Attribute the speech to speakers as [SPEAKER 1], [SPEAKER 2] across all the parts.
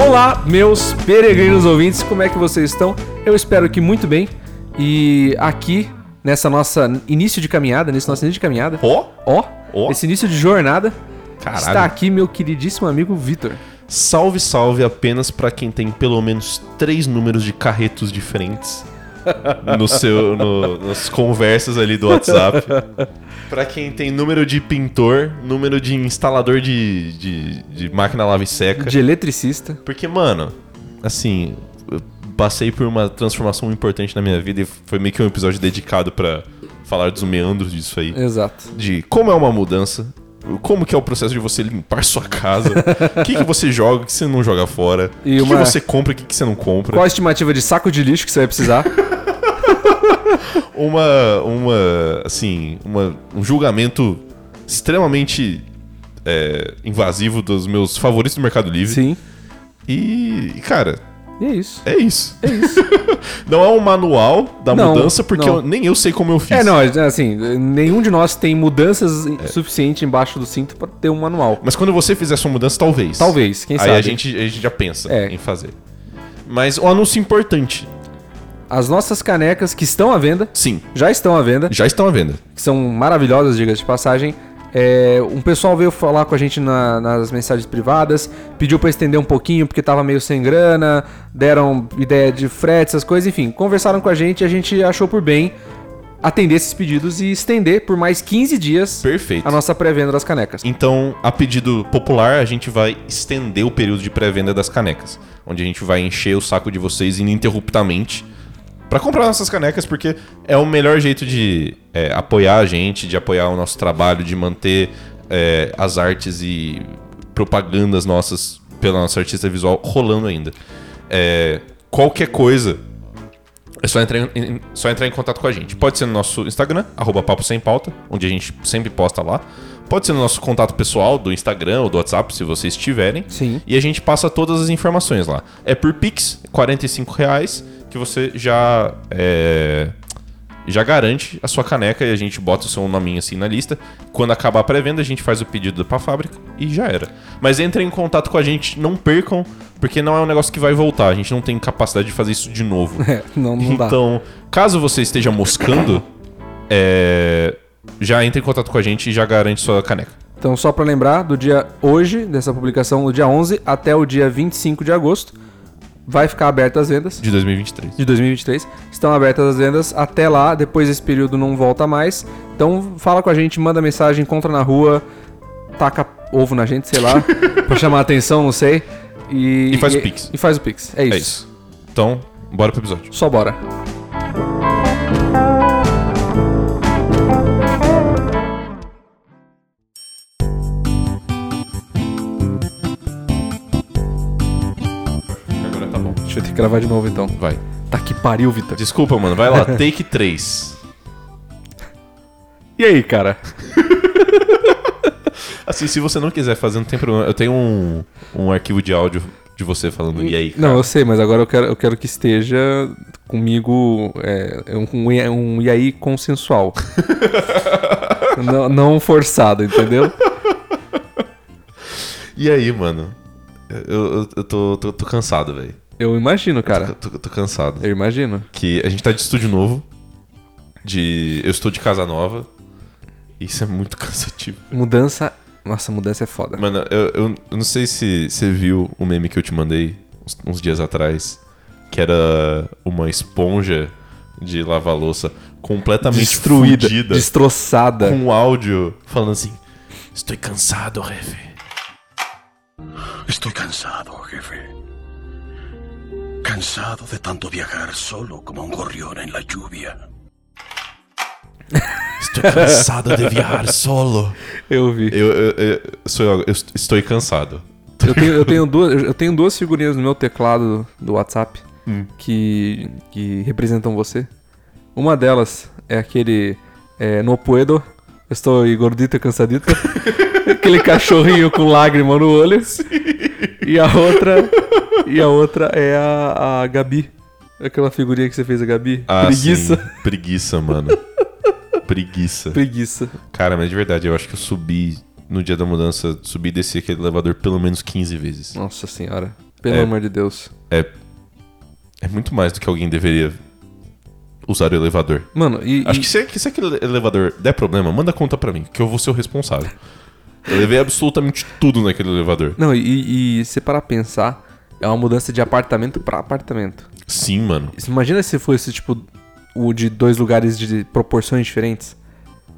[SPEAKER 1] Olá, meus peregrinos ouvintes, como é que vocês estão? Eu espero que muito bem. E aqui, nessa nossa início de caminhada, nesse nosso início de caminhada,
[SPEAKER 2] Ó,
[SPEAKER 1] ó,
[SPEAKER 2] Ó.
[SPEAKER 1] esse início de jornada,
[SPEAKER 2] Caralho.
[SPEAKER 1] está aqui meu queridíssimo amigo Vitor.
[SPEAKER 2] salve, salve apenas pra quem tem pelo menos três números de carretos diferentes no seu, no- nas conversas ali do WhatsApp. Pra quem tem número de pintor, número de instalador de, de, de máquina lava e seca.
[SPEAKER 1] De eletricista.
[SPEAKER 2] Porque, mano, assim, eu passei por uma transformação importante na minha vida e foi meio que um episódio dedicado pra falar dos meandros disso aí
[SPEAKER 1] Exato.
[SPEAKER 2] de como é uma mudança, como que é o processo de você limpar sua casa, o que, que você joga, o que você não joga fora, o
[SPEAKER 1] E
[SPEAKER 2] que,
[SPEAKER 1] uma-
[SPEAKER 2] que você compra, o que, que você não compra.
[SPEAKER 1] Qual a estimativa de saco de lixo que você vai precisar?
[SPEAKER 2] Uma, uma, assim, uma- um julgamento extremamente é, invasivo dos meus favoritos do Mercado Livre.
[SPEAKER 1] Sim.
[SPEAKER 2] E, e, cara,
[SPEAKER 1] E é isso.
[SPEAKER 2] é isso. É isso. não é um manual da
[SPEAKER 1] Não,
[SPEAKER 2] mudança, porque
[SPEAKER 1] não.
[SPEAKER 2] eu- nem eu sei como eu fiz.
[SPEAKER 1] É, não, assim, nenhum de nós tem mudanças
[SPEAKER 2] É.
[SPEAKER 1] suficiente embaixo do cinto pra ter um manual.
[SPEAKER 2] Mas quando você fizer sua mudança, talvez.
[SPEAKER 1] Talvez, quem
[SPEAKER 2] Aí
[SPEAKER 1] sabe.
[SPEAKER 2] a gente, a gente já pensa
[SPEAKER 1] É.
[SPEAKER 2] em fazer. Mas um anúncio importante.
[SPEAKER 1] As nossas canecas que estão à venda,
[SPEAKER 2] Sim,
[SPEAKER 1] já estão à venda,
[SPEAKER 2] já estão à venda.
[SPEAKER 1] que são maravilhosas, diga-se de passagem. É, um pessoal veio falar com a gente na- nas mensagens privadas, pediu pra estender um pouquinho porque tava meio sem grana, deram ideia de frete, essas coisas, enfim, conversaram com a gente e a gente achou por bem atender esses pedidos e estender por mais 15 dias
[SPEAKER 2] Perfeito.
[SPEAKER 1] a nossa pré-venda das canecas.
[SPEAKER 2] Então, a pedido popular, a gente vai estender o período de pré-venda das canecas, onde a gente vai encher o saco de vocês ininterruptamente pra comprar nossas canecas, porque é o melhor jeito de é, apoiar a gente, de apoiar o nosso trabalho, de manter é, as artes e propagandas nossas pela nossa artista visual rolando ainda. É, qualquer coisa É só entrar em, em- só entrar em contato com a gente. Pode ser no nosso Instagram, arroba papo sem pauta, onde a gente sempre posta lá. Pode ser no nosso contato pessoal do Instagram ou do WhatsApp, se vocês tiverem.
[SPEAKER 1] Sim.
[SPEAKER 2] E a gente passa todas as informações lá. É por Pix, R$ 45 reais, que você já é, já garante a sua caneca e a gente bota o seu nominho assim na lista. Quando acabar a pré-venda, a gente faz o pedido pra fábrica e já era. Mas entrem em contato com a gente, não percam, porque não é um negócio que vai voltar. A gente não tem capacidade de fazer isso de novo.
[SPEAKER 1] É, não, não dá.
[SPEAKER 2] Então, caso você esteja moscando, é, já entre em contato com a gente e já garante sua caneca.
[SPEAKER 1] Então, só pra lembrar, do dia hoje, dessa publicação, do dia 11 até o dia 25 de agosto, vai ficar aberta as vendas
[SPEAKER 2] De 2023.
[SPEAKER 1] de 2023. Estão abertas as vendas até lá, depois desse período não volta mais. Então, fala com a gente, manda mensagem, encontra na rua, taca ovo na gente, sei lá, pra chamar a atenção, não sei. E,
[SPEAKER 2] E faz o Pix.
[SPEAKER 1] E faz o Pix. É isso.
[SPEAKER 2] É isso. Então, bora pro episódio.
[SPEAKER 1] Só bora.
[SPEAKER 2] Agora tá bom.
[SPEAKER 1] Deixa eu ter que gravar de novo então.
[SPEAKER 2] Vai.
[SPEAKER 1] Tá que pariu, Vitor.
[SPEAKER 2] Desculpa, mano. Vai lá, take 3.
[SPEAKER 1] E aí, cara?
[SPEAKER 2] Assim, se você não quiser fazer, não tem problema. Eu tenho um, um arquivo de áudio de você falando. E aí?
[SPEAKER 1] Não, eu sei, mas agora eu quero, eu quero que esteja comigo é, um, um, ia- um e aí consensual. não, não forçado, entendeu?
[SPEAKER 2] E aí, mano? Eu, eu, eu tô, tô, tô cansado, velho.
[SPEAKER 1] Eu imagino, cara.
[SPEAKER 2] Tô, tô cansado.
[SPEAKER 1] Eu imagino.
[SPEAKER 2] Que a gente tá de estúdio novo. De. Eu estou de casa nova. Isso é muito cansativo.
[SPEAKER 1] Mudança. Nossa, mudança é foda.
[SPEAKER 2] Mano, eu, eu- eu não sei se você viu o meme que eu te mandei uns, uns dias atrás, que era uma esponja de lavar louça completamente
[SPEAKER 1] Destruída,
[SPEAKER 2] fudida,
[SPEAKER 1] destroçada.
[SPEAKER 2] com áudio falando assim: Estou cansado, Refe.
[SPEAKER 3] Estoy cansado, jefe. Cansado de tanto viajar solo como un gorrión en la lluvia.
[SPEAKER 2] Estou cansado de viajar solo.
[SPEAKER 1] Eu vi.
[SPEAKER 2] Eu, eu- eu- sou eu, eu estou cansado.
[SPEAKER 1] Eu tenho, eu, tenho duas, eu tenho duas figurinhas no meu teclado do WhatsApp
[SPEAKER 2] Hum.
[SPEAKER 1] que, que representam você. Uma delas é aquele é, No Puedo, estou gordito e cansadito. aquele cachorrinho com lágrima no olho. E a outra. E a outra é a, a Gabi. Aquela figurinha que você fez a Gabi.
[SPEAKER 2] Ah,
[SPEAKER 1] preguiça.
[SPEAKER 2] sim. Preguiça, mano. Preguiça.
[SPEAKER 1] Preguiça.
[SPEAKER 2] Cara, mas de verdade, eu acho que eu subi no dia da mudança, subi e desci aquele elevador pelo menos 15 vezes.
[SPEAKER 1] Nossa senhora. Pelo
[SPEAKER 2] É.
[SPEAKER 1] amor de Deus.
[SPEAKER 2] É. É muito mais do que alguém deveria usar o elevador.
[SPEAKER 1] Mano, e.
[SPEAKER 2] Acho
[SPEAKER 1] e-
[SPEAKER 2] que se, que se aquele elevador der problema, manda conta pra mim, que eu vou ser o responsável. Eu levei absolutamente tudo naquele elevador.
[SPEAKER 1] Não, e, e se parar pra pensar, é uma mudança de apartamento pra apartamento.
[SPEAKER 2] Sim, mano.
[SPEAKER 1] Isso- Imagina se fosse, tipo, o de dois lugares de proporções diferentes.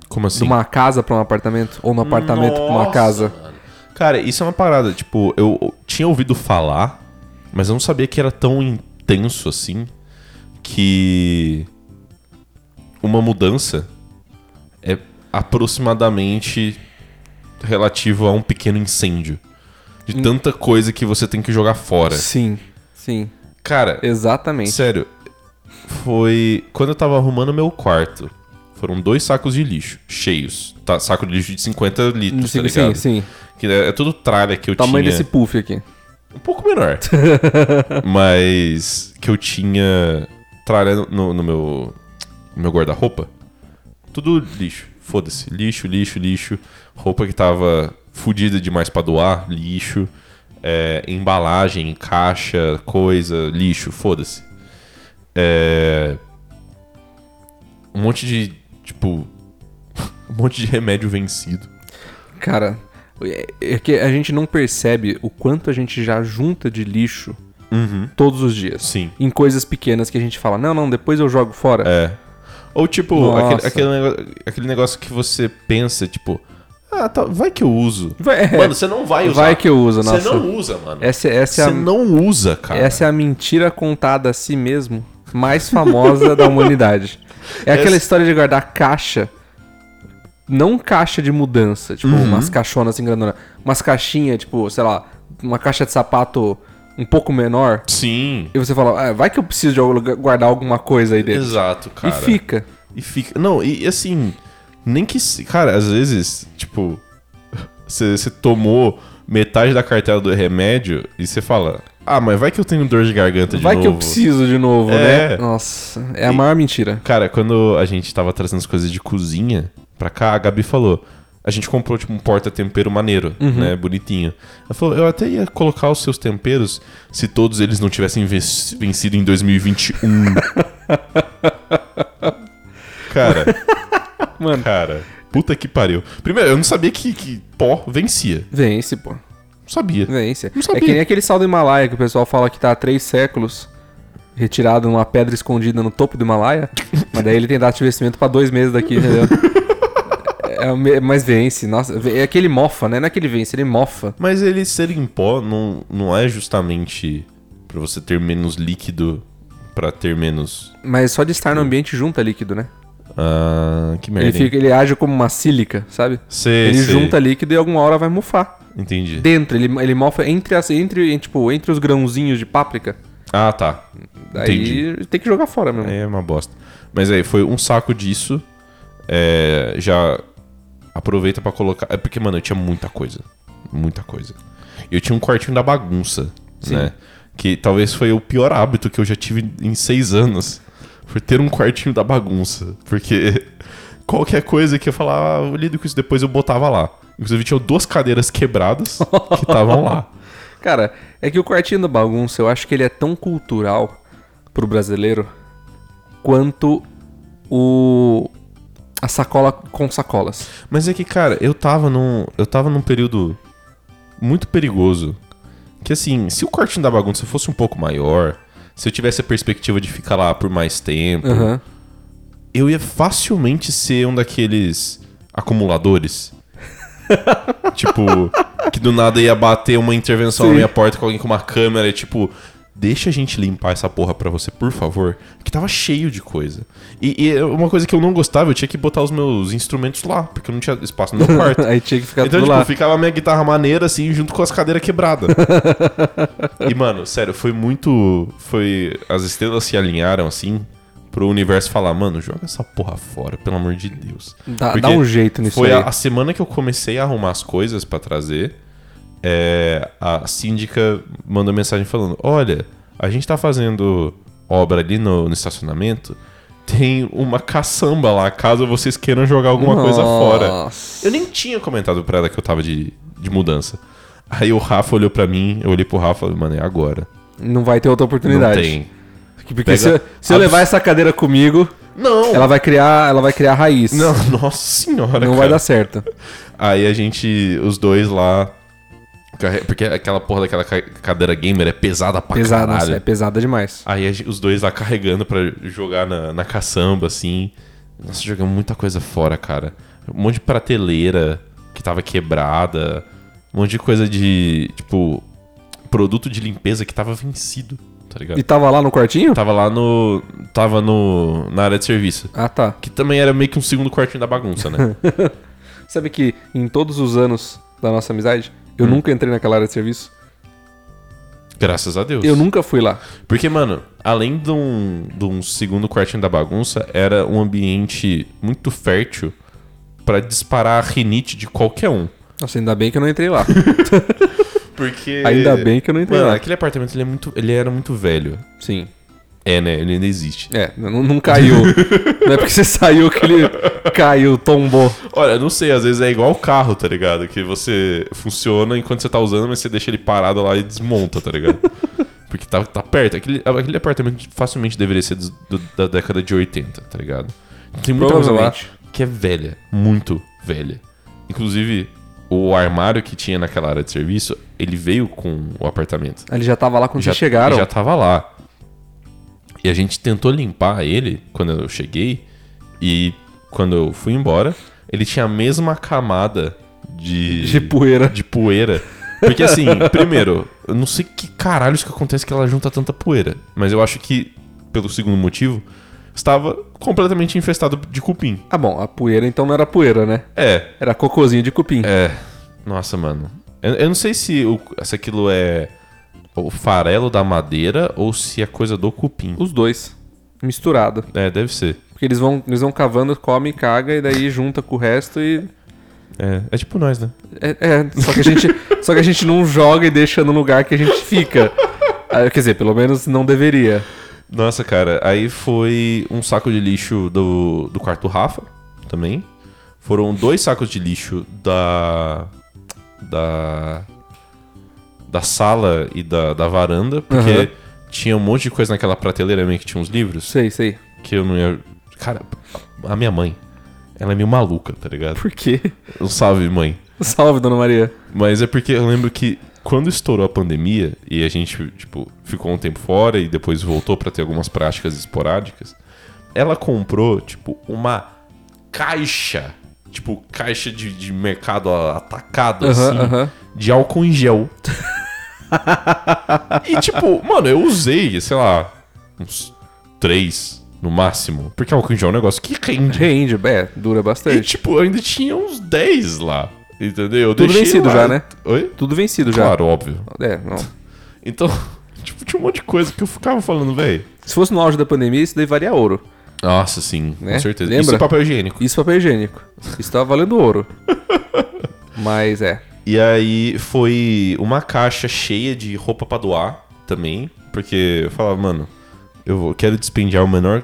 [SPEAKER 2] Como assim?
[SPEAKER 1] De uma casa pra um apartamento, ou um apartamento pra uma
[SPEAKER 2] Nossa,
[SPEAKER 1] casa.
[SPEAKER 2] mano. Cara, isso é uma parada. Tipo, eu eu tinha ouvido falar, mas eu não sabia que era tão intenso assim. Que. Uma mudança é aproximadamente relativo a um pequeno incêndio. De
[SPEAKER 1] Hum.
[SPEAKER 2] tanta coisa que você tem que jogar fora.
[SPEAKER 1] Sim, sim.
[SPEAKER 2] Cara,
[SPEAKER 1] Exatamente.
[SPEAKER 2] Sério, foi quando eu tava arrumando meu quarto. Foram dois sacos de lixo, cheios. Tá, saco de lixo de 50 litros, tá
[SPEAKER 1] Sim,
[SPEAKER 2] ligado?
[SPEAKER 1] sim, sim.
[SPEAKER 2] Que é, é tudo tralha que eu
[SPEAKER 1] Tamanho
[SPEAKER 2] tinha.
[SPEAKER 1] desse puff aqui.
[SPEAKER 2] Um pouco menor. mas que eu tinha tralha no, no meu, no meu guarda-roupa. Tudo lixo. Foda-se. Lixo, lixo, lixo. Roupa que tava fodida demais pra doar, lixo. É, embalagem, caixa, coisa, lixo, foda-se. É, Um monte de. Tipo. um monte de remédio vencido.
[SPEAKER 1] Cara, é é que a gente não percebe o quanto a gente já junta de lixo
[SPEAKER 2] Uhum.
[SPEAKER 1] todos os dias.
[SPEAKER 2] Sim.
[SPEAKER 1] Em coisas pequenas que a gente fala, não, não, depois eu jogo fora.
[SPEAKER 2] É. Ou tipo,
[SPEAKER 1] Nossa.
[SPEAKER 2] aquele, aquele, nego- aquele negócio que você pensa, tipo, ah, tá, vai que eu uso.
[SPEAKER 1] Vai- é.
[SPEAKER 2] Mano, você não vai usar.
[SPEAKER 1] Vai que eu uso,
[SPEAKER 2] Você
[SPEAKER 1] nossa.
[SPEAKER 2] não usa, mano.
[SPEAKER 1] Essa, essa, é a,
[SPEAKER 2] Você não usa, cara.
[SPEAKER 1] essa é a mentira contada a si mesmo mais famosa da humanidade. É aquela
[SPEAKER 2] Essa-
[SPEAKER 1] história de guardar caixa. Não caixa de mudança, tipo,
[SPEAKER 2] Uhum.
[SPEAKER 1] umas caixonas assim grandona. Umas caixinhas, tipo, sei lá, uma caixa de sapato um pouco menor.
[SPEAKER 2] Sim.
[SPEAKER 1] E você fala, ah, vai que eu preciso de algum lugar- guardar alguma coisa aí dentro.
[SPEAKER 2] Exato, cara.
[SPEAKER 1] E fica.
[SPEAKER 2] E fica. Não, e e assim, nem que. se- Cara, às vezes, tipo, você você tomou metade da cartela do remédio e você fala, ah, mas vai que eu tenho dor de garganta de
[SPEAKER 1] Vai
[SPEAKER 2] novo.
[SPEAKER 1] que eu preciso de novo,
[SPEAKER 2] É.
[SPEAKER 1] né? Nossa, é a maior mentira.
[SPEAKER 2] Cara, quando a gente tava trazendo as coisas de cozinha pra cá, a Gabi falou. A gente comprou, tipo, um porta-tempero maneiro,
[SPEAKER 1] Uhum.
[SPEAKER 2] né? Bonitinho. Ela falou, eu até ia colocar os seus temperos se todos eles não tivessem ven- vencido em 2021. cara,
[SPEAKER 1] Mano,
[SPEAKER 2] cara, puta que pariu. Primeiro, eu não sabia que, que pó vencia.
[SPEAKER 1] vence, pô.
[SPEAKER 2] Não sabia.
[SPEAKER 1] Vence.
[SPEAKER 2] Não
[SPEAKER 1] É
[SPEAKER 2] sabia.
[SPEAKER 1] que nem aquele sal do Himalaia que o pessoal fala que tá há três séculos retirado numa pedra escondida no topo do Himalaia. mas daí ele tem data de vencimento pra dois meses daqui, entendeu? É, o me- mas vence, nossa. ve- É aquele mofa, né? Não é que ele vence, ele mofa.
[SPEAKER 2] Mas ele ser em pó não, não é justamente pra você ter menos líquido, pra ter menos...
[SPEAKER 1] Mas só de estar no ambiente junta líquido, né?
[SPEAKER 2] Ah, que merda.
[SPEAKER 1] Ele,
[SPEAKER 2] hein?
[SPEAKER 1] fica, ele age como uma sílica, sabe?
[SPEAKER 2] Sei,
[SPEAKER 1] ele
[SPEAKER 2] sei.
[SPEAKER 1] junta líquido e alguma hora vai mofar.
[SPEAKER 2] Entendi.
[SPEAKER 1] Dentro, ele, ele mofa entre, as, entre, tipo, entre os grãozinhos de páprica.
[SPEAKER 2] Ah, tá.
[SPEAKER 1] Daí
[SPEAKER 2] Entendi.
[SPEAKER 1] tem que jogar fora mesmo.
[SPEAKER 2] Aí é uma bosta. Mas aí, foi um saco disso. É, já aproveita pra colocar. É porque, mano, eu tinha muita coisa. Muita coisa. Eu tinha um quartinho da bagunça, né? Que talvez foi o pior hábito que eu já tive em seis anos. Foi ter um quartinho da bagunça. Porque qualquer coisa que eu falava, ah, eu lido com isso, depois eu botava lá. Inclusive, tinha duas cadeiras quebradas que estavam lá.
[SPEAKER 1] Cara, é que o quartinho da bagunça, eu acho que ele é tão cultural pro brasileiro quanto o a sacola com sacolas.
[SPEAKER 2] Mas é que, cara, eu tava num. Eu tava num período muito perigoso. Que assim, se o quartinho da bagunça fosse um pouco maior, se eu tivesse a perspectiva de ficar lá por mais tempo,
[SPEAKER 1] Aham.
[SPEAKER 2] eu ia facilmente ser um daqueles acumuladores. tipo, que do nada ia bater uma intervenção na
[SPEAKER 1] Sim.
[SPEAKER 2] minha porta com alguém com uma câmera e tipo, deixa a gente limpar essa porra pra você, por favor. Que tava cheio de coisa. E, e uma coisa que eu não gostava, eu tinha que botar os meus instrumentos lá, porque eu não tinha espaço no meu quarto.
[SPEAKER 1] Aí tinha que ficar
[SPEAKER 2] Então,
[SPEAKER 1] tudo
[SPEAKER 2] tipo,
[SPEAKER 1] lá.
[SPEAKER 2] ficava a minha guitarra maneira, assim, junto com as cadeiras quebradas. e, mano, sério, foi muito. Foi. As estrelas se alinharam, assim, pro universo falar, mano, joga essa porra fora, pelo amor de Deus.
[SPEAKER 1] Dá,
[SPEAKER 2] Porque
[SPEAKER 1] dá um jeito nisso
[SPEAKER 2] Foi
[SPEAKER 1] aí.
[SPEAKER 2] a, a semana que eu comecei a arrumar as coisas pra trazer. é, a síndica mandou mensagem falando: Olha, a gente tá fazendo obra ali no, no estacionamento, tem uma caçamba lá, caso vocês queiram jogar alguma coisa fora.
[SPEAKER 1] Nossa.
[SPEAKER 2] Eu nem tinha comentado pra ela que eu tava de, de mudança. Aí o Rafa olhou pra mim, eu olhei pro Rafa e falei, mano, é agora.
[SPEAKER 1] Não vai ter outra
[SPEAKER 2] Não
[SPEAKER 1] oportunidade.
[SPEAKER 2] tem.
[SPEAKER 1] Porque
[SPEAKER 2] Pega-
[SPEAKER 1] se, eu, se eu
[SPEAKER 2] Abs-
[SPEAKER 1] levar essa cadeira comigo,
[SPEAKER 2] Não!
[SPEAKER 1] ela vai criar, ela vai criar raiz.
[SPEAKER 2] Não, nossa senhora,
[SPEAKER 1] Não
[SPEAKER 2] cara.
[SPEAKER 1] vai dar certo.
[SPEAKER 2] Aí a gente, os dois lá. carre- Porque aquela porra daquela ca- cadeira gamer é pesada pra
[SPEAKER 1] Pesada, nossa,
[SPEAKER 2] caralho.
[SPEAKER 1] é pesada demais.
[SPEAKER 2] Aí a gen- os dois lá carregando pra jogar na, na caçamba, assim. Nossa, jogamos muita coisa fora, cara. Um monte de prateleira que tava quebrada. Um monte de coisa de, tipo, produto de limpeza que tava vencido, tá ligado?
[SPEAKER 1] E tava lá no quartinho?
[SPEAKER 2] Tava lá no. Tava no. na área de serviço.
[SPEAKER 1] Ah, tá.
[SPEAKER 2] Que também era meio que um segundo quartinho da bagunça, né?
[SPEAKER 1] Sabe que em todos os anos da nossa amizade, eu
[SPEAKER 2] Hum.
[SPEAKER 1] nunca entrei naquela área de serviço.
[SPEAKER 2] Graças a Deus.
[SPEAKER 1] Eu nunca fui lá.
[SPEAKER 2] Porque, mano, além de um, de um segundo quartinho da bagunça, era um ambiente muito fértil pra disparar a rinite de qualquer um.
[SPEAKER 1] Nossa, ainda bem que eu não entrei lá.
[SPEAKER 2] Porque.
[SPEAKER 1] Ainda bem que eu não entrei
[SPEAKER 2] Mano,
[SPEAKER 1] lá.
[SPEAKER 2] aquele apartamento ele, é muito, ele era muito velho.
[SPEAKER 1] Sim.
[SPEAKER 2] É, né? Ele ainda existe.
[SPEAKER 1] É, não, não caiu. não é porque você saiu que ele caiu, tombou.
[SPEAKER 2] Olha, eu não sei, às vezes é igual o carro, tá ligado? Que você funciona enquanto você tá usando, mas você deixa ele parado lá e desmonta, tá ligado? Porque tá, tá perto. Aquele, aquele apartamento facilmente deveria ser dos- do- da década de 80, tá ligado? Tem muita coisa lá
[SPEAKER 1] Provavelmente.
[SPEAKER 2] que é velha, muito velha. Inclusive, o armário que tinha naquela área de serviço, ele veio com o apartamento.
[SPEAKER 1] Ele já tá tava lá quando vocês chegaram.
[SPEAKER 2] Já tava lá. E a gente tentou limpar ele quando eu cheguei. E quando eu fui embora, ele tinha a mesma camada de.
[SPEAKER 1] De poeira.
[SPEAKER 2] de poeira. Porque assim, primeiro, eu não sei que caralhos que acontece que ela junta tanta poeira. Mas eu acho que, pelo segundo motivo, estava completamente infestado de cupim.
[SPEAKER 1] Ah, bom, a poeira então não era poeira, né?
[SPEAKER 2] É,
[SPEAKER 1] Era cocôzinho de cupim.
[SPEAKER 2] é. Nossa, mano. Eu, eu não sei se, o, se aquilo é o farelo da madeira ou se é coisa do cupim.
[SPEAKER 1] Os dois. Misturado.
[SPEAKER 2] É, deve ser.
[SPEAKER 1] Porque eles vão, eles vão cavando, come, caga e daí junta com o resto e.
[SPEAKER 2] É, é tipo nós, né?
[SPEAKER 1] É, é, só que a gente. só que a gente não joga e deixa no lugar que a gente fica. Ah, Quer dizer, pelo menos não deveria.
[SPEAKER 2] Nossa, cara, aí foi um saco de lixo do, do quarto do Rafa também. Foram dois sacos de lixo da. da. da sala e da, da varanda, porque
[SPEAKER 1] Aham.
[SPEAKER 2] tinha um monte de coisa naquela prateleira meio que tinha uns livros
[SPEAKER 1] Sei, sei.
[SPEAKER 2] que eu não ia. Cara, a minha mãe, ela é meio maluca, tá ligado?
[SPEAKER 1] Por quê?
[SPEAKER 2] Um salve, mãe.
[SPEAKER 1] Salve, dona Maria.
[SPEAKER 2] Mas é porque eu lembro que quando estourou a pandemia e a gente, tipo, ficou um tempo fora e depois voltou pra ter algumas práticas esporádicas, ela comprou, tipo, uma caixa, tipo, caixa de, de mercado a- atacado,
[SPEAKER 1] Aham,
[SPEAKER 2] assim,
[SPEAKER 1] aham.
[SPEAKER 2] de álcool em gel. e, tipo, mano, eu usei, sei lá, uns três no máximo. Porque álcool em gel é um negócio que rende.
[SPEAKER 1] Rende, é, dura
[SPEAKER 2] E,
[SPEAKER 1] bastante.
[SPEAKER 2] tipo, eu ainda tinha uns 10 lá. Entendeu? Eu
[SPEAKER 1] Tudo
[SPEAKER 2] deixei
[SPEAKER 1] vencido
[SPEAKER 2] lá.
[SPEAKER 1] já, né?
[SPEAKER 2] Oi?
[SPEAKER 1] Tudo vencido já.
[SPEAKER 2] Claro, óbvio.
[SPEAKER 1] É, não.
[SPEAKER 2] Então, tipo, tinha um monte de coisa que eu ficava falando, velho.
[SPEAKER 1] Se fosse no auge da pandemia, isso daí valia ouro.
[SPEAKER 2] Nossa, sim,
[SPEAKER 1] Né?
[SPEAKER 2] com certeza.
[SPEAKER 1] Lembra?
[SPEAKER 2] Isso é papel higiênico.
[SPEAKER 1] Isso papel higiênico. Isso tava valendo ouro. Mas é.
[SPEAKER 2] E aí foi uma caixa cheia de roupa pra doar também, porque eu falava, mano, eu vou- quero despendiar o menor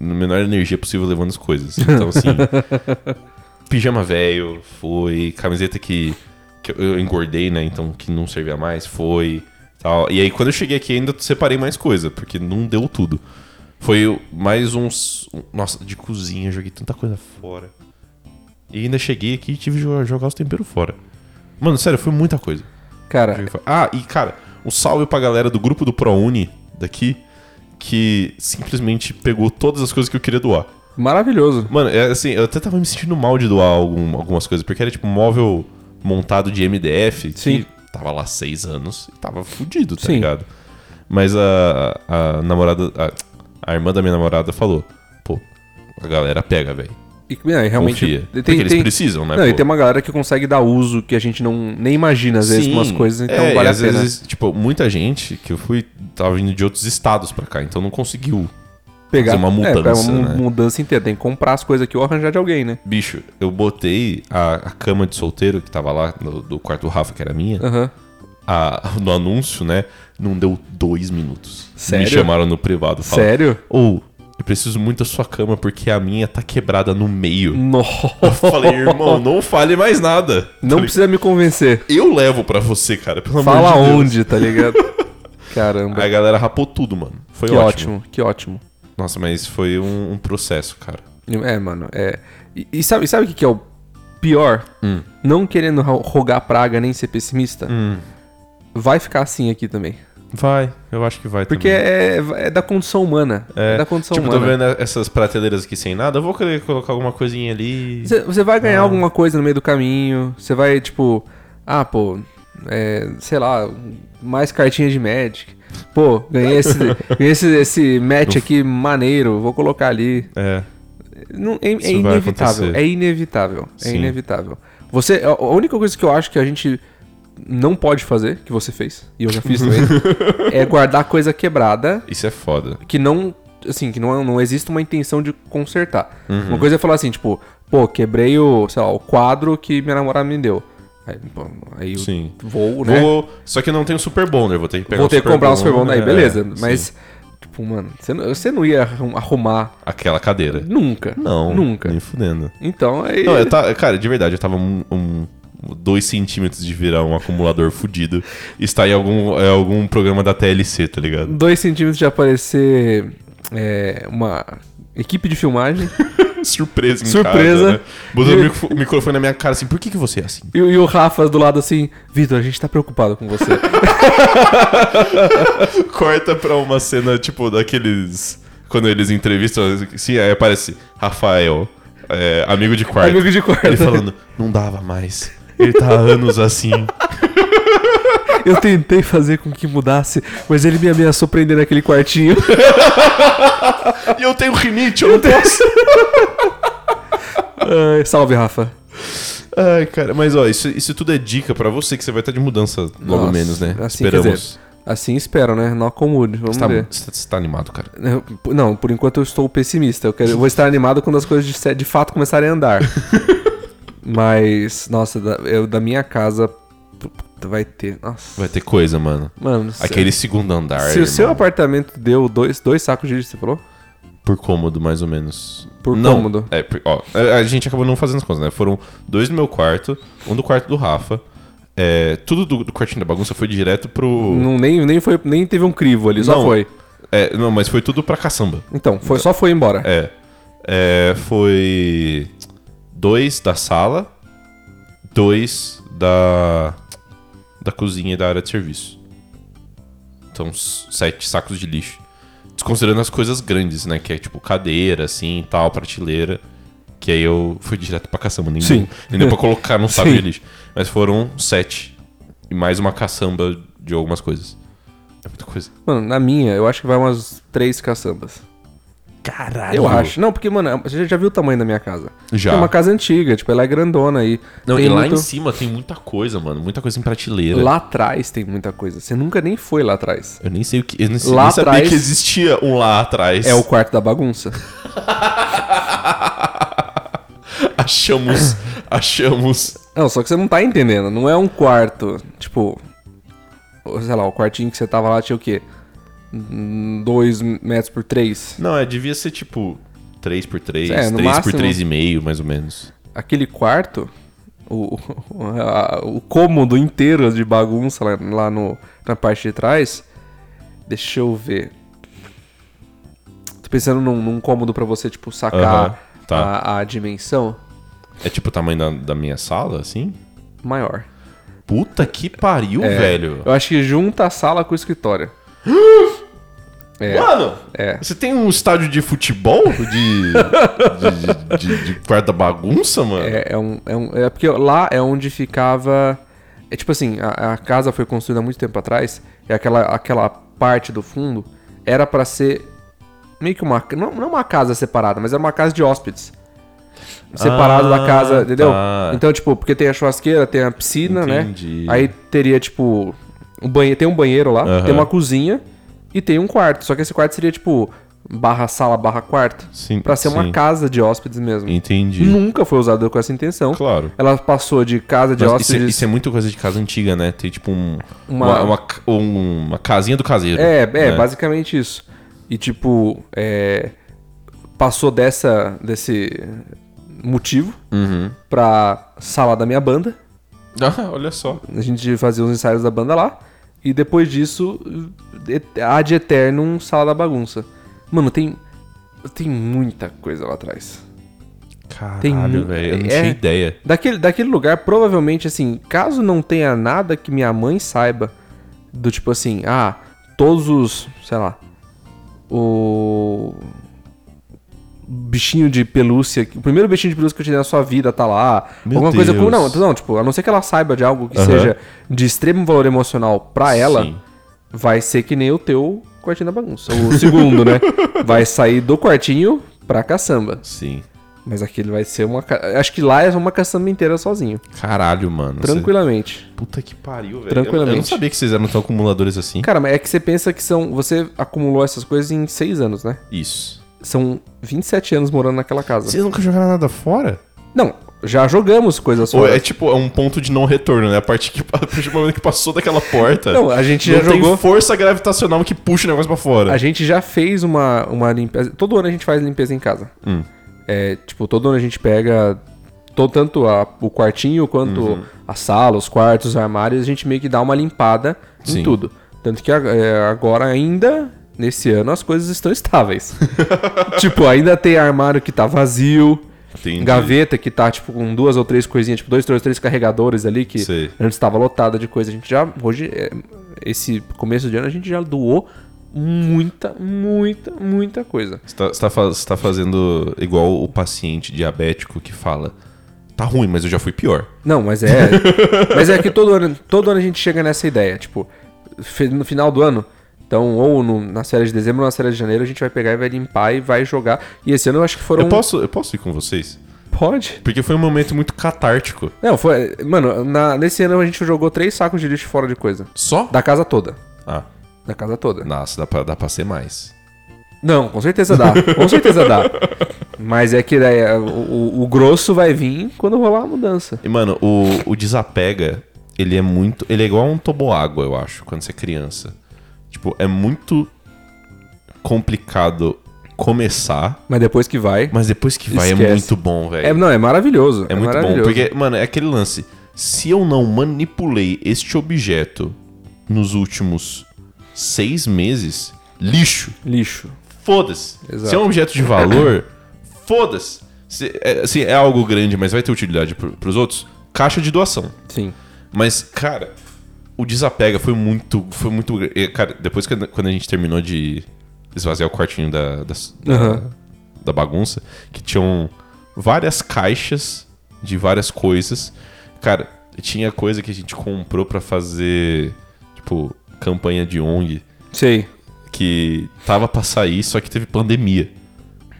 [SPEAKER 2] a menor energia possível levando as coisas. Então, assim, pijama velho foi, camiseta que, que eu engordei, né, então que não servia mais, foi, tal. E aí quando eu cheguei aqui ainda separei mais coisa, porque não deu tudo. Foi o- mais uns, um, nossa, de cozinha, joguei tanta coisa fora. E ainda cheguei aqui e tive que jo- jogar os temperos fora. Mano, sério, foi muita coisa.
[SPEAKER 1] Cara,
[SPEAKER 2] Ah, e cara, um salve pra galera do grupo do ProUni daqui, que simplesmente pegou todas as coisas que eu queria doar.
[SPEAKER 1] maravilhoso.
[SPEAKER 2] Mano, é assim, eu até tava me sentindo mal de doar algum- algumas coisas, porque era tipo um móvel montado de MDF que
[SPEAKER 1] Sim.
[SPEAKER 2] tava lá seis anos e tava fudido, tá
[SPEAKER 1] Sim.
[SPEAKER 2] ligado? Mas a, a namorada, a, a irmã da minha namorada falou, pô, a galera pega, velho.
[SPEAKER 1] E é, realmente.
[SPEAKER 2] Confia.
[SPEAKER 1] tem-
[SPEAKER 2] porque eles
[SPEAKER 1] tem-
[SPEAKER 2] precisam, né?
[SPEAKER 1] Não, e
[SPEAKER 2] pô?
[SPEAKER 1] tem uma galera que consegue dar uso que a gente não nem imagina, às vezes,
[SPEAKER 2] Sim.
[SPEAKER 1] com umas coisas, então
[SPEAKER 2] É,
[SPEAKER 1] vale
[SPEAKER 2] e
[SPEAKER 1] a
[SPEAKER 2] às
[SPEAKER 1] pena.
[SPEAKER 2] vezes, tipo, muita gente que eu fui tava vindo de outros estados pra cá, então não conseguiu.
[SPEAKER 1] pegar
[SPEAKER 2] fazer uma
[SPEAKER 1] é, pra
[SPEAKER 2] mudança,
[SPEAKER 1] uma
[SPEAKER 2] né?
[SPEAKER 1] mudança inteira. Tem que comprar as coisas aqui ou arranjar de alguém, né?
[SPEAKER 2] Bicho, eu botei a, a cama de solteiro que tava lá no- do quarto do Rafa, que era minha.
[SPEAKER 1] Aham.
[SPEAKER 2] a- no anúncio, né? Não deu dois minutos.
[SPEAKER 1] Sério?
[SPEAKER 2] Me chamaram no privado. falaram,
[SPEAKER 1] Sério?
[SPEAKER 2] Ou, eu preciso muito da sua cama porque a minha tá quebrada no meio. Eu
[SPEAKER 1] Nossa.
[SPEAKER 2] falei, irmão, não fale mais nada. Tá
[SPEAKER 1] Não
[SPEAKER 2] ligado?
[SPEAKER 1] precisa me convencer.
[SPEAKER 2] Eu levo pra você, cara, pelo
[SPEAKER 1] Fala
[SPEAKER 2] amor de Deus.
[SPEAKER 1] onde, tá ligado? Caramba.
[SPEAKER 2] A galera rapou tudo, mano. Foi
[SPEAKER 1] Que
[SPEAKER 2] ótimo.
[SPEAKER 1] ótimo, que ótimo.
[SPEAKER 2] Nossa, mas foi um, um processo, cara.
[SPEAKER 1] É, mano, é. E, e sabe, sabe o que, que é o pior?
[SPEAKER 2] Hum.
[SPEAKER 1] Não querendo ro- rogar praga nem ser pessimista. Vai ficar assim aqui também.
[SPEAKER 2] Vai, eu acho que vai
[SPEAKER 1] Porque
[SPEAKER 2] também.
[SPEAKER 1] é, é da condição humana. É, da condição
[SPEAKER 2] tipo, tô
[SPEAKER 1] humana.
[SPEAKER 2] vendo essas prateleiras aqui sem nada, eu vou querer colocar alguma coisinha ali.
[SPEAKER 1] Você, você vai
[SPEAKER 2] Ah.
[SPEAKER 1] ganhar alguma coisa no meio do caminho. Você vai, tipo, ah, pô, é, sei lá, mais cartinha de Magic. Pô, ganhei esse, ganhei esse, esse match aqui maneiro, vou colocar ali.
[SPEAKER 2] É.
[SPEAKER 1] Não, é, é
[SPEAKER 2] Isso vai
[SPEAKER 1] inevitável.
[SPEAKER 2] acontecer.
[SPEAKER 1] É inevitável. É
[SPEAKER 2] Sim.
[SPEAKER 1] inevitável. Você, a a única coisa que eu acho que a gente não pode fazer, que você fez, e eu já fiz também, é guardar coisa quebrada
[SPEAKER 2] Isso é foda.
[SPEAKER 1] que não. Assim, que não, não existe uma intenção de consertar.
[SPEAKER 2] Uhum.
[SPEAKER 1] Uma coisa é falar assim, tipo, pô, quebrei o, sei lá, o quadro que minha namorada me deu. Aí, pô, aí eu
[SPEAKER 2] Sim.
[SPEAKER 1] vou, né? Vou,
[SPEAKER 2] Vou- Só que eu não tenho Super Bonder, vou ter que pegar
[SPEAKER 1] ter que comprar um Super Bowl aí,
[SPEAKER 2] é,
[SPEAKER 1] beleza.
[SPEAKER 2] sim.
[SPEAKER 1] Mas, tipo, mano, você não, você não ia arrum- arrumar
[SPEAKER 2] Aquela cadeira.
[SPEAKER 1] nunca.
[SPEAKER 2] Não.
[SPEAKER 1] Nunca.
[SPEAKER 2] Nem fudendo.
[SPEAKER 1] Então aí.
[SPEAKER 2] Não, é eu tava. Cara, de verdade, eu tava um. um- dois centímetros de virar um acumulador fudido. Está em algum, é, algum programa da TLC, tá ligado?
[SPEAKER 1] dois centímetros de aparecer é, uma equipe de filmagem
[SPEAKER 2] Surpresa em
[SPEAKER 1] Surpresa.
[SPEAKER 2] casa, né? Botando
[SPEAKER 1] E-
[SPEAKER 2] o micro- o microfone na minha cara assim, por que, que você é assim?
[SPEAKER 1] e, e o Rafa do lado assim, Vitor, a gente tá preocupado com você.
[SPEAKER 2] Corta pra uma cena, tipo, daqueles. Quando eles entrevistam, assim, aí aparece Rafael, é, amigo de quarto.
[SPEAKER 1] Amigo de quarto.
[SPEAKER 2] Ele falando, não dava mais. Ele tá há anos assim.
[SPEAKER 1] Eu tentei fazer com que mudasse, mas ele me ameaçou prender naquele quartinho.
[SPEAKER 2] E eu tenho rinite, eu não posso.
[SPEAKER 1] Ai, salve, Rafa.
[SPEAKER 2] Ai, cara, mas ó, isso, isso tudo é dica pra você que você vai estar de mudança logo
[SPEAKER 1] Nossa,
[SPEAKER 2] menos, né?
[SPEAKER 1] Assim, Esperamos. assim espero, né? Knock on wood, vamos
[SPEAKER 2] Você tá,
[SPEAKER 1] ver.
[SPEAKER 2] você tá- você tá animado, cara.
[SPEAKER 1] Eu- Não, por enquanto eu estou pessimista. Eu, quero, eu vou estar animado quando as coisas de, se- de fato começarem a andar. Mas, nossa, da, eu, da minha casa puta, vai ter. Nossa.
[SPEAKER 2] Vai ter coisa, mano.
[SPEAKER 1] Mano, se-
[SPEAKER 2] Aquele segundo andar.
[SPEAKER 1] se o seu
[SPEAKER 2] irmão,
[SPEAKER 1] apartamento deu dois, dois sacos de lixo, você falou?
[SPEAKER 2] Por cômodo, mais ou menos.
[SPEAKER 1] Por
[SPEAKER 2] não,
[SPEAKER 1] cômodo.
[SPEAKER 2] É, por- ó, a a gente acabou não fazendo as contas, né? Foram dois no meu quarto, um do quarto do Rafa. É, tudo do, do quartinho da bagunça foi direto pro.
[SPEAKER 1] Não, nem, nem, foi, nem teve um crivo ali, só
[SPEAKER 2] Não.
[SPEAKER 1] foi.
[SPEAKER 2] É, não, mas foi tudo pra caçamba.
[SPEAKER 1] Então, foi, só foi embora.
[SPEAKER 2] É. É, foi. Dois da sala, dois da. da cozinha e da área de serviço. Então, s- sete sacos de lixo. Desconsiderando as coisas grandes, né? Que é tipo cadeira, assim e tal, prateleira. Que aí eu fui direto pra caçamba, nem,
[SPEAKER 1] Sim.
[SPEAKER 2] nem deu pra colocar num saco
[SPEAKER 1] Sim.
[SPEAKER 2] de lixo. Mas foram sete. E mais uma caçamba de algumas coisas. É muita coisa.
[SPEAKER 1] Mano, na minha, eu acho que vai umas três caçambas.
[SPEAKER 2] Caralho!
[SPEAKER 1] Eu acho. Não, porque, mano, você já viu o tamanho da minha casa?
[SPEAKER 2] Ah, Já.
[SPEAKER 1] É uma casa antiga, tipo, ela é grandona aí.
[SPEAKER 2] Não,
[SPEAKER 1] Tem
[SPEAKER 2] e lá
[SPEAKER 1] muito-
[SPEAKER 2] em cima tem muita coisa, mano. Muita coisa em prateleira.
[SPEAKER 1] Lá atrás tem muita coisa. Você nunca nem foi lá atrás.
[SPEAKER 2] Eu nem sei o que. Eu nem, sei-
[SPEAKER 1] Lá
[SPEAKER 2] nem sabia
[SPEAKER 1] atrás-
[SPEAKER 2] que existia um lá atrás.
[SPEAKER 1] É o quarto da bagunça.
[SPEAKER 2] Achamos. achamos.
[SPEAKER 1] Não, só que você não tá entendendo. Não é um quarto, tipo. ou Sei lá, o quartinho que você tava lá tinha o quê? Hum, Dois metros por três.
[SPEAKER 2] Não, é, devia ser tipo 3x3,
[SPEAKER 1] É, no
[SPEAKER 2] 3x3,5, mais ou menos.
[SPEAKER 1] Aquele quarto, o, o, a- o cômodo inteiro de bagunça lá, lá no, na parte de trás. Deixa eu ver. Tô pensando num, num cômodo pra você, tipo, sacar
[SPEAKER 2] Aham, tá.
[SPEAKER 1] a- a dimensão
[SPEAKER 2] É tipo o tamanho da, da minha sala, assim?
[SPEAKER 1] maior.
[SPEAKER 2] Puta que pariu,
[SPEAKER 1] É,
[SPEAKER 2] velho.
[SPEAKER 1] Eu acho que junta a sala com o escritório. É.
[SPEAKER 2] Mano,
[SPEAKER 1] É.
[SPEAKER 2] você tem um estádio de futebol de, de, de, de quarta bagunça, mano?
[SPEAKER 1] É, é um, é, um- é porque lá é onde ficava. É tipo assim, a, a casa foi construída há muito tempo atrás, e aquela, aquela parte do fundo era pra ser meio que uma. Não, não uma casa separada, mas era uma casa de hóspedes. Separado da casa, entendeu?
[SPEAKER 2] Ah, tá.
[SPEAKER 1] Então, tipo, porque tem a churrasqueira, tem a piscina,
[SPEAKER 2] Entendi.
[SPEAKER 1] né? Aí teria, tipo. Um banheiro, tem um banheiro lá,
[SPEAKER 2] Aham.
[SPEAKER 1] tem uma cozinha e tem um quarto. Só que esse quarto seria, tipo, barra sala, barra quarto,
[SPEAKER 2] Sim,
[SPEAKER 1] pra ser uma
[SPEAKER 2] sim.
[SPEAKER 1] casa de hóspedes mesmo.
[SPEAKER 2] Entendi.
[SPEAKER 1] Nunca foi usada com essa intenção.
[SPEAKER 2] Claro.
[SPEAKER 1] Ela passou de casa de
[SPEAKER 2] Mas isso, é,
[SPEAKER 1] hóspedes...
[SPEAKER 2] isso é muito coisa de casa antiga, né? Tem tipo um,
[SPEAKER 1] Uma-
[SPEAKER 2] uma, uma, ca- um- uma casinha do caseiro.
[SPEAKER 1] É, é,
[SPEAKER 2] né?
[SPEAKER 1] basicamente isso. E tipo, é, passou dessa desse motivo
[SPEAKER 2] Uhum.
[SPEAKER 1] pra sala da minha banda.
[SPEAKER 2] Ah, olha só.
[SPEAKER 1] A gente fazia os ensaios da banda lá. E depois disso, et- ad eternum, sala um da bagunça. Mano, tem tem muita coisa lá atrás.
[SPEAKER 2] Caralho, velho. Eu não
[SPEAKER 1] é-
[SPEAKER 2] tinha ideia.
[SPEAKER 1] Daquele, daquele lugar, provavelmente, assim, caso não tenha nada que minha mãe saiba, do tipo assim, ah, todos os, sei lá, o bichinho de pelúcia, o primeiro bichinho de pelúcia que eu tive na sua vida tá lá,
[SPEAKER 2] Meu
[SPEAKER 1] alguma coisa como, não,
[SPEAKER 2] Deus.
[SPEAKER 1] não, tipo, a não ser que ela saiba de algo que
[SPEAKER 2] Aham.
[SPEAKER 1] seja de extremo valor emocional pra ela,
[SPEAKER 2] Sim.
[SPEAKER 1] vai ser que nem o teu quartinho da bagunça, o segundo, né? Vai sair do quartinho pra caçamba.
[SPEAKER 2] Sim.
[SPEAKER 1] Mas aquele vai ser uma. ca- Acho que lá é uma caçamba inteira sozinho.
[SPEAKER 2] Caralho, mano. você-
[SPEAKER 1] Tranquilamente.
[SPEAKER 2] Puta que pariu, velho.
[SPEAKER 1] Tranquilamente.
[SPEAKER 2] Eu, eu não sabia que vocês eram tão acumuladores assim.
[SPEAKER 1] Cara, mas é que você pensa que são. Você acumulou essas coisas em seis anos, né?
[SPEAKER 2] Isso.
[SPEAKER 1] São 27 anos morando naquela casa.
[SPEAKER 2] Vocês nunca jogaram nada fora?
[SPEAKER 1] Não, já jogamos coisas
[SPEAKER 2] Ou
[SPEAKER 1] fora.
[SPEAKER 2] é tipo, é um ponto de não retorno, né? A partir, que, a partir do momento que passou daquela porta.
[SPEAKER 1] Não, a gente
[SPEAKER 2] não
[SPEAKER 1] já
[SPEAKER 2] tem
[SPEAKER 1] jogou.
[SPEAKER 2] força gravitacional que puxa o negócio pra fora.
[SPEAKER 1] A gente já fez uma, uma limpeza. Todo ano a gente faz limpeza em casa. É, tipo, todo ano a gente pega. to- tanto a- o quartinho quanto a sala, os quartos, os armários, a gente meio que dá uma limpada em
[SPEAKER 2] Sim.
[SPEAKER 1] tudo. Tanto que a- é, agora ainda, nesse ano, as coisas estão estáveis. tipo, ainda tem armário que tá vazio.
[SPEAKER 2] Entendi.
[SPEAKER 1] Gaveta que tá, tipo, com duas ou três coisinhas, tipo, dois, dois, três carregadores ali que
[SPEAKER 2] Sei.
[SPEAKER 1] antes estava lotada de coisa. A gente já, hoje, é, esse começo de ano, a gente já doou muita, muita, muita coisa.
[SPEAKER 2] Você tá, você tá fa- você tá fazendo igual o paciente diabético que fala: tá ruim, mas eu já fui pior.
[SPEAKER 1] Não, mas é. mas é que todo ano, todo ano a gente chega nessa ideia. Tipo, fe- no final do ano. Então, ou no, nas férias de dezembro ou nas férias de janeiro, a gente vai pegar e vai limpar e vai jogar. E esse ano eu acho que foram.
[SPEAKER 2] Eu, posso, eu posso ir com vocês?
[SPEAKER 1] Pode?
[SPEAKER 2] Porque foi um momento muito catártico.
[SPEAKER 1] Não, foi. Mano, na- nesse ano a gente jogou três sacos de lixo fora de coisa.
[SPEAKER 2] Só?
[SPEAKER 1] Da casa toda.
[SPEAKER 2] Ah,
[SPEAKER 1] Da casa toda.
[SPEAKER 2] nossa, dá pra, dá pra ser mais.
[SPEAKER 1] Não, com certeza dá. Com certeza dá. Mas é que daí, é, o- o, o grosso vai vir quando rolar a mudança.
[SPEAKER 2] E, mano, o, o desapega, ele é muito. Ele é igual a um toboágua, eu acho, quando você é criança. Tipo, é muito complicado começar,
[SPEAKER 1] Mas depois que vai.
[SPEAKER 2] mas depois que vai é
[SPEAKER 1] Esquece.
[SPEAKER 2] muito bom, velho.
[SPEAKER 1] É, não, é maravilhoso.
[SPEAKER 2] É, muito bom,
[SPEAKER 1] maravilhoso.
[SPEAKER 2] porque, mano, é aquele lance. Se eu não manipulei este objeto nos últimos seis meses, lixo.
[SPEAKER 1] Lixo.
[SPEAKER 2] Foda-se.
[SPEAKER 1] Exato.
[SPEAKER 2] Se é um objeto de valor, foda-se. Se é, se é algo grande, mas vai ter utilidade pro, pros outros, caixa de doação.
[SPEAKER 1] Sim.
[SPEAKER 2] Mas, cara, o desapega foi muito. Foi muito. gr- e, Cara, depois que quando a gente terminou de esvaziar o quartinho da, da, da-
[SPEAKER 1] Aham.
[SPEAKER 2] da bagunça, que tinham várias caixas de várias coisas. Cara, tinha coisa que a gente comprou pra fazer, tipo, campanha de ONG
[SPEAKER 1] Sei.
[SPEAKER 2] que tava pra sair, só que teve pandemia.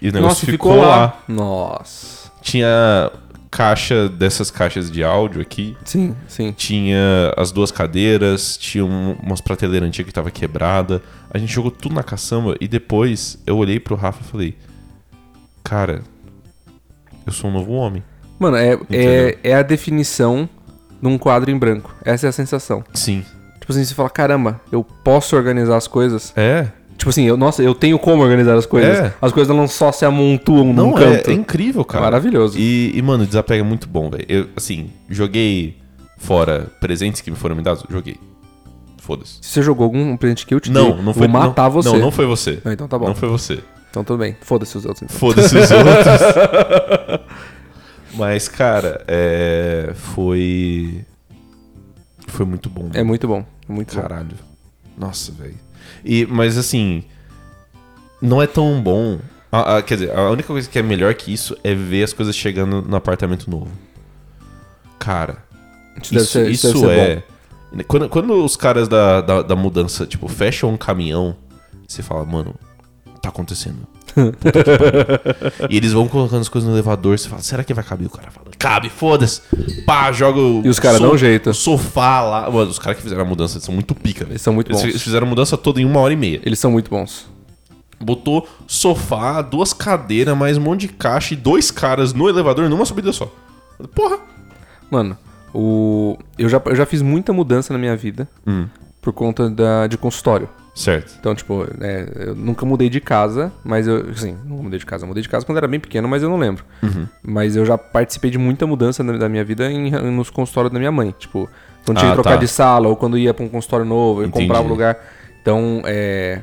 [SPEAKER 2] E o negócio
[SPEAKER 1] Nossa,
[SPEAKER 2] ficou, lá.
[SPEAKER 1] Nossa.
[SPEAKER 2] Tinha caixa dessas caixas de áudio aqui.
[SPEAKER 1] Sim, sim.
[SPEAKER 2] Tinha as duas cadeiras, tinha um- umas prateleiras antigas que tava quebrada. A gente jogou tudo na caçamba e depois eu olhei pro Rafa e falei: Cara, eu sou um novo homem.
[SPEAKER 1] Mano, é, é,
[SPEAKER 2] Entendeu?
[SPEAKER 1] é a definição de um quadro em branco. Essa é a sensação.
[SPEAKER 2] Sim.
[SPEAKER 1] Tipo assim, você fala, caramba, eu posso organizar as coisas.
[SPEAKER 2] É?
[SPEAKER 1] Tipo assim, eu, nossa, eu tenho como organizar as coisas.
[SPEAKER 2] É.
[SPEAKER 1] As coisas não só se amontoam num
[SPEAKER 2] Não, é,
[SPEAKER 1] canto.
[SPEAKER 2] é incrível, cara.
[SPEAKER 1] Maravilhoso.
[SPEAKER 2] E, e, mano, o desapego é muito bom, velho. Eu, assim, joguei fora presentes que me foram me dados? Joguei. Foda-se.
[SPEAKER 1] Se você jogou algum presente que eu te
[SPEAKER 2] Não,
[SPEAKER 1] dei,
[SPEAKER 2] não foi
[SPEAKER 1] Tipo, vou matar
[SPEAKER 2] não,
[SPEAKER 1] você.
[SPEAKER 2] Não, não foi você.
[SPEAKER 1] Não, então tá bom.
[SPEAKER 2] Não foi você.
[SPEAKER 1] Então tudo bem. Foda-se os outros. Então.
[SPEAKER 2] Foda-se os outros. Mas, cara, é. Foi. Foi muito bom.
[SPEAKER 1] É muito bom. Muito bom.
[SPEAKER 2] Caralho. Nossa, velho. E, mas assim. Não é tão bom. Ah, ah, quer dizer, a única coisa que é melhor que isso é ver as coisas chegando no apartamento novo. Cara,
[SPEAKER 1] Isso,
[SPEAKER 2] isso,
[SPEAKER 1] deve ser, isso, deve ser
[SPEAKER 2] é. Quando, quando os caras da, da, da mudança, tipo, fecham um caminhão, você fala, mano, tá acontecendo. Puta que pariu. e eles vão colocando as coisas no elevador, você fala, será que vai caber? O cara fala, cabe, foda-se. Pá, joga o.
[SPEAKER 1] E os caras dão um jeito.
[SPEAKER 2] o Sofá lá. Mano, os caras que fizeram a mudança eles são muito pica, velho.
[SPEAKER 1] Eles são muito bons.
[SPEAKER 2] Eles fizeram a mudança toda em uma hora e meia.
[SPEAKER 1] bom. Eles são muito bons.
[SPEAKER 2] Botou sofá, duas cadeiras, mais um monte de caixa e dois caras no elevador numa subida só. Porra!
[SPEAKER 1] Mano, o... eu, já, eu já fiz muita mudança na minha vida
[SPEAKER 2] Hum.
[SPEAKER 1] por conta da, de consultório.
[SPEAKER 2] Certo.
[SPEAKER 1] Então, tipo, né, eu nunca mudei de casa, mas eu. Assim, nunca mudei de casa. Eu Mudei de casa quando era bem pequeno, mas eu não lembro.
[SPEAKER 2] Uhum.
[SPEAKER 1] Mas eu já participei de muita mudança na- da minha vida em, nos consultórios da minha mãe. Tipo, quando tinha
[SPEAKER 2] Ah,
[SPEAKER 1] que trocar
[SPEAKER 2] tá.
[SPEAKER 1] de sala, ou quando ia pra um consultório novo, eu
[SPEAKER 2] Entendi.
[SPEAKER 1] comprava um lugar. Então, é.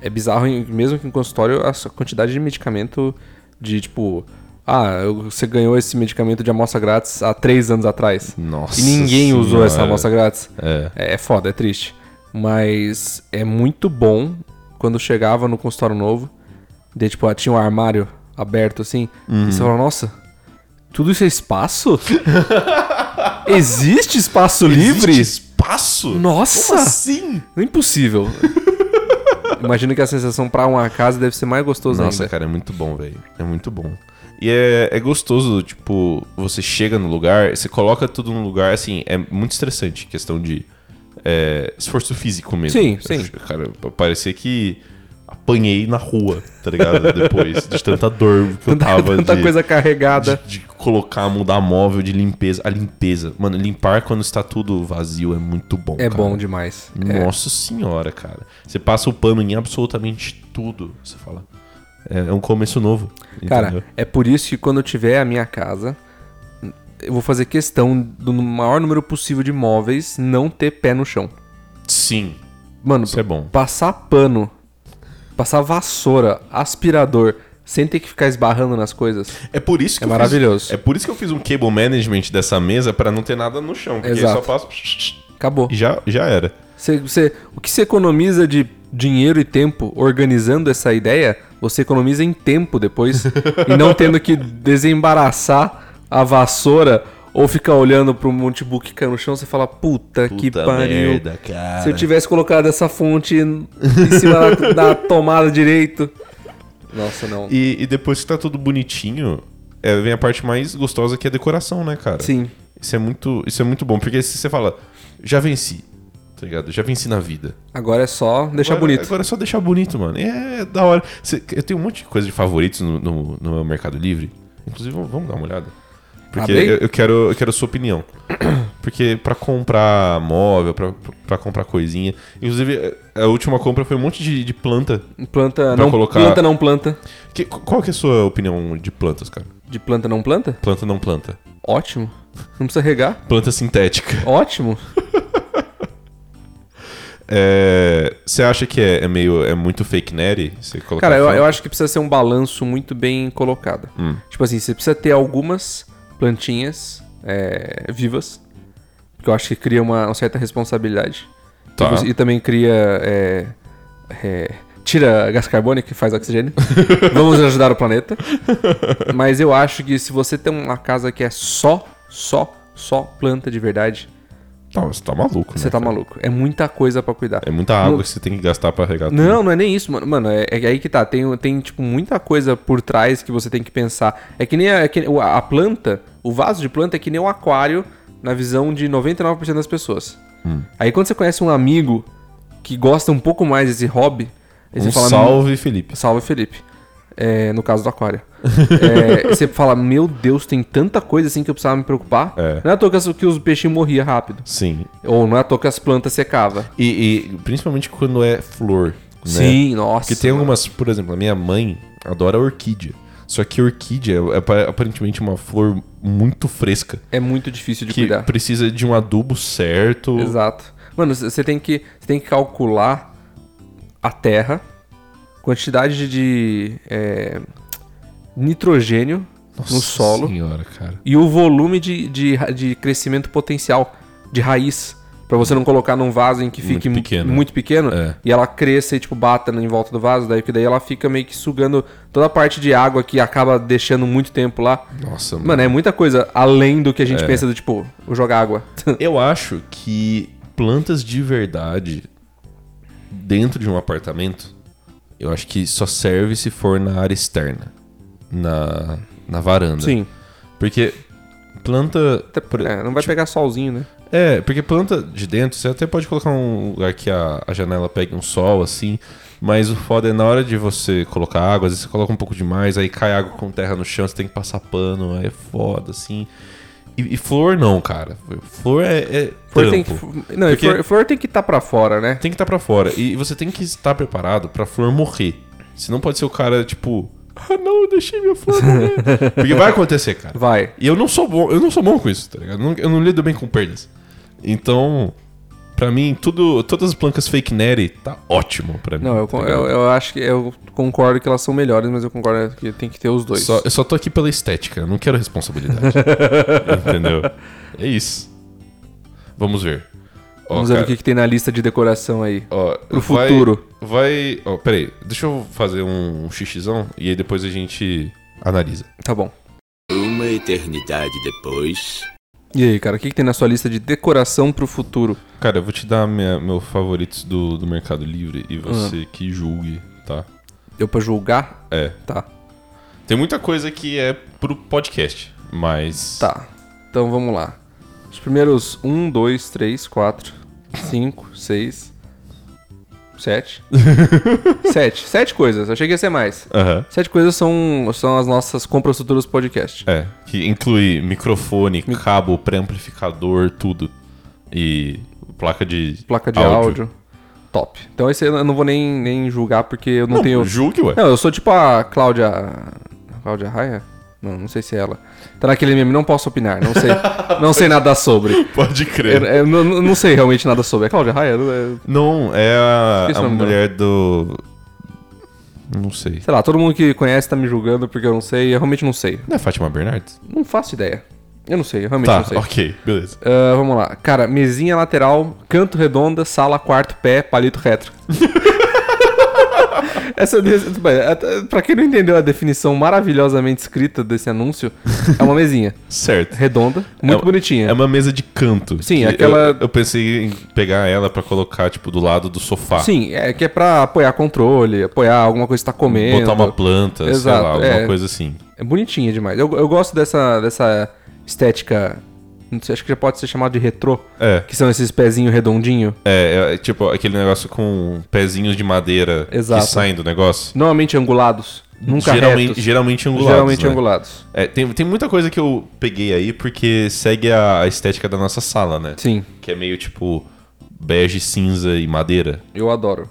[SPEAKER 1] É bizarro, em- mesmo que em consultório, a sua quantidade de medicamento de, tipo. Ah, eu- você ganhou esse medicamento de amostra grátis há três anos atrás.
[SPEAKER 2] Nossa
[SPEAKER 1] E ninguém usou
[SPEAKER 2] Senhora.
[SPEAKER 1] essa amostra grátis.
[SPEAKER 2] É.
[SPEAKER 1] É, é foda, é triste. Mas é muito bom quando chegava no consultório novo, de tipo, ah, tinha um armário aberto assim, e
[SPEAKER 2] Uhum.
[SPEAKER 1] você falava, nossa, tudo isso é espaço? Existe espaço livre?
[SPEAKER 2] Existe espaço?
[SPEAKER 1] Nossa!
[SPEAKER 2] Como assim?
[SPEAKER 1] Impossível. Imagino que a sensação pra uma casa deve ser mais gostosa
[SPEAKER 2] Nossa,
[SPEAKER 1] ainda.
[SPEAKER 2] cara, é muito bom, velho. É muito bom. E é, é gostoso, tipo, você chega no lugar, você coloca tudo no lugar, assim, é muito estressante, questão de é, esforço físico mesmo.
[SPEAKER 1] Sim,
[SPEAKER 2] Eu
[SPEAKER 1] sim.
[SPEAKER 2] acho, Cara, pa- parecia que apanhei na rua, tá ligado? Depois de tanta dor que eu tava
[SPEAKER 1] Tanta
[SPEAKER 2] de,
[SPEAKER 1] coisa carregada.
[SPEAKER 2] de, de colocar, mudar móvel, de limpeza. A limpeza. Mano, limpar quando está tudo vazio é muito bom,
[SPEAKER 1] É
[SPEAKER 2] cara.
[SPEAKER 1] bom demais. É.
[SPEAKER 2] Nossa senhora, cara. Você passa o pano em absolutamente tudo. Você fala. É, é um começo novo.
[SPEAKER 1] Cara,
[SPEAKER 2] entendeu?
[SPEAKER 1] é por isso que quando eu tiver a minha casa, eu vou fazer questão do maior número possível de móveis não ter pé no chão.
[SPEAKER 2] Sim.
[SPEAKER 1] Mano,
[SPEAKER 2] Isso é bom.
[SPEAKER 1] passar pano, passar vassoura, aspirador, sem ter que ficar esbarrando nas coisas.
[SPEAKER 2] É por isso que
[SPEAKER 1] É
[SPEAKER 2] eu
[SPEAKER 1] maravilhoso.
[SPEAKER 2] Fiz, é por isso que eu fiz um cable management dessa mesa pra não ter nada no chão. Porque
[SPEAKER 1] Exato.
[SPEAKER 2] aí só passo.
[SPEAKER 1] Acabou.
[SPEAKER 2] E já, já era.
[SPEAKER 1] Você, você- o que você economiza de dinheiro e tempo organizando essa ideia, você economiza em tempo depois e não tendo que desembaraçar a vassoura ou ficar olhando pro notebook cair no chão, você fala, puta, que
[SPEAKER 2] Puta
[SPEAKER 1] pariu.
[SPEAKER 2] merda, cara.
[SPEAKER 1] Se eu tivesse colocado essa fonte em cima da, da tomada direito. Nossa, não.
[SPEAKER 2] E, e depois que tá tudo bonitinho, é, vem a parte mais gostosa que é a decoração, né, cara?
[SPEAKER 1] Sim.
[SPEAKER 2] Isso é muito, isso é muito bom, porque se você fala, já venci, tá ligado? Já venci na vida.
[SPEAKER 1] Agora é só deixar
[SPEAKER 2] agora,
[SPEAKER 1] bonito.
[SPEAKER 2] Agora é só deixar bonito, mano. E É da hora. Cê- eu tenho um monte de coisa de favoritos no, no- no meu Mercado Livre. Inclusive, vamos- vamos dar uma olhada. Porque
[SPEAKER 1] Abre aí?
[SPEAKER 2] eu, eu quero, eu quero a sua opinião. Porque pra comprar móvel, pra, pra comprar coisinha. Inclusive, a última compra foi um monte de, de planta.
[SPEAKER 1] Planta não
[SPEAKER 2] colocar-
[SPEAKER 1] planta não planta.
[SPEAKER 2] Que- qual que é a sua opinião de plantas, cara?
[SPEAKER 1] De planta não planta?
[SPEAKER 2] Planta não planta.
[SPEAKER 1] Ótimo. Não precisa regar.
[SPEAKER 2] Planta sintética.
[SPEAKER 1] Ótimo.
[SPEAKER 2] Você acha que é, é meio. é muito fake nerd? Você colocar
[SPEAKER 1] Cara, eu,
[SPEAKER 2] foto?
[SPEAKER 1] eu acho que precisa ser um balanço muito bem colocado.
[SPEAKER 2] Hum.
[SPEAKER 1] Tipo assim, você precisa ter algumas plantinhas é, vivas, porque eu acho que cria uma, uma certa responsabilidade.
[SPEAKER 2] Tá.
[SPEAKER 1] E você- E, também cria. é, é, tira gás carbônico e faz oxigênio. Vamos ajudar o planeta. Mas eu acho que se você tem uma casa que é só, só, só planta de verdade,
[SPEAKER 2] Tá, você tá maluco, né?
[SPEAKER 1] você tá
[SPEAKER 2] cara?
[SPEAKER 1] maluco. É muita coisa pra cuidar.
[SPEAKER 2] É muita água que você tem que gastar pra regar tudo.
[SPEAKER 1] tá Não, não é nem isso, mano. Mano, é, é aí que tá. Tem, tem, tipo, muita coisa por trás que você tem que pensar. É que nem a, é que- o- a planta, o vaso de planta é que nem o aquário na visão de 99% das pessoas.
[SPEAKER 2] Hum.
[SPEAKER 1] Aí quando você conhece um amigo que gosta um pouco mais desse hobby, aí você
[SPEAKER 2] Um
[SPEAKER 1] fala... "Hum,
[SPEAKER 2] salve, Felipe.
[SPEAKER 1] Salve, Felipe. É, no caso do aquário. É, você fala, meu Deus, tem tanta coisa assim que eu precisava me preocupar.
[SPEAKER 2] É.
[SPEAKER 1] Não é à toa que, as- que os peixinhos morriam rápido.
[SPEAKER 2] Sim.
[SPEAKER 1] Ou não é à toa que as plantas secavam.
[SPEAKER 2] Né? E, e principalmente quando é flor. Né?
[SPEAKER 1] Sim, nossa.
[SPEAKER 2] Porque tem um algumas, por exemplo, a minha mãe adora orquídea. Só que orquídea é apa- aparentemente uma flor muito fresca.
[SPEAKER 1] É muito difícil de
[SPEAKER 2] Que
[SPEAKER 1] cuidar.
[SPEAKER 2] precisa de um adubo certo.
[SPEAKER 1] Exato. Mano, c- você tem que você tem que calcular a terra, quantidade de é, nitrogênio
[SPEAKER 2] Nossa
[SPEAKER 1] no solo
[SPEAKER 2] Senhora, cara.
[SPEAKER 1] e o volume de, de, ra- de crescimento potencial de raiz. Pra você não colocar num vaso em que fique mu-
[SPEAKER 2] pequeno.
[SPEAKER 1] muito pequeno
[SPEAKER 2] É.
[SPEAKER 1] e ela cresça e tipo bata em volta do vaso, daí que daí ela fica meio que sugando toda a parte de água que acaba deixando muito tempo lá.
[SPEAKER 2] Nossa, mano.
[SPEAKER 1] Mano, é muita coisa além do que a gente
[SPEAKER 2] É.
[SPEAKER 1] pensa do tipo, eu jogar água.
[SPEAKER 2] Eu acho que plantas de verdade dentro de um apartamento, eu acho que só serve se for na área externa. Na, na varanda.
[SPEAKER 1] Sim.
[SPEAKER 2] Porque planta. por- tipo,
[SPEAKER 1] É, não vai pegar solzinho, né?
[SPEAKER 2] É, porque planta de dentro, você até pode colocar um lugar que a, a janela pegue um sol, assim. Mas o foda é na hora de você colocar água, às vezes você coloca um pouco demais, aí cai água com terra no chão, você tem que passar pano, aí é foda, assim. E, e flor não, cara. Flor é, é
[SPEAKER 1] Flor
[SPEAKER 2] trampo.
[SPEAKER 1] tem que, não, e
[SPEAKER 2] Porque-
[SPEAKER 1] flor, flor tem que estar tá pra fora, né?
[SPEAKER 2] Tem que estar pra fora. E você tem que estar preparado pra flor morrer. Senão pode ser o cara, tipo, ah não, eu deixei minha flor morrer. Porque vai acontecer, cara.
[SPEAKER 1] Vai.
[SPEAKER 2] E eu não sou bom, eu não sou bom com isso, tá ligado? Eu não, eu não lido bem com perdas. Então, pra mim, tudo, todas as plantas fake neri tá ótimo pra mim.
[SPEAKER 1] Não, eu,
[SPEAKER 2] tá
[SPEAKER 1] con-
[SPEAKER 2] ligado?
[SPEAKER 1] eu, eu acho que eu concordo que elas são melhores, mas eu concordo que tem que ter os dois.
[SPEAKER 2] Só- eu só tô aqui pela estética, eu não quero responsabilidade. Entendeu? É isso. Vamos ver. Ó,
[SPEAKER 1] Vamos ver
[SPEAKER 2] cara,
[SPEAKER 1] o que, que tem na lista de decoração aí.
[SPEAKER 2] ó,
[SPEAKER 1] pro
[SPEAKER 2] vai-
[SPEAKER 1] futuro.
[SPEAKER 2] Vai. Ó, peraí, deixa eu fazer um, um xixizão e aí depois a gente analisa.
[SPEAKER 1] Tá bom.
[SPEAKER 3] Uma eternidade depois.
[SPEAKER 1] E aí, cara, o que, que tem na sua lista de decoração pro futuro?
[SPEAKER 2] Cara, eu vou te dar minha, meu favoritos do, do Mercado Livre e você
[SPEAKER 1] Ah.
[SPEAKER 2] que julgue, tá?
[SPEAKER 1] Deu pra julgar?
[SPEAKER 2] É.
[SPEAKER 1] Tá.
[SPEAKER 2] Tem muita coisa que é pro podcast, mas.
[SPEAKER 1] Tá. Então vamos lá. Os primeiros 1, 2, 3, 4, 5, 6, 7. 7. 7 coisas. Eu achei que ia ser mais.
[SPEAKER 2] Aham.
[SPEAKER 1] Sete coisas são, são as nossas compras futuras do podcast.
[SPEAKER 2] É, que inclui microfone, cabo, pré-amplificador, tudo. E placa de.
[SPEAKER 1] Placa de áudio. Top. Então esse eu não vou nem, nem julgar porque eu não,
[SPEAKER 2] Não,
[SPEAKER 1] tenho.
[SPEAKER 2] julgue, ué.
[SPEAKER 1] Não, eu sou tipo a Cláudia. Cláudia Raia? Não, não sei se é ela. Tá naquele meme, não posso opinar, não sei. não sei nada sobre.
[SPEAKER 2] Pode
[SPEAKER 1] Eu,
[SPEAKER 2] crer.
[SPEAKER 1] eu não, não sei realmente nada sobre. É Cláudia Raia? É-
[SPEAKER 2] Não, é a,
[SPEAKER 1] Esqueci o
[SPEAKER 2] a
[SPEAKER 1] nome dela.
[SPEAKER 2] mulher do. Não sei.
[SPEAKER 1] Sei lá, todo mundo que conhece tá me julgando porque eu não sei. Eu realmente não sei.
[SPEAKER 2] Não é Fátima Bernardes?
[SPEAKER 1] Não faço ideia. Eu não sei, eu realmente
[SPEAKER 2] Tá,
[SPEAKER 1] não sei.
[SPEAKER 2] ok, beleza.
[SPEAKER 1] Ah, vamos lá. Cara, mesinha lateral, canto redonda, sala, quarto, pé, palito retro. Essa, desse- bem, até- pra quem não entendeu a definição maravilhosamente escrita desse anúncio, é uma mesinha
[SPEAKER 2] Certo.
[SPEAKER 1] redonda, muito
[SPEAKER 2] É-
[SPEAKER 1] bonitinha.
[SPEAKER 2] É uma mesa de canto.
[SPEAKER 1] Sim,
[SPEAKER 2] que
[SPEAKER 1] aquela-
[SPEAKER 2] Eu, eu pensei em pegar ela pra colocar, tipo, do lado do sofá.
[SPEAKER 1] Sim, é que é pra apoiar controle, apoiar alguma coisa que você tá comendo.
[SPEAKER 2] Botar uma planta, sei
[SPEAKER 1] Exato,
[SPEAKER 2] lá, alguma
[SPEAKER 1] é.
[SPEAKER 2] coisa assim.
[SPEAKER 1] É bonitinha demais. Eu, eu gosto dessa, dessa estética. Não sei, acho que já pode ser chamado de retrô.
[SPEAKER 2] É.
[SPEAKER 1] Que são esses pezinhos redondinhos.
[SPEAKER 2] É, é, tipo aquele negócio com pezinhos de madeira
[SPEAKER 1] Exato.
[SPEAKER 2] que saem do negócio.
[SPEAKER 1] Normalmente angulados. Nunca
[SPEAKER 2] geralmente,
[SPEAKER 1] retos.
[SPEAKER 2] geralmente angulados.
[SPEAKER 1] Geralmente
[SPEAKER 2] né?
[SPEAKER 1] angulados.
[SPEAKER 2] É, tem, tem muita coisa que eu peguei aí porque segue a, a estética da nossa sala, né?
[SPEAKER 1] Sim,
[SPEAKER 2] Que é meio tipo bege, cinza e madeira.
[SPEAKER 1] eu adoro.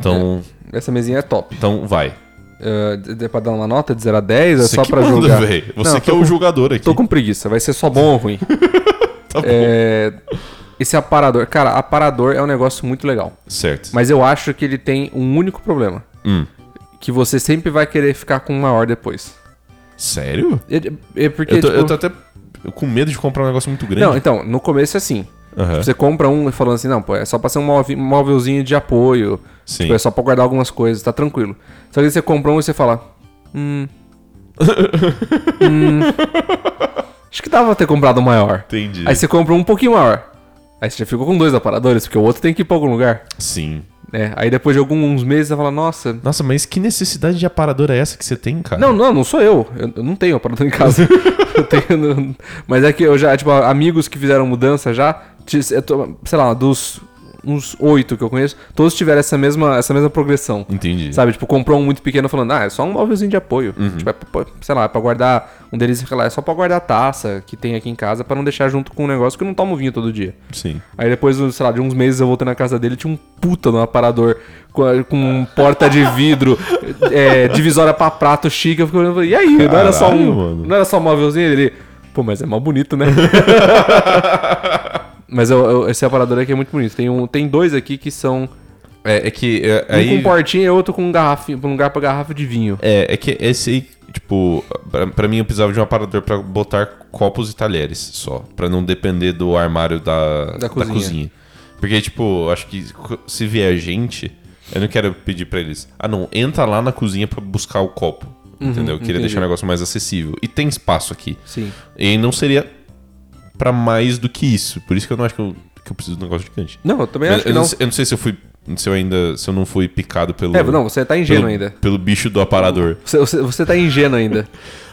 [SPEAKER 2] Então,
[SPEAKER 1] Essa mesinha é top.
[SPEAKER 2] então vai.
[SPEAKER 1] Ah, d- é pra dar uma nota de 0 a 10? É
[SPEAKER 2] Você
[SPEAKER 1] só
[SPEAKER 2] que
[SPEAKER 1] pra
[SPEAKER 2] manda,
[SPEAKER 1] julgar.
[SPEAKER 2] véi. Você
[SPEAKER 1] Não,
[SPEAKER 2] que
[SPEAKER 1] tô
[SPEAKER 2] é o
[SPEAKER 1] com-
[SPEAKER 2] julgador aqui.
[SPEAKER 1] Tô com preguiça, vai ser só bom ou ruim.
[SPEAKER 2] Tá bom.
[SPEAKER 1] É, esse aparador. Cara, aparador é um negócio muito legal.
[SPEAKER 2] Certo.
[SPEAKER 1] Mas eu acho que ele tem um único problema.
[SPEAKER 2] Hum.
[SPEAKER 1] Que você sempre vai querer ficar com um maior depois.
[SPEAKER 2] Sério?
[SPEAKER 1] É, é porque.
[SPEAKER 2] Eu tô,
[SPEAKER 1] tipo,
[SPEAKER 2] eu tô até com medo de comprar um negócio muito grande.
[SPEAKER 1] Não, então, no começo é assim.
[SPEAKER 2] Aham.
[SPEAKER 1] Você compra um falando assim, não, pô, é só pra ser um móvel- um móvelzinho de apoio.
[SPEAKER 2] Sim.
[SPEAKER 1] Tipo, é só pra guardar algumas coisas, tá tranquilo. Só que você compra um e você fala. Hum. hum, Acho que dava pra ter comprado um maior.
[SPEAKER 2] Entendi.
[SPEAKER 1] Aí você compra um pouquinho maior. Aí você já ficou com dois aparadores, porque o outro tem que ir pra algum lugar.
[SPEAKER 2] Sim.
[SPEAKER 1] né? Aí depois de alguns meses você fala, nossa.
[SPEAKER 2] Nossa, mas que necessidade de aparador é essa que você tem, cara?
[SPEAKER 1] Não, não, não sou eu. Eu, eu não tenho aparador em casa. eu tenho. não- Mas é que eu já, tipo, amigos que fizeram mudança já, ti- eu tô- sei lá, dos uns oito que eu conheço, todos tiveram essa mesma, essa mesma progressão.
[SPEAKER 2] Entendi.
[SPEAKER 1] Sabe, tipo, comprou um muito pequeno falando, ah, é só um móvelzinho de apoio.
[SPEAKER 2] Uhum.
[SPEAKER 1] Tipo, é, pra- pra- sei lá, é pra guardar. Um deles, sei lá, é só pra guardar a taça que tem aqui em casa pra não deixar junto com um negócio que eu não tomo vinho todo dia.
[SPEAKER 2] Sim.
[SPEAKER 1] Aí depois, sei lá, de uns meses eu voltei na casa dele tinha um puta no aparador com, a- com porta de vidro, é, divisória pra prato chique. Eu fiquei olhando e falei, e aí, não era só um.
[SPEAKER 2] Caralho, mano.
[SPEAKER 1] Não era só um móvelzinho? Ele. Pô, mas é mó bonito, né? mas eu- eu- esse aparador aqui é muito bonito. Tem, um, tem dois aqui que são.
[SPEAKER 2] É, é que é, aí...
[SPEAKER 1] Um com portinha e outro com garrafa, um lugar pra garrafa de vinho.
[SPEAKER 2] É, é que esse aí, tipo, pra, pra mim eu precisava de um aparador pra botar copos e talheres só. Pra não depender do armário da, da,
[SPEAKER 1] cozinha.
[SPEAKER 2] cozinha. Porque, tipo, eu acho que se vier gente, eu não quero pedir pra eles. Ah, não, entra lá na cozinha pra buscar o copo. entendeu? Eu queria
[SPEAKER 1] entendi.
[SPEAKER 2] deixar o negócio mais acessível. E tem espaço aqui.
[SPEAKER 1] Sim.
[SPEAKER 2] E não seria pra mais do que isso. Por isso que eu não acho que eu, que eu preciso de um negócio gigante.
[SPEAKER 1] Não, eu também
[SPEAKER 2] Eu,
[SPEAKER 1] acho que
[SPEAKER 2] eu
[SPEAKER 1] não.
[SPEAKER 2] não, sei- eu não sei se eu fui. Se eu ainda. Se eu não fui picado pelo.
[SPEAKER 1] É, não, você tá ingênuo
[SPEAKER 2] pelo-
[SPEAKER 1] ainda.
[SPEAKER 2] Pelo bicho do aparador.
[SPEAKER 1] Você, você, você tá ingênuo ainda.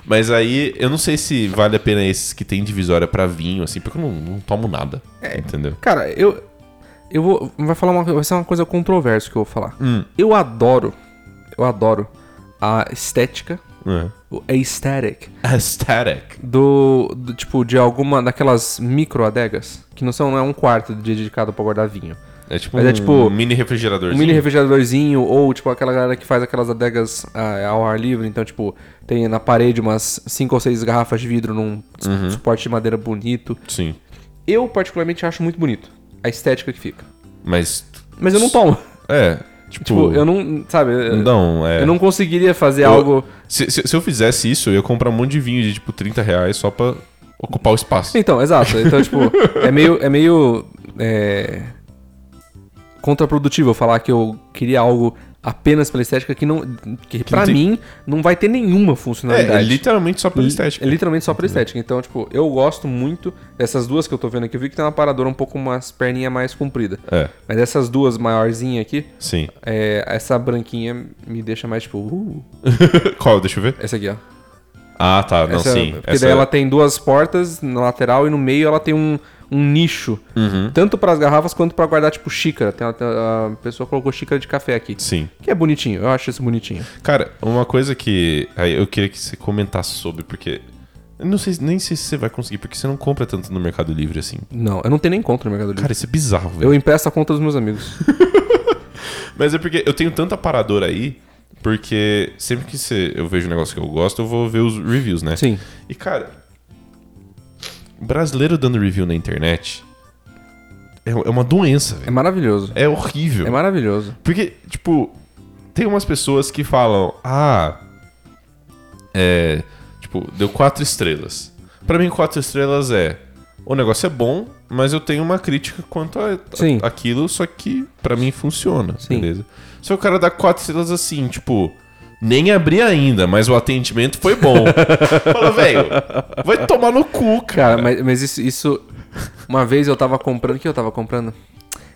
[SPEAKER 2] Mas aí, eu não sei se vale a
[SPEAKER 1] É.
[SPEAKER 2] pena esses que tem divisória pra vinho, assim, porque eu não, não tomo nada. Entendeu?
[SPEAKER 1] Cara, eu. Eu vou. Vai, falar uma, vai ser uma coisa controversa que eu vou falar. Eu adoro. Eu adoro a estética. o- A aesthetic.
[SPEAKER 2] É. Aesthetic.
[SPEAKER 1] Do, do, Tipo, de alguma. Daquelas micro adegas. Que não são. Não é um quarto dedicado pra guardar vinho.
[SPEAKER 2] É tipo
[SPEAKER 1] Mas é
[SPEAKER 2] um
[SPEAKER 1] tipo-
[SPEAKER 2] mini refrigeradorzinho.
[SPEAKER 1] Um mini refrigeradorzinho, ou tipo aquela galera que faz aquelas adegas ah, ao ar livre, então, tipo, tem na parede umas cinco ou seis garrafas de vidro num su-
[SPEAKER 2] Uhum.
[SPEAKER 1] suporte de madeira bonito.
[SPEAKER 2] Sim.
[SPEAKER 1] Eu, particularmente, acho muito bonito a estética que fica.
[SPEAKER 2] Mas.
[SPEAKER 1] Mas eu não tomo.
[SPEAKER 2] É. Tipo,
[SPEAKER 1] Tipo, eu não. Sabe? eu-
[SPEAKER 2] Não, é.
[SPEAKER 1] Eu não conseguiria fazer
[SPEAKER 2] Eu-
[SPEAKER 1] algo.
[SPEAKER 2] Se, se- se eu fizesse isso, eu ia comprar um monte de vinho de tipo 30 reais só pra ocupar o espaço.
[SPEAKER 1] Então, exato. Então, tipo, é meio. É meio. É... Contraprodutivo eu falar que eu queria algo apenas pela estética que não. Que, pra
[SPEAKER 2] tem-
[SPEAKER 1] mim não vai ter nenhuma funcionalidade.
[SPEAKER 2] É, é literalmente só pela
[SPEAKER 1] Li-
[SPEAKER 2] estética.
[SPEAKER 1] É literalmente só pela estética. Então, tipo, eu gosto muito dessas duas que eu tô vendo aqui. Eu vi que tem uma paradora um pouco umas perninhas mais comprida.
[SPEAKER 2] É,
[SPEAKER 1] Mas essas duas maiorzinhas aqui,
[SPEAKER 2] sim.
[SPEAKER 1] é, essa branquinha me deixa mais tipo. Uh,
[SPEAKER 2] Qual? Deixa eu ver.
[SPEAKER 1] essa aqui, ó.
[SPEAKER 2] Ah, tá. Não,
[SPEAKER 1] essa, é
[SPEAKER 2] sim.
[SPEAKER 1] Porque daí ela tem duas portas na lateral e no meio ela tem um, um nicho.
[SPEAKER 2] Uhum.
[SPEAKER 1] Tanto pras garrafas quanto pra guardar, tipo, xícara. Tem- tem- a pessoa colocou xícara de café aqui.
[SPEAKER 2] Sim.
[SPEAKER 1] Que é bonitinho, eu acho isso bonitinho.
[SPEAKER 2] Cara, uma coisa que aí eu queria que você comentasse sobre, porque. Eu não sei, nem sei se você vai conseguir, porque você não compra tanto no Mercado Livre assim.
[SPEAKER 1] Não, eu não tenho nem conta no Mercado Livre.
[SPEAKER 2] Cara, isso é bizarro, velho.
[SPEAKER 1] eu empresto a conta dos meus amigos.
[SPEAKER 2] Mas é porque eu tenho tanta paradora aí, porque sempre que você- eu vejo um negócio que eu gosto, eu vou ver os reviews, né?
[SPEAKER 1] Sim.
[SPEAKER 2] E, cara, brasileiro dando review na internet é, é uma doença,
[SPEAKER 1] É
[SPEAKER 2] velho.
[SPEAKER 1] maravilhoso.
[SPEAKER 2] É horrível.
[SPEAKER 1] É maravilhoso.
[SPEAKER 2] Porque, tipo, tem umas pessoas que falam, ah, é, tipo, deu quatro estrelas. Pra mim, quatro estrelas é, o negócio é bom, mas eu tenho uma crítica quanto a, a-
[SPEAKER 1] Sim.
[SPEAKER 2] aquilo, só que pra mim funciona,
[SPEAKER 1] Sim.
[SPEAKER 2] beleza? Se o cara dá quatro estrelas assim, tipo, nem abri ainda, mas o atendimento foi bom. Fala, velho, vai tomar no cu, cara.
[SPEAKER 1] Cara, mas, mas isso, isso. Uma vez eu tava comprando. O que eu tava comprando?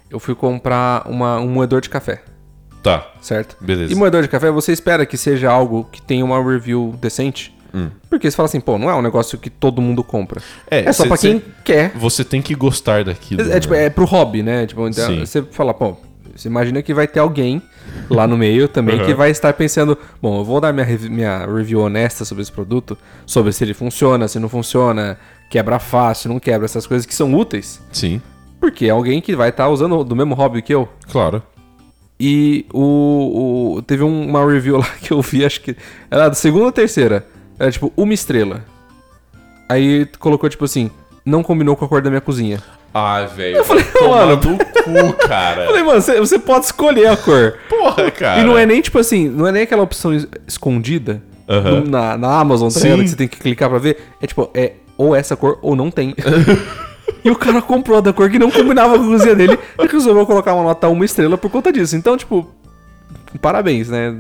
[SPEAKER 1] Eu fui comprar uma, um moedor de café,
[SPEAKER 2] Tá,
[SPEAKER 1] certo?
[SPEAKER 2] Beleza.
[SPEAKER 1] E moedor de café, você espera que seja algo que tenha uma review decente? Porque você fala assim, pô, não é um negócio que todo mundo compra.
[SPEAKER 2] Hum. É,
[SPEAKER 1] É, só
[SPEAKER 2] cê-
[SPEAKER 1] pra quem
[SPEAKER 2] cê-
[SPEAKER 1] quer.
[SPEAKER 2] você tem que gostar daquilo.
[SPEAKER 1] É, tipo,
[SPEAKER 2] né?
[SPEAKER 1] é pro hobby, né? Tipo, então,
[SPEAKER 2] Sim.
[SPEAKER 1] você fala, pô, você imagina que vai ter alguém lá no meio também que
[SPEAKER 2] Uhum.
[SPEAKER 1] vai estar pensando, bom, eu vou dar minha, rev- minha review honesta sobre esse produto, sobre se ele funciona, se não funciona, quebra fácil, não quebra, essas coisas que são úteis.
[SPEAKER 2] né? Sim,
[SPEAKER 1] Porque é alguém que vai estar usando do mesmo hobby que eu.
[SPEAKER 2] claro.
[SPEAKER 1] E o, o- teve um- uma review lá que eu vi, acho que era da segunda ou terceira. Era tipo uma estrela. Aí colocou tipo assim, não combinou com a cor da minha cozinha.
[SPEAKER 2] Ah, velho. Eu
[SPEAKER 1] falei, mano,
[SPEAKER 2] do cu, cara.
[SPEAKER 1] Eu falei, mano, você, você pode escolher a cor.
[SPEAKER 2] porra, cara.
[SPEAKER 1] E não é nem tipo assim, não é nem aquela opção es- escondida
[SPEAKER 2] Aham.
[SPEAKER 1] no- na, na Amazon, tá ligado?
[SPEAKER 2] Sim.
[SPEAKER 1] Que você tem que clicar pra ver. É tipo, é ou essa cor ou não tem. e o cara comprou a da cor que não combinava com a cozinha dele e resolveu colocar uma nota uma estrela por conta disso. Então, tipo, parabéns, né?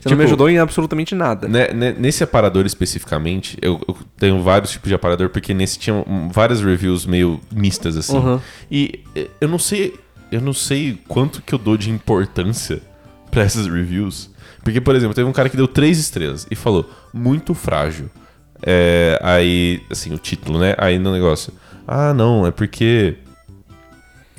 [SPEAKER 1] Você não me
[SPEAKER 2] Tipo,
[SPEAKER 1] ajudou em absolutamente nada.
[SPEAKER 2] Né- né- Nesse aparador especificamente, eu, eu tenho vários tipos de aparador, porque nesse tinha hum, várias reviews meio mistas, assim.
[SPEAKER 1] Uhum.
[SPEAKER 2] E eh, eu não sei. Eu não sei quanto que eu dou de importância pra essas reviews. Porque, por exemplo, teve um cara que deu três estrelas e falou, muito frágil. É, aí, assim, o título, né? Aí no negócio. Ah, não, é porque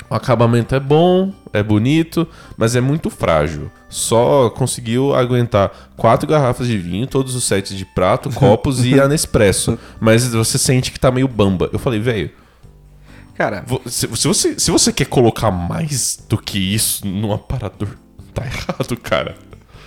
[SPEAKER 2] O acabamento é bom, é bonito, mas é muito frágil. Só conseguiu aguentar quatro garrafas de vinho, todos os sets de prato, copos e a Nespresso. Mas você sente que tá meio bamba. Eu falei, velho,
[SPEAKER 1] Cara,
[SPEAKER 2] vo- se, se você, se você quer colocar mais do que isso num aparador, tá errado, cara.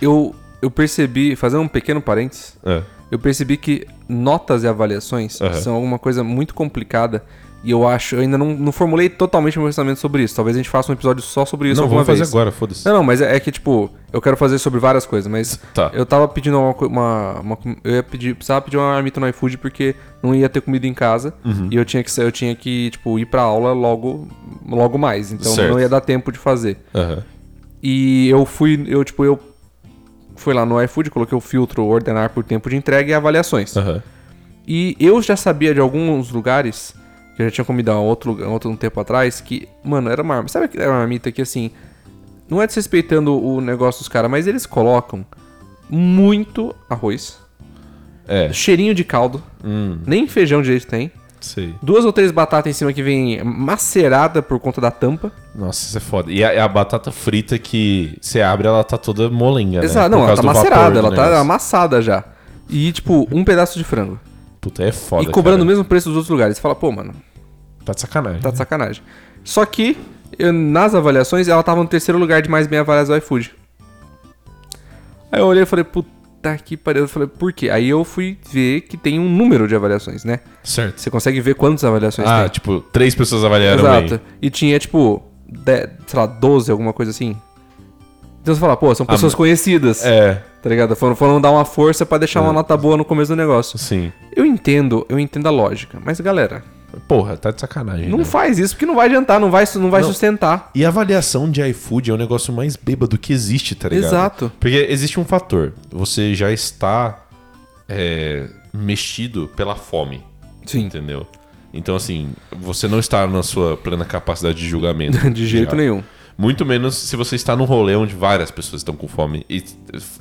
[SPEAKER 1] eu, eu percebi, fazendo um pequeno parênteses,
[SPEAKER 2] É.
[SPEAKER 1] eu percebi que notas e avaliações
[SPEAKER 2] Aham.
[SPEAKER 1] são alguma coisa muito complicada. E eu acho, eu ainda não, não formulei totalmente meu pensamento sobre isso. Talvez a gente faça um episódio só sobre isso
[SPEAKER 2] Não,
[SPEAKER 1] alguma
[SPEAKER 2] vamos
[SPEAKER 1] vez.
[SPEAKER 2] fazer agora, foda-se.
[SPEAKER 1] Não, não, mas é é que, tipo, eu quero fazer sobre várias coisas, mas
[SPEAKER 2] Tá.
[SPEAKER 1] eu tava pedindo uma, co- uma, uma com- Eu ia pedir. Precisava pedir uma marmita no iFood porque não ia ter comida em casa.
[SPEAKER 2] Uhum.
[SPEAKER 1] E eu tinha que sa- eu tinha que, tipo, ir pra aula logo, logo mais. Então
[SPEAKER 2] Certo.
[SPEAKER 1] não ia dar tempo de fazer.
[SPEAKER 2] Aham.
[SPEAKER 1] E eu fui, eu, tipo, eu fui lá no iFood, coloquei o filtro ordenar por tempo de entrega e avaliações.
[SPEAKER 2] Aham.
[SPEAKER 1] E eu já sabia de alguns lugares, que eu já tinha comido a outro, lugar- outro um tempo atrás, que, mano, era uma. Sabe que era uma marmita que assim. Não é desrespeitando o negócio dos caras, mas eles colocam muito arroz,
[SPEAKER 2] É.
[SPEAKER 1] cheirinho de caldo, nem feijão direito tem.
[SPEAKER 2] hum, Sei.
[SPEAKER 1] Duas ou três batatas em cima que vem macerada por conta da tampa.
[SPEAKER 2] Nossa, isso é foda. E a, a batata frita que você abre, ela tá toda molenga, né?
[SPEAKER 1] Exato, não, ela
[SPEAKER 2] Por causa
[SPEAKER 1] tá
[SPEAKER 2] do vapor do
[SPEAKER 1] macerada, ela tá
[SPEAKER 2] negócio.
[SPEAKER 1] amassada já. E, tipo, um pedaço de frango.
[SPEAKER 2] Puta, é foda,
[SPEAKER 1] e cobrando o
[SPEAKER 2] cara.
[SPEAKER 1] mesmo preço dos outros lugares. Você fala, pô, mano,
[SPEAKER 2] Tá de sacanagem.
[SPEAKER 1] tá de sacanagem. Só que, eu- nas avaliações, ela tava no terceiro lugar de mais bem avaliadas do iFood. Aí eu olhei e falei, puta que pariu. Eu falei, por quê? Aí eu fui ver que tem um número de avaliações, né?
[SPEAKER 2] Certo.
[SPEAKER 1] Você consegue ver quantas avaliações
[SPEAKER 2] Ah,
[SPEAKER 1] tem.
[SPEAKER 2] tipo, três pessoas avaliaram
[SPEAKER 1] Exato.
[SPEAKER 2] bem.
[SPEAKER 1] E tinha, tipo, de- sei lá, 12, alguma coisa assim. Então você fala, pô, são pessoas
[SPEAKER 2] Ah, mas-
[SPEAKER 1] conhecidas.
[SPEAKER 2] É,
[SPEAKER 1] Tá ligado? Foram, foram dar uma força pra deixar uma nota boa no começo do negócio.
[SPEAKER 2] sim.
[SPEAKER 1] Eu entendo, eu entendo a lógica. Mas, galera,
[SPEAKER 2] Porra, tá de sacanagem.
[SPEAKER 1] não
[SPEAKER 2] né?
[SPEAKER 1] faz isso porque não vai adiantar, não vai, su- não vai
[SPEAKER 2] Não.
[SPEAKER 1] sustentar.
[SPEAKER 2] E a avaliação de iFood é o negócio mais bêbado que existe, tá ligado?
[SPEAKER 1] Exato.
[SPEAKER 2] Porque existe um fator. Você já está é, mexido pela fome,
[SPEAKER 1] Sim.
[SPEAKER 2] entendeu? Então, assim, você não está na sua plena capacidade de julgamento.
[SPEAKER 1] De jeito
[SPEAKER 2] Já.
[SPEAKER 1] nenhum.
[SPEAKER 2] Muito menos se você está num rolê onde várias pessoas estão com fome e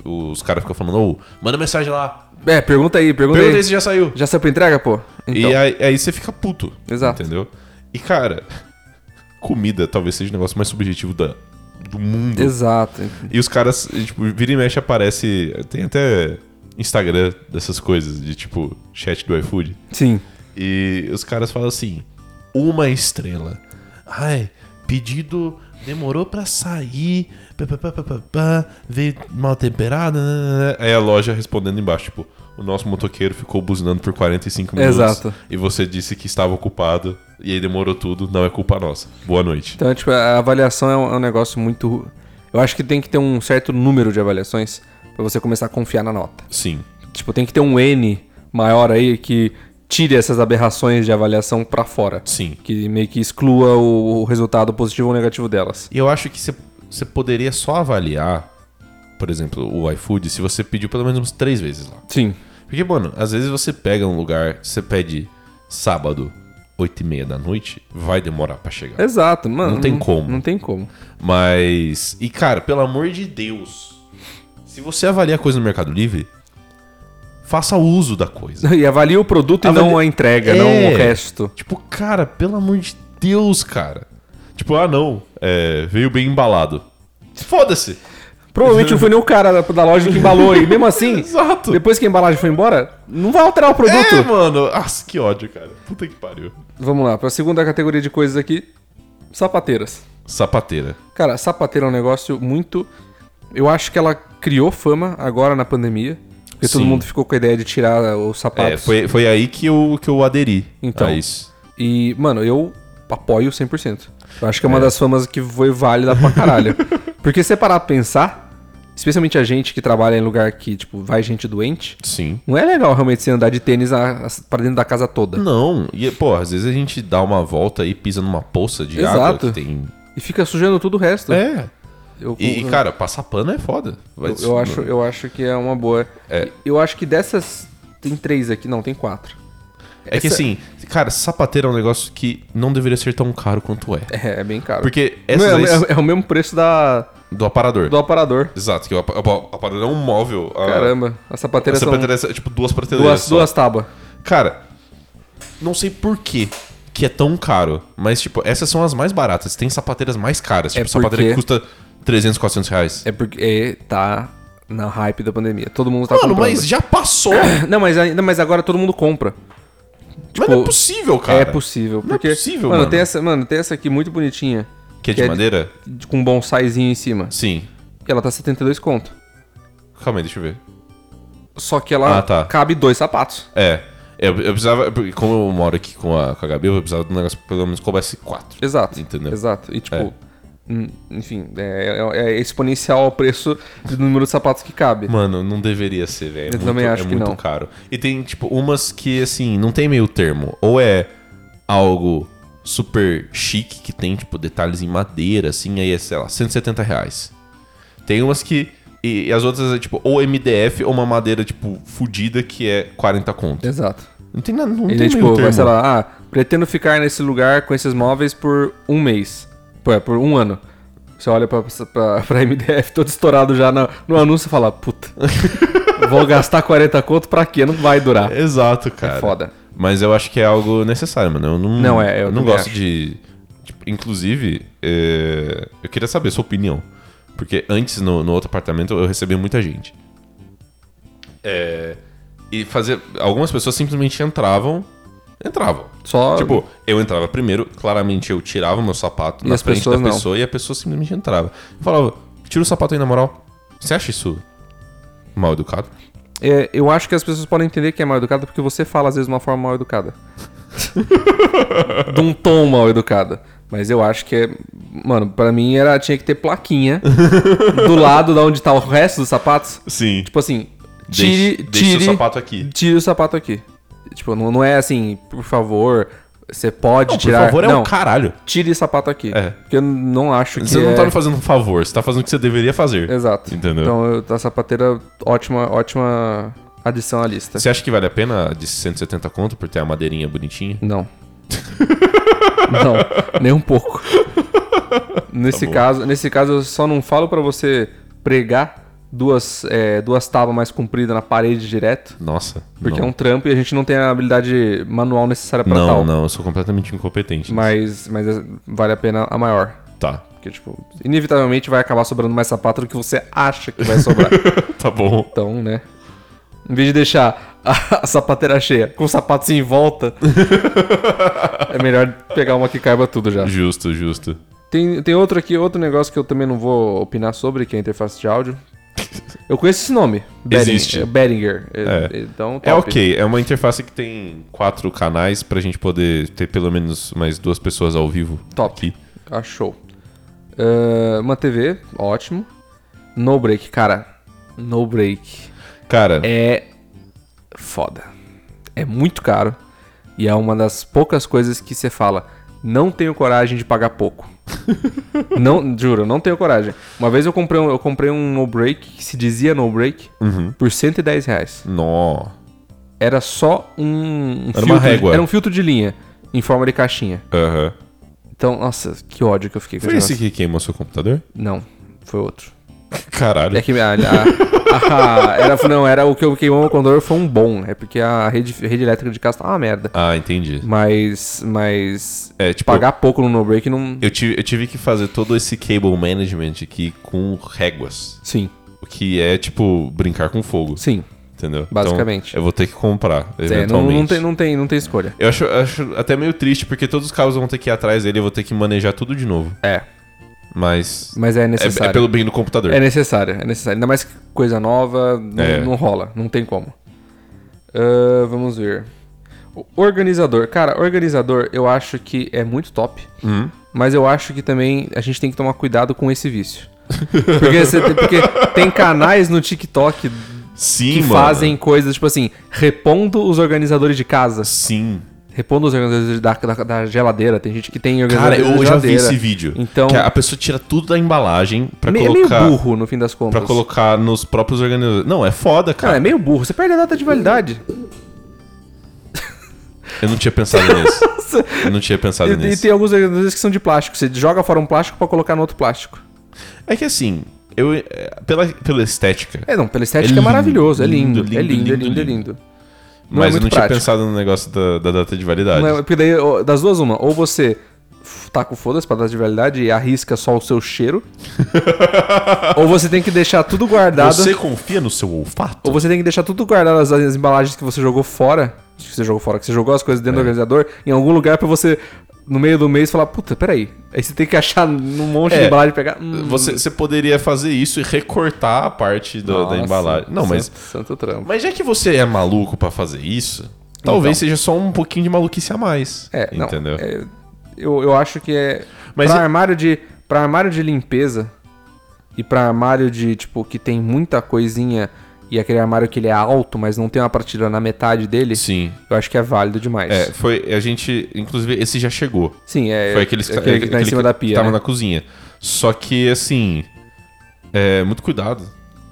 [SPEAKER 2] os caras ficam falando, ô, manda mensagem lá.
[SPEAKER 1] É, pergunta aí, pergunta
[SPEAKER 2] Pergunta aí
[SPEAKER 1] aí.
[SPEAKER 2] se já saiu.
[SPEAKER 1] Já saiu pra entrega, pô? Então,
[SPEAKER 2] E aí, aí você fica puto.
[SPEAKER 1] Exato.
[SPEAKER 2] Entendeu? E, cara, comida talvez seja o negócio mais subjetivo da, do mundo.
[SPEAKER 1] Exato.
[SPEAKER 2] E os caras, tipo, vira e mexe aparece. Tem até Instagram dessas coisas, de tipo, chat do iFood.
[SPEAKER 1] Sim.
[SPEAKER 2] E os caras falam assim: uma estrela. Ai, pedido demorou pra sair. pá, pá, pá, pá, pá, pá, veio mal né, temperado. nananana." Aí a loja respondendo embaixo, tipo, o nosso motoqueiro ficou buzinando por 45 minutos.
[SPEAKER 1] Exato.
[SPEAKER 2] E você disse que estava ocupado. E aí demorou tudo, não é culpa nossa. Boa noite.
[SPEAKER 1] Então, tipo, a avaliação é um, é um negócio muito. Eu acho que tem que ter um certo número de avaliações pra você começar a confiar na nota.
[SPEAKER 2] Sim.
[SPEAKER 1] Tipo, tem que ter um N maior aí que tire essas aberrações de avaliação pra fora.
[SPEAKER 2] Sim.
[SPEAKER 1] Que meio que exclua o, o resultado positivo ou negativo delas.
[SPEAKER 2] E eu acho que você- você poderia só avaliar, por exemplo, o iFood se você pediu pelo menos umas três vezes lá.
[SPEAKER 1] Sim.
[SPEAKER 2] Porque, mano, às vezes você pega um lugar, você pede sábado, 8 e meia da noite, vai demorar pra chegar.
[SPEAKER 1] Exato, mano.
[SPEAKER 2] Não tem como.
[SPEAKER 1] Não tem como.
[SPEAKER 2] Mas. E, cara, pelo amor de Deus, se você avalia a coisa no Mercado Livre, faça uso da coisa.
[SPEAKER 1] E avalia o produto
[SPEAKER 2] Avalia-
[SPEAKER 1] e não a entrega,
[SPEAKER 2] É.
[SPEAKER 1] não o resto.
[SPEAKER 2] tipo, cara, pelo amor de Deus, cara. Tipo, ah, não, é, veio bem embalado. Foda-se.
[SPEAKER 1] Provavelmente não foi nem o cara da, da loja que embalou e mesmo assim,
[SPEAKER 2] Exato.
[SPEAKER 1] depois que a embalagem foi embora, não vai alterar o produto.
[SPEAKER 2] É, mano. Nossa, que ódio, cara. Puta que pariu.
[SPEAKER 1] Vamos lá, pra segunda categoria de coisas aqui, sapateiras.
[SPEAKER 2] Sapateira.
[SPEAKER 1] Cara, sapateira é um negócio muito. Eu acho que ela criou fama agora na pandemia. Porque todo
[SPEAKER 2] Sim.
[SPEAKER 1] mundo ficou com a ideia de tirar os
[SPEAKER 2] É,
[SPEAKER 1] sapatos.
[SPEAKER 2] foi, foi aí que eu, que eu aderi
[SPEAKER 1] Então.
[SPEAKER 2] a isso.
[SPEAKER 1] E, mano, eu apoio 100%. Eu acho que é uma das famas que foi válida pra caralho. porque se você parar pra pensar, especialmente a gente que trabalha em lugar que, tipo, vai gente doente,
[SPEAKER 2] Sim.
[SPEAKER 1] não é legal realmente você andar de tênis a, a- pra dentro da casa toda.
[SPEAKER 2] Não, e, pô, às vezes a gente dá uma volta e pisa numa poça de água
[SPEAKER 1] Exato.
[SPEAKER 2] que tem.
[SPEAKER 1] E fica sujando tudo o resto.
[SPEAKER 2] É.
[SPEAKER 1] Eu,
[SPEAKER 2] E, e,
[SPEAKER 1] eu-
[SPEAKER 2] cara, passar pano é foda. Vai-
[SPEAKER 1] Uhum. eu, eu acho, eu acho que é uma boa.
[SPEAKER 2] É.
[SPEAKER 1] Eu acho que dessas. Tem três aqui, não, tem quatro.
[SPEAKER 2] É que
[SPEAKER 1] essa-
[SPEAKER 2] assim, cara, sapateiro é um negócio que não deveria ser tão caro quanto é.
[SPEAKER 1] É, é bem caro.
[SPEAKER 2] Porque
[SPEAKER 1] Não,
[SPEAKER 2] essas
[SPEAKER 1] é,
[SPEAKER 2] leis
[SPEAKER 1] é- é o mesmo preço da,
[SPEAKER 2] do aparador.
[SPEAKER 1] do aparador.
[SPEAKER 2] Exato, que o apa- o aparador é um móvel. a-
[SPEAKER 1] Caramba, as
[SPEAKER 2] A
[SPEAKER 1] sapateiras são
[SPEAKER 2] sapateira é tipo duas prateleiras.
[SPEAKER 1] duas,
[SPEAKER 2] só.
[SPEAKER 1] duas tábuas.
[SPEAKER 2] Cara, não sei por quê que é tão caro, mas, tipo, essas são as mais baratas. Tem sapateiras mais caras. Tipo,
[SPEAKER 1] É
[SPEAKER 2] sapateira que
[SPEAKER 1] porque-
[SPEAKER 2] custa 300, 400 reais.
[SPEAKER 1] É porque é, tá na hype da pandemia. Todo mundo tá
[SPEAKER 2] Mano,
[SPEAKER 1] comprando.
[SPEAKER 2] mas já passou.
[SPEAKER 1] Não, mas ainda, mas agora todo mundo compra.
[SPEAKER 2] mas não é possível, cara.
[SPEAKER 1] é possível,
[SPEAKER 2] Não é
[SPEAKER 1] porque
[SPEAKER 2] possível,
[SPEAKER 1] mano,
[SPEAKER 2] mano.
[SPEAKER 1] tem essa, mano, tem essa aqui muito bonitinha,
[SPEAKER 2] Que é de
[SPEAKER 1] que é de-
[SPEAKER 2] madeira?
[SPEAKER 1] de- com um bonsaizinho em cima.
[SPEAKER 2] Sim.
[SPEAKER 1] E ela tá 72 conto.
[SPEAKER 2] Calma aí, deixa eu ver.
[SPEAKER 1] Só que ela
[SPEAKER 2] Ah, tá.
[SPEAKER 1] cabe dois sapatos.
[SPEAKER 2] É. Eu, eu precisava. porque Como eu moro aqui com a, com a Gabi, eu precisava de um negócio que pelo menos coubesse quatro.
[SPEAKER 1] Exato.
[SPEAKER 2] Entendeu?
[SPEAKER 1] Exato. E tipo,
[SPEAKER 2] É.
[SPEAKER 1] hum, enfim, é, é- é exponencial o preço do número de sapatos que cabe.
[SPEAKER 2] Mano, não deveria ser, velho. É muito-
[SPEAKER 1] também acho
[SPEAKER 2] é
[SPEAKER 1] que
[SPEAKER 2] muito
[SPEAKER 1] não.
[SPEAKER 2] caro. E tem, tipo, umas que, assim, não tem meio termo. Ou é algo super chique, que tem, tipo, detalhes em madeira, assim, aí é, sei lá, 170 reais. Tem umas que... E, e as outras é, tipo, ou MDF ou uma madeira, tipo, fudida que é 40 conto.
[SPEAKER 1] Exato.
[SPEAKER 2] Não tem nada, não
[SPEAKER 1] Ele,
[SPEAKER 2] tem
[SPEAKER 1] tipo,
[SPEAKER 2] meio
[SPEAKER 1] vai,
[SPEAKER 2] termo.
[SPEAKER 1] sei lá, ah, pretendo ficar nesse lugar com esses móveis por um mês. Pô, é, por um ano. Você olha pra, pra, pra MDF todo estourado já na- no anúncio e fala, puta, vou gastar 40 conto pra quê? Não vai durar.
[SPEAKER 2] Exato, É, cara.
[SPEAKER 1] É foda.
[SPEAKER 2] Mas eu acho que é algo necessário, mano. Eu não,
[SPEAKER 1] Não, é, eu
[SPEAKER 2] não
[SPEAKER 1] também
[SPEAKER 2] gosto
[SPEAKER 1] acho.
[SPEAKER 2] de. tipo, inclusive, é, eu queria saber a sua opinião. Porque antes, no, no outro apartamento, eu recebia muita gente. É, e fazer. Algumas pessoas simplesmente entravam. Entravam.
[SPEAKER 1] Só.
[SPEAKER 2] Tipo, eu entrava primeiro, claramente eu tirava meu sapato
[SPEAKER 1] E
[SPEAKER 2] na
[SPEAKER 1] as
[SPEAKER 2] frente da
[SPEAKER 1] pessoas não.
[SPEAKER 2] pessoa e a pessoa simplesmente entrava. Eu falava, tira o sapato aí na moral. Você acha isso mal educado?
[SPEAKER 1] é, eu acho que as pessoas podem entender que é mal educado porque você fala às vezes de uma forma mal educada. de um tom mal educado. Mas eu acho que é. Mano, pra mim era, tinha que ter plaquinha do lado da onde tá o resto dos sapatos.
[SPEAKER 2] Sim.
[SPEAKER 1] Tipo assim,
[SPEAKER 2] Deixe,
[SPEAKER 1] tire,
[SPEAKER 2] deixe
[SPEAKER 1] tire,
[SPEAKER 2] o sapato aqui.
[SPEAKER 1] tire o sapato aqui. Tipo, não, não é assim, por favor, você pode
[SPEAKER 2] Não, por
[SPEAKER 1] tirar.
[SPEAKER 2] favor, é
[SPEAKER 1] não,
[SPEAKER 2] um caralho.
[SPEAKER 1] tire o sapato aqui.
[SPEAKER 2] É.
[SPEAKER 1] Porque eu não acho que
[SPEAKER 2] Você não
[SPEAKER 1] é-
[SPEAKER 2] tá me fazendo um favor, você tá fazendo o que você deveria fazer.
[SPEAKER 1] Exato.
[SPEAKER 2] Entendeu?
[SPEAKER 1] Então, eu, a sapateira, ótima, ótima adição à lista.
[SPEAKER 2] Você acha que vale a pena de 170 conto por ter a madeirinha bonitinha?
[SPEAKER 1] Não. não, nem um pouco. Nesse
[SPEAKER 2] Tá bom.
[SPEAKER 1] caso, nesse caso eu só não falo pra você pregar duas, é, duas tábuas mais compridas na parede direto,
[SPEAKER 2] Nossa.
[SPEAKER 1] porque
[SPEAKER 2] não.
[SPEAKER 1] é um trampo e a gente não tem a habilidade manual necessária pra
[SPEAKER 2] Não,
[SPEAKER 1] tal.
[SPEAKER 2] não, eu sou completamente incompetente.
[SPEAKER 1] Mas, mas é, vale a pena a maior.
[SPEAKER 2] Tá.
[SPEAKER 1] Porque, tipo, inevitavelmente vai acabar sobrando mais sapato do que você acha que vai sobrar.
[SPEAKER 2] Tá bom.
[SPEAKER 1] Então, né? Em vez de deixar a, a sapateira cheia com o sapato sem volta, é melhor pegar uma que caiba tudo já.
[SPEAKER 2] Justo, justo.
[SPEAKER 1] Tem, tem outro aqui, outro negócio que eu também não vou opinar sobre, que é a interface de áudio. Eu conheço esse nome.
[SPEAKER 2] Existe.
[SPEAKER 1] é Behringer. É,
[SPEAKER 2] É.
[SPEAKER 1] Então,
[SPEAKER 2] É
[SPEAKER 1] top.
[SPEAKER 2] ok, é uma interface que tem quatro canais pra gente poder ter pelo menos mais duas pessoas ao vivo.
[SPEAKER 1] Top.
[SPEAKER 2] Aqui.
[SPEAKER 1] Ah, show. Ah, uma TV, ótimo. No break, cara. No break.
[SPEAKER 2] Cara,
[SPEAKER 1] é foda. É muito caro e é uma das poucas coisas que você fala, não tenho coragem de pagar pouco. não, juro, não tenho coragem. Uma vez eu comprei um, eu comprei um no break que se dizia no break
[SPEAKER 2] Uhum.
[SPEAKER 1] por 110 reais.
[SPEAKER 2] nó.
[SPEAKER 1] Era só um, um
[SPEAKER 2] Era uma régua.
[SPEAKER 1] era um filtro de linha em forma de caixinha.
[SPEAKER 2] Aham.
[SPEAKER 1] Então, nossa, que ódio que eu fiquei com
[SPEAKER 2] Foi
[SPEAKER 1] esse
[SPEAKER 2] esse que queimou seu computador?
[SPEAKER 1] negócio. Não, foi outro.
[SPEAKER 2] Caralho.
[SPEAKER 1] É que a, a- a- era, não, era o que eu queimou o condor foi um bom, é porque a rede, rede elétrica de casa tá uma merda.
[SPEAKER 2] Ah, entendi.
[SPEAKER 1] Mas. Mas.
[SPEAKER 2] É, tipo,
[SPEAKER 1] pagar pouco no no break não.
[SPEAKER 2] Eu tive, eu tive que fazer todo esse cable management aqui com réguas.
[SPEAKER 1] Sim,
[SPEAKER 2] O que é, tipo, brincar com fogo.
[SPEAKER 1] sim.
[SPEAKER 2] Entendeu? Então,
[SPEAKER 1] Basicamente.
[SPEAKER 2] eu vou ter que comprar,
[SPEAKER 1] É, não,
[SPEAKER 2] eventualmente.
[SPEAKER 1] não, tem, não, tem, não tem escolha.
[SPEAKER 2] Eu acho, acho até meio triste, porque todos os carros vão ter que ir atrás dele e eu vou ter que manejar tudo de novo.
[SPEAKER 1] É.
[SPEAKER 2] Mas.
[SPEAKER 1] Mas é
[SPEAKER 2] é,
[SPEAKER 1] necessário.
[SPEAKER 2] é
[SPEAKER 1] É,
[SPEAKER 2] pelo bem do computador.
[SPEAKER 1] necessário, é necessário. Ainda mais que coisa nova, não,
[SPEAKER 2] É.
[SPEAKER 1] não rola, não tem como. Ah, vamos ver. O organizador. Cara, organizador eu acho que é muito top.
[SPEAKER 2] Uhum.
[SPEAKER 1] Mas eu acho que também a gente tem que tomar cuidado com esse vício. Porque, você tem- porque tem canais no TikTok
[SPEAKER 2] Sim,
[SPEAKER 1] que
[SPEAKER 2] mano.
[SPEAKER 1] fazem coisas, tipo assim, repondo os organizadores de casa.
[SPEAKER 2] Sim.
[SPEAKER 1] Repondo os organizadores da, da- da geladeira. Tem gente que tem
[SPEAKER 2] Cara,
[SPEAKER 1] organizador
[SPEAKER 2] eu
[SPEAKER 1] de
[SPEAKER 2] já vi
[SPEAKER 1] geladeira.
[SPEAKER 2] esse vídeo.
[SPEAKER 1] Então-
[SPEAKER 2] Que a pessoa tira tudo da embalagem pra
[SPEAKER 1] Me-
[SPEAKER 2] colocar.
[SPEAKER 1] É meio burro, no fim das contas.
[SPEAKER 2] Pra colocar nos próprios organizadores. Não, é foda,
[SPEAKER 1] Cara,
[SPEAKER 2] cara.
[SPEAKER 1] é meio burro. Você perde a data de validade.
[SPEAKER 2] Eu não tinha pensado nisso. Eu não tinha
[SPEAKER 1] E,
[SPEAKER 2] pensado
[SPEAKER 1] e
[SPEAKER 2] nisso.
[SPEAKER 1] tem alguns organizadores que são de plástico. Você joga fora um plástico pra colocar no outro plástico.
[SPEAKER 2] É que assim, eu. é, Pela, pela estética.
[SPEAKER 1] É, não. Pela
[SPEAKER 2] É
[SPEAKER 1] estética é,
[SPEAKER 2] lindo,
[SPEAKER 1] maravilhoso. É
[SPEAKER 2] lindo,
[SPEAKER 1] lindo. é
[SPEAKER 2] lindo,
[SPEAKER 1] lindo, é
[SPEAKER 2] lindo,
[SPEAKER 1] lindo, é
[SPEAKER 2] lindo.
[SPEAKER 1] lindo.
[SPEAKER 2] mas eu
[SPEAKER 1] é muito
[SPEAKER 2] não tinha
[SPEAKER 1] prático.
[SPEAKER 2] pensado no negócio da, da data de validade.
[SPEAKER 1] Não é- porque daí, ó, das duas, uma. Ou você f- tá com foda-se pra data de validade e arrisca só o seu cheiro. ou você tem que deixar tudo guardado.
[SPEAKER 2] Você confia no seu olfato?
[SPEAKER 1] Ou você tem que deixar tudo guardado as, as embalagens que você jogou fora. Acho que você jogou fora, que você jogou as coisas
[SPEAKER 2] É.
[SPEAKER 1] dentro do organizador em algum lugar pra você, no meio do mês, falar, puta, peraí. Aí você tem que achar num monte
[SPEAKER 2] É.
[SPEAKER 1] de embalagem e pegar. hum,
[SPEAKER 2] Você, você poderia fazer isso e recortar a parte do-
[SPEAKER 1] nossa,
[SPEAKER 2] da embalagem. Não, mas,
[SPEAKER 1] Santo, santo trampo.
[SPEAKER 2] mas já que você é maluco pra fazer isso, talvez seja só um pouquinho de maluquice a mais.
[SPEAKER 1] Então. É, não.
[SPEAKER 2] entendeu?
[SPEAKER 1] é, eu, eu acho que é.
[SPEAKER 2] Mas
[SPEAKER 1] pra,
[SPEAKER 2] e-
[SPEAKER 1] armário de, pra armário de limpeza e pra armário de, tipo, que tem muita coisinha e aquele armário que ele é alto, mas não tem uma partilha na metade dele,
[SPEAKER 2] Sim.
[SPEAKER 1] eu acho que é válido demais.
[SPEAKER 2] É, foi. A gente. Inclusive, esse já chegou.
[SPEAKER 1] Sim, é.
[SPEAKER 2] Foi aqueles
[SPEAKER 1] aquele, que tá em cima da pia.
[SPEAKER 2] Tava
[SPEAKER 1] né?
[SPEAKER 2] na cozinha. Só que, assim. É, muito cuidado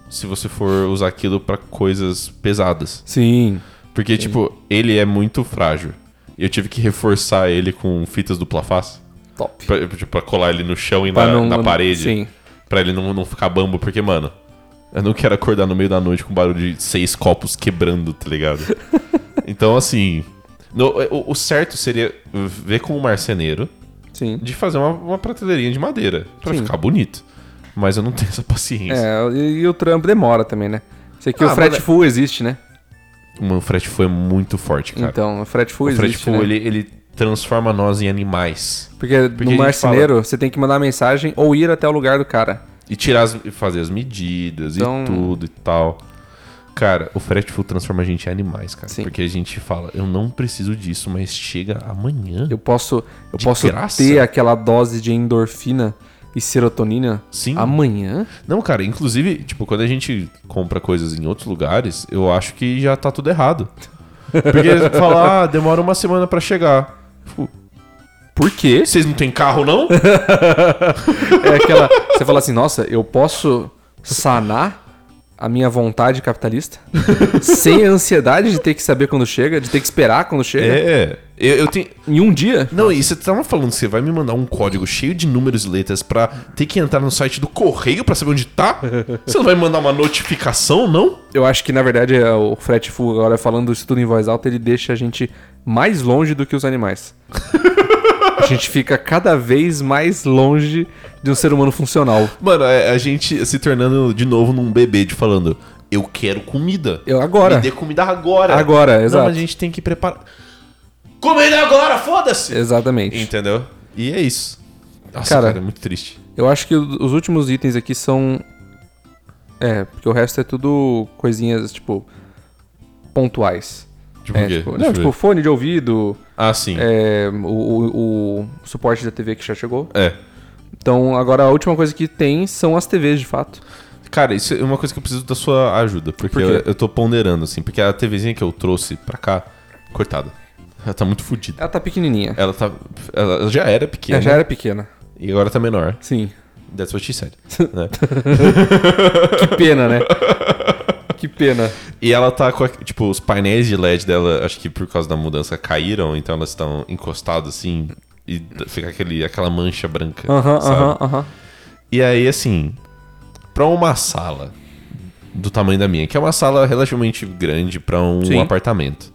[SPEAKER 2] se você for usar aquilo pra coisas pesadas.
[SPEAKER 1] Sim.
[SPEAKER 2] Porque, tipo, ele é muito frágil. E eu tive que reforçar ele com fitas dupla face.
[SPEAKER 1] Top.
[SPEAKER 2] Pra, tipo, pra colar ele no chão e
[SPEAKER 1] Pra
[SPEAKER 2] na,
[SPEAKER 1] não-
[SPEAKER 2] na
[SPEAKER 1] não-
[SPEAKER 2] parede.
[SPEAKER 1] sim.
[SPEAKER 2] Pra ele não, não ficar bambo, porque, mano, eu não quero acordar no meio da noite com barulho de seis copos quebrando, tá ligado? então, assim. No- o, o certo seria ver com o marceneiro
[SPEAKER 1] Sim.
[SPEAKER 2] de fazer uma, uma prateleirinha de madeira pra
[SPEAKER 1] Sim.
[SPEAKER 2] ficar bonito. Mas eu não tenho essa paciência.
[SPEAKER 1] É, e, e o trampo demora também, né? Isso aqui
[SPEAKER 2] Ah,
[SPEAKER 1] o
[SPEAKER 2] mas
[SPEAKER 1] frete
[SPEAKER 2] é-
[SPEAKER 1] full existe, né?
[SPEAKER 2] O frete foi muito forte, cara.
[SPEAKER 1] Então, o frete full
[SPEAKER 2] o frete
[SPEAKER 1] existe,
[SPEAKER 2] full,
[SPEAKER 1] né?
[SPEAKER 2] ele, ele transforma nós em animais.
[SPEAKER 1] Porque,
[SPEAKER 2] porque a
[SPEAKER 1] no
[SPEAKER 2] gente
[SPEAKER 1] marceneiro, você tem que mandar mensagem ou ir até o lugar do cara.
[SPEAKER 2] E tirar as, e fazer as medidas
[SPEAKER 1] Então-
[SPEAKER 2] e tudo e tal. Cara, o frete full transforma a gente em animais, cara.
[SPEAKER 1] Sim.
[SPEAKER 2] Porque a gente fala, eu não preciso disso, mas chega amanhã.
[SPEAKER 1] Eu posso, eu
[SPEAKER 2] De
[SPEAKER 1] posso
[SPEAKER 2] graça?
[SPEAKER 1] ter aquela dose de endorfina e serotonina
[SPEAKER 2] Sim.
[SPEAKER 1] amanhã?
[SPEAKER 2] Não, cara, inclusive, tipo, quando a gente compra coisas em outros lugares, eu acho que já tá tudo errado. Porque falar, ah, demora uma semana pra chegar. Tipo, Por quê? Vocês não têm carro, não?
[SPEAKER 1] É aquela. Você fala assim, nossa, eu posso sanar a minha vontade capitalista sem a ansiedade de ter que saber quando chega, de ter que esperar quando chega.
[SPEAKER 2] é. Eu, eu tenho.
[SPEAKER 1] Em um dia?
[SPEAKER 2] Não, e você tava falando que você vai me mandar um código cheio de números e letras pra ter que entrar no site do correio pra saber onde tá? Você não vai me mandar uma notificação, não?
[SPEAKER 1] Eu acho que, na verdade, é o frete full, agora falando isso tudo em voz alta, ele deixa a gente mais longe do que os animais. a gente fica cada vez mais longe de um ser humano funcional.
[SPEAKER 2] Mano, é- a gente se tornando de novo num bebê de falando, eu quero comida.
[SPEAKER 1] Eu agora.
[SPEAKER 2] Me dê comida agora.
[SPEAKER 1] Agora,
[SPEAKER 2] Não,
[SPEAKER 1] exato.
[SPEAKER 2] mas a gente tem que preparar. Comida agora, foda-se!
[SPEAKER 1] Exatamente.
[SPEAKER 2] Entendeu? E é isso. Nossa,
[SPEAKER 1] Cara,
[SPEAKER 2] cara, é muito triste.
[SPEAKER 1] Eu acho que o- os últimos itens aqui são. É, porque o resto é tudo coisinhas, tipo. pontuais.
[SPEAKER 2] Tipo
[SPEAKER 1] É,
[SPEAKER 2] o quê?
[SPEAKER 1] tipo,
[SPEAKER 2] Deixa
[SPEAKER 1] não,
[SPEAKER 2] eu
[SPEAKER 1] tipo,
[SPEAKER 2] ver.
[SPEAKER 1] fone de ouvido,
[SPEAKER 2] Ah, sim. É.
[SPEAKER 1] é, o, o- o suporte da TV que já chegou.
[SPEAKER 2] É.
[SPEAKER 1] Então, agora a última coisa que tem são as TVs, de fato.
[SPEAKER 2] Cara, isso é uma coisa que eu preciso da sua ajuda, porque
[SPEAKER 1] Por quê?
[SPEAKER 2] eu, eu tô ponderando, assim, porque a TVzinha que eu trouxe pra cá, coitada, ela tá muito fodida.
[SPEAKER 1] Ela tá pequenininha.
[SPEAKER 2] Ela tá. Ela ela já era pequena.
[SPEAKER 1] Ela já era pequena.
[SPEAKER 2] E agora tá menor.
[SPEAKER 1] Sim.
[SPEAKER 2] That's what she said. né?
[SPEAKER 1] Que pena, né? que pena.
[SPEAKER 2] E ela tá com. a- tipo, os painéis de LED dela, acho que por causa da mudança, caíram, então elas estão encostadas assim. E d- fica aquele, aquela mancha branca.
[SPEAKER 1] Aham,
[SPEAKER 2] sabe?
[SPEAKER 1] aham, aham.
[SPEAKER 2] E aí, assim. Pra uma sala do tamanho da minha, que é uma sala relativamente grande pra um
[SPEAKER 1] Sim.
[SPEAKER 2] apartamento.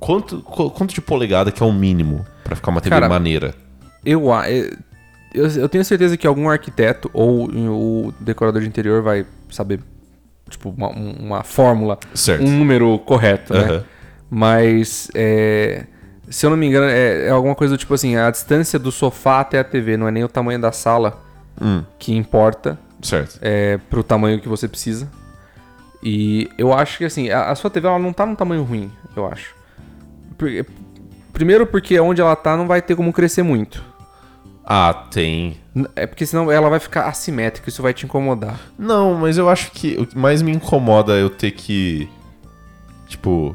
[SPEAKER 2] Quanto, qu- quanto de polegada que é o mínimo pra ficar uma TV
[SPEAKER 1] Cara,
[SPEAKER 2] maneira?
[SPEAKER 1] Eu, a- eu, eu tenho certeza que algum arquiteto ou o decorador de interior vai saber, tipo, uma, uma fórmula,
[SPEAKER 2] Certo.
[SPEAKER 1] um número correto, né?
[SPEAKER 2] Aham.
[SPEAKER 1] Mas, é, se eu não me engano, é, é alguma coisa do tipo assim, a distância do sofá até a TV, não é nem o tamanho da sala
[SPEAKER 2] Hum.
[SPEAKER 1] que importa,
[SPEAKER 2] Certo.
[SPEAKER 1] é, pro tamanho que você precisa. E eu acho que assim, a, a sua TV ela não tá num tamanho ruim, eu acho. Porque- primeiro porque onde ela tá não vai ter como crescer muito.
[SPEAKER 2] Ah, tem.
[SPEAKER 1] N- É porque senão ela vai ficar assimétrica, isso vai te incomodar.
[SPEAKER 2] Não, mas eu acho que o que mais me incomoda é eu ter que. Tipo.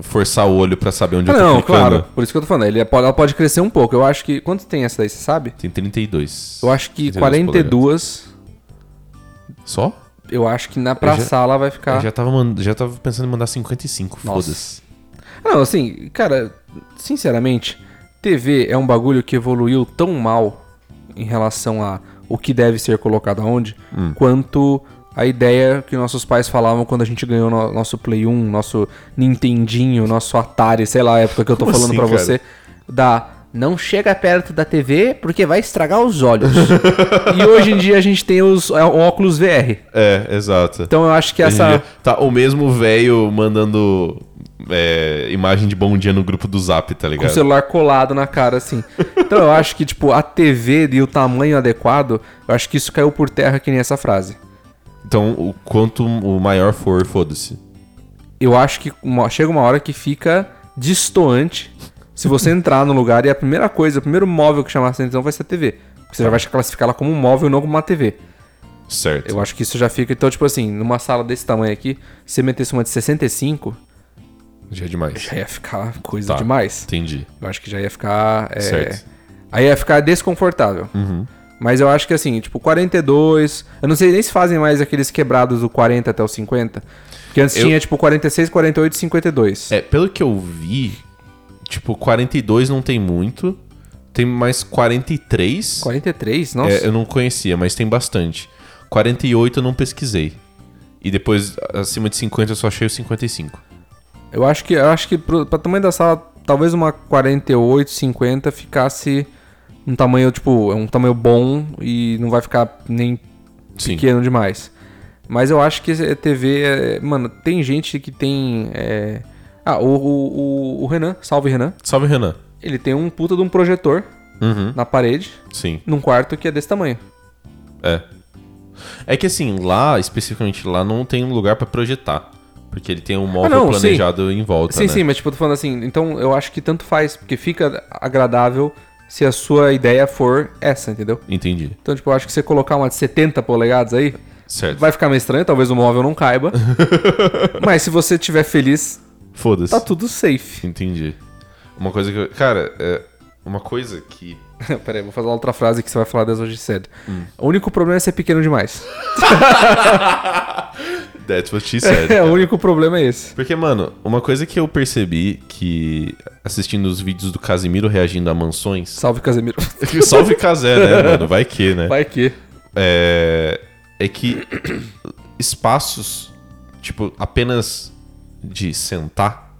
[SPEAKER 2] Forçar o olho pra saber onde eu tô
[SPEAKER 1] não,
[SPEAKER 2] clicando.
[SPEAKER 1] claro. Por isso que eu tô falando, ele é, pode- ela pode crescer um pouco. Eu acho que. Quanto tem essa daí, você sabe?
[SPEAKER 2] Tem 32.
[SPEAKER 1] Eu acho que
[SPEAKER 2] 32
[SPEAKER 1] 42.
[SPEAKER 2] polegadas. Só?
[SPEAKER 1] Eu acho que na pra
[SPEAKER 2] já-
[SPEAKER 1] sala vai
[SPEAKER 2] Eu
[SPEAKER 1] ficar.
[SPEAKER 2] já tava, mand- já tava pensando em mandar 55,
[SPEAKER 1] Tá. Nossa.
[SPEAKER 2] foda-se.
[SPEAKER 1] Não, assim, cara, sinceramente, TV é um bagulho que evoluiu tão mal em relação a o que deve ser colocado aonde,
[SPEAKER 2] Hum.
[SPEAKER 1] quanto a ideia que nossos pais falavam quando a gente ganhou no- nosso Play 1, nosso Nintendinho, nosso Atari, sei lá, a época que eu tô
[SPEAKER 2] Como
[SPEAKER 1] falando
[SPEAKER 2] assim,
[SPEAKER 1] pra
[SPEAKER 2] cara?
[SPEAKER 1] você, da não chega perto da TV porque vai estragar os olhos. e hoje em dia a gente tem os é, o óculos VR.
[SPEAKER 2] É, exato.
[SPEAKER 1] Então eu acho que
[SPEAKER 2] Hoje em
[SPEAKER 1] essa
[SPEAKER 2] dia, Tá o mesmo velho mandando é, imagem de bom dia no grupo do Zap, tá
[SPEAKER 1] com o
[SPEAKER 2] ligado?
[SPEAKER 1] celular colado na cara, assim. Então eu acho que, tipo, a TV e o tamanho adequado, eu acho que isso caiu por terra que nem essa frase.
[SPEAKER 2] Então, o quanto o maior for, foda-se.
[SPEAKER 1] Eu acho que uma- chega uma hora que fica distoante se você entrar no lugar e a primeira coisa, o primeiro móvel que chamar a atenção vai ser a TV. Porque você já vai classificar ela como um móvel e não como uma TV.
[SPEAKER 2] Certo.
[SPEAKER 1] Eu acho que isso já fica. Então, tipo assim, numa sala desse tamanho aqui, se você metesse uma de 65,
[SPEAKER 2] Já é demais.
[SPEAKER 1] já ia ficar coisa
[SPEAKER 2] Tá.
[SPEAKER 1] demais.
[SPEAKER 2] Entendi.
[SPEAKER 1] Eu acho que já ia ficar. é,
[SPEAKER 2] Certo. Uhum.
[SPEAKER 1] Aí ia ficar desconfortável. Mas eu acho que assim, tipo, 42. Eu não sei nem se fazem mais aqueles quebrados do 40 até o 50. Porque antes
[SPEAKER 2] Eu-
[SPEAKER 1] tinha, tipo, 46, 48 e 52.
[SPEAKER 2] É, pelo que eu vi, tipo, 42 não tem muito. Tem mais 43.
[SPEAKER 1] 43? Nossa.
[SPEAKER 2] É, eu não conhecia, mas tem bastante. 48 eu não pesquisei. E depois, acima de 50, eu só achei o 55.
[SPEAKER 1] Eu acho que, eu acho que pro, pra tamanho da sala, talvez uma 48, 50 ficasse um tamanho, tipo, é um tamanho bom e não vai ficar nem
[SPEAKER 2] Sim.
[SPEAKER 1] pequeno demais. Mas eu acho que é TV, é- mano, tem gente que tem. é, Ah, o, o, o- o Renan, salve Renan,
[SPEAKER 2] Salve, Renan.
[SPEAKER 1] ele tem um puta de um projetor
[SPEAKER 2] Uhum.
[SPEAKER 1] na parede,
[SPEAKER 2] Sim.
[SPEAKER 1] num quarto que é desse tamanho.
[SPEAKER 2] É. É que assim, lá, especificamente lá, não tem um lugar pra projetar. Porque ele tem um móvel
[SPEAKER 1] Ah, não, sim.
[SPEAKER 2] planejado em volta.
[SPEAKER 1] Sim,
[SPEAKER 2] né?
[SPEAKER 1] sim, mas tipo, eu tô falando assim, então eu acho que tanto faz, porque fica agradável se a sua ideia for essa, entendeu?
[SPEAKER 2] Entendi.
[SPEAKER 1] Então, tipo, eu acho que você colocar uma de 70 polegadas aí,
[SPEAKER 2] Certo.
[SPEAKER 1] vai ficar meio estranho, talvez o móvel não caiba. mas se você estiver feliz,
[SPEAKER 2] Foda-se.
[SPEAKER 1] tá tudo safe.
[SPEAKER 2] Entendi. Uma coisa que. eu- Cara, é. Uma coisa que.
[SPEAKER 1] Pera aí, vou fazer uma outra frase que você vai falar dessa hoje cedo. O único problema é ser pequeno demais.
[SPEAKER 2] That's what she said.
[SPEAKER 1] é, o único problema é esse.
[SPEAKER 2] Porque, mano, uma coisa que eu percebi que assistindo os vídeos do Casimiro reagindo a mansões.
[SPEAKER 1] Salve, Casemiro.
[SPEAKER 2] Salve Casé, né, mano? Vai que, né?
[SPEAKER 1] Vai que.
[SPEAKER 2] É, é que espaços, tipo, apenas de sentar,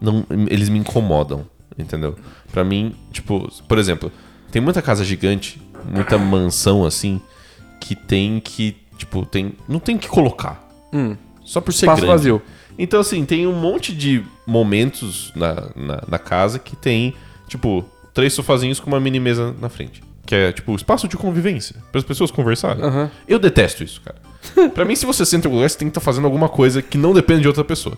[SPEAKER 2] não, eles me incomodam, entendeu? Pra mim, tipo, por exemplo, tem muita casa gigante, muita mansão assim, que tem que, tipo, tem, não tem que colocar. Só por ser
[SPEAKER 1] Hum. Espaço
[SPEAKER 2] grande.
[SPEAKER 1] vazio.
[SPEAKER 2] Então, assim, tem um monte de momentos na, na, na casa que tem, tipo, três sofazinhos com uma mini mesa na frente. Que é, tipo, espaço de convivência, para as pessoas conversarem.
[SPEAKER 1] Aham.
[SPEAKER 2] Eu detesto isso, cara. pra mim, se você senta em algum lugar, você tem que estar fazendo alguma coisa que não depende de outra pessoa.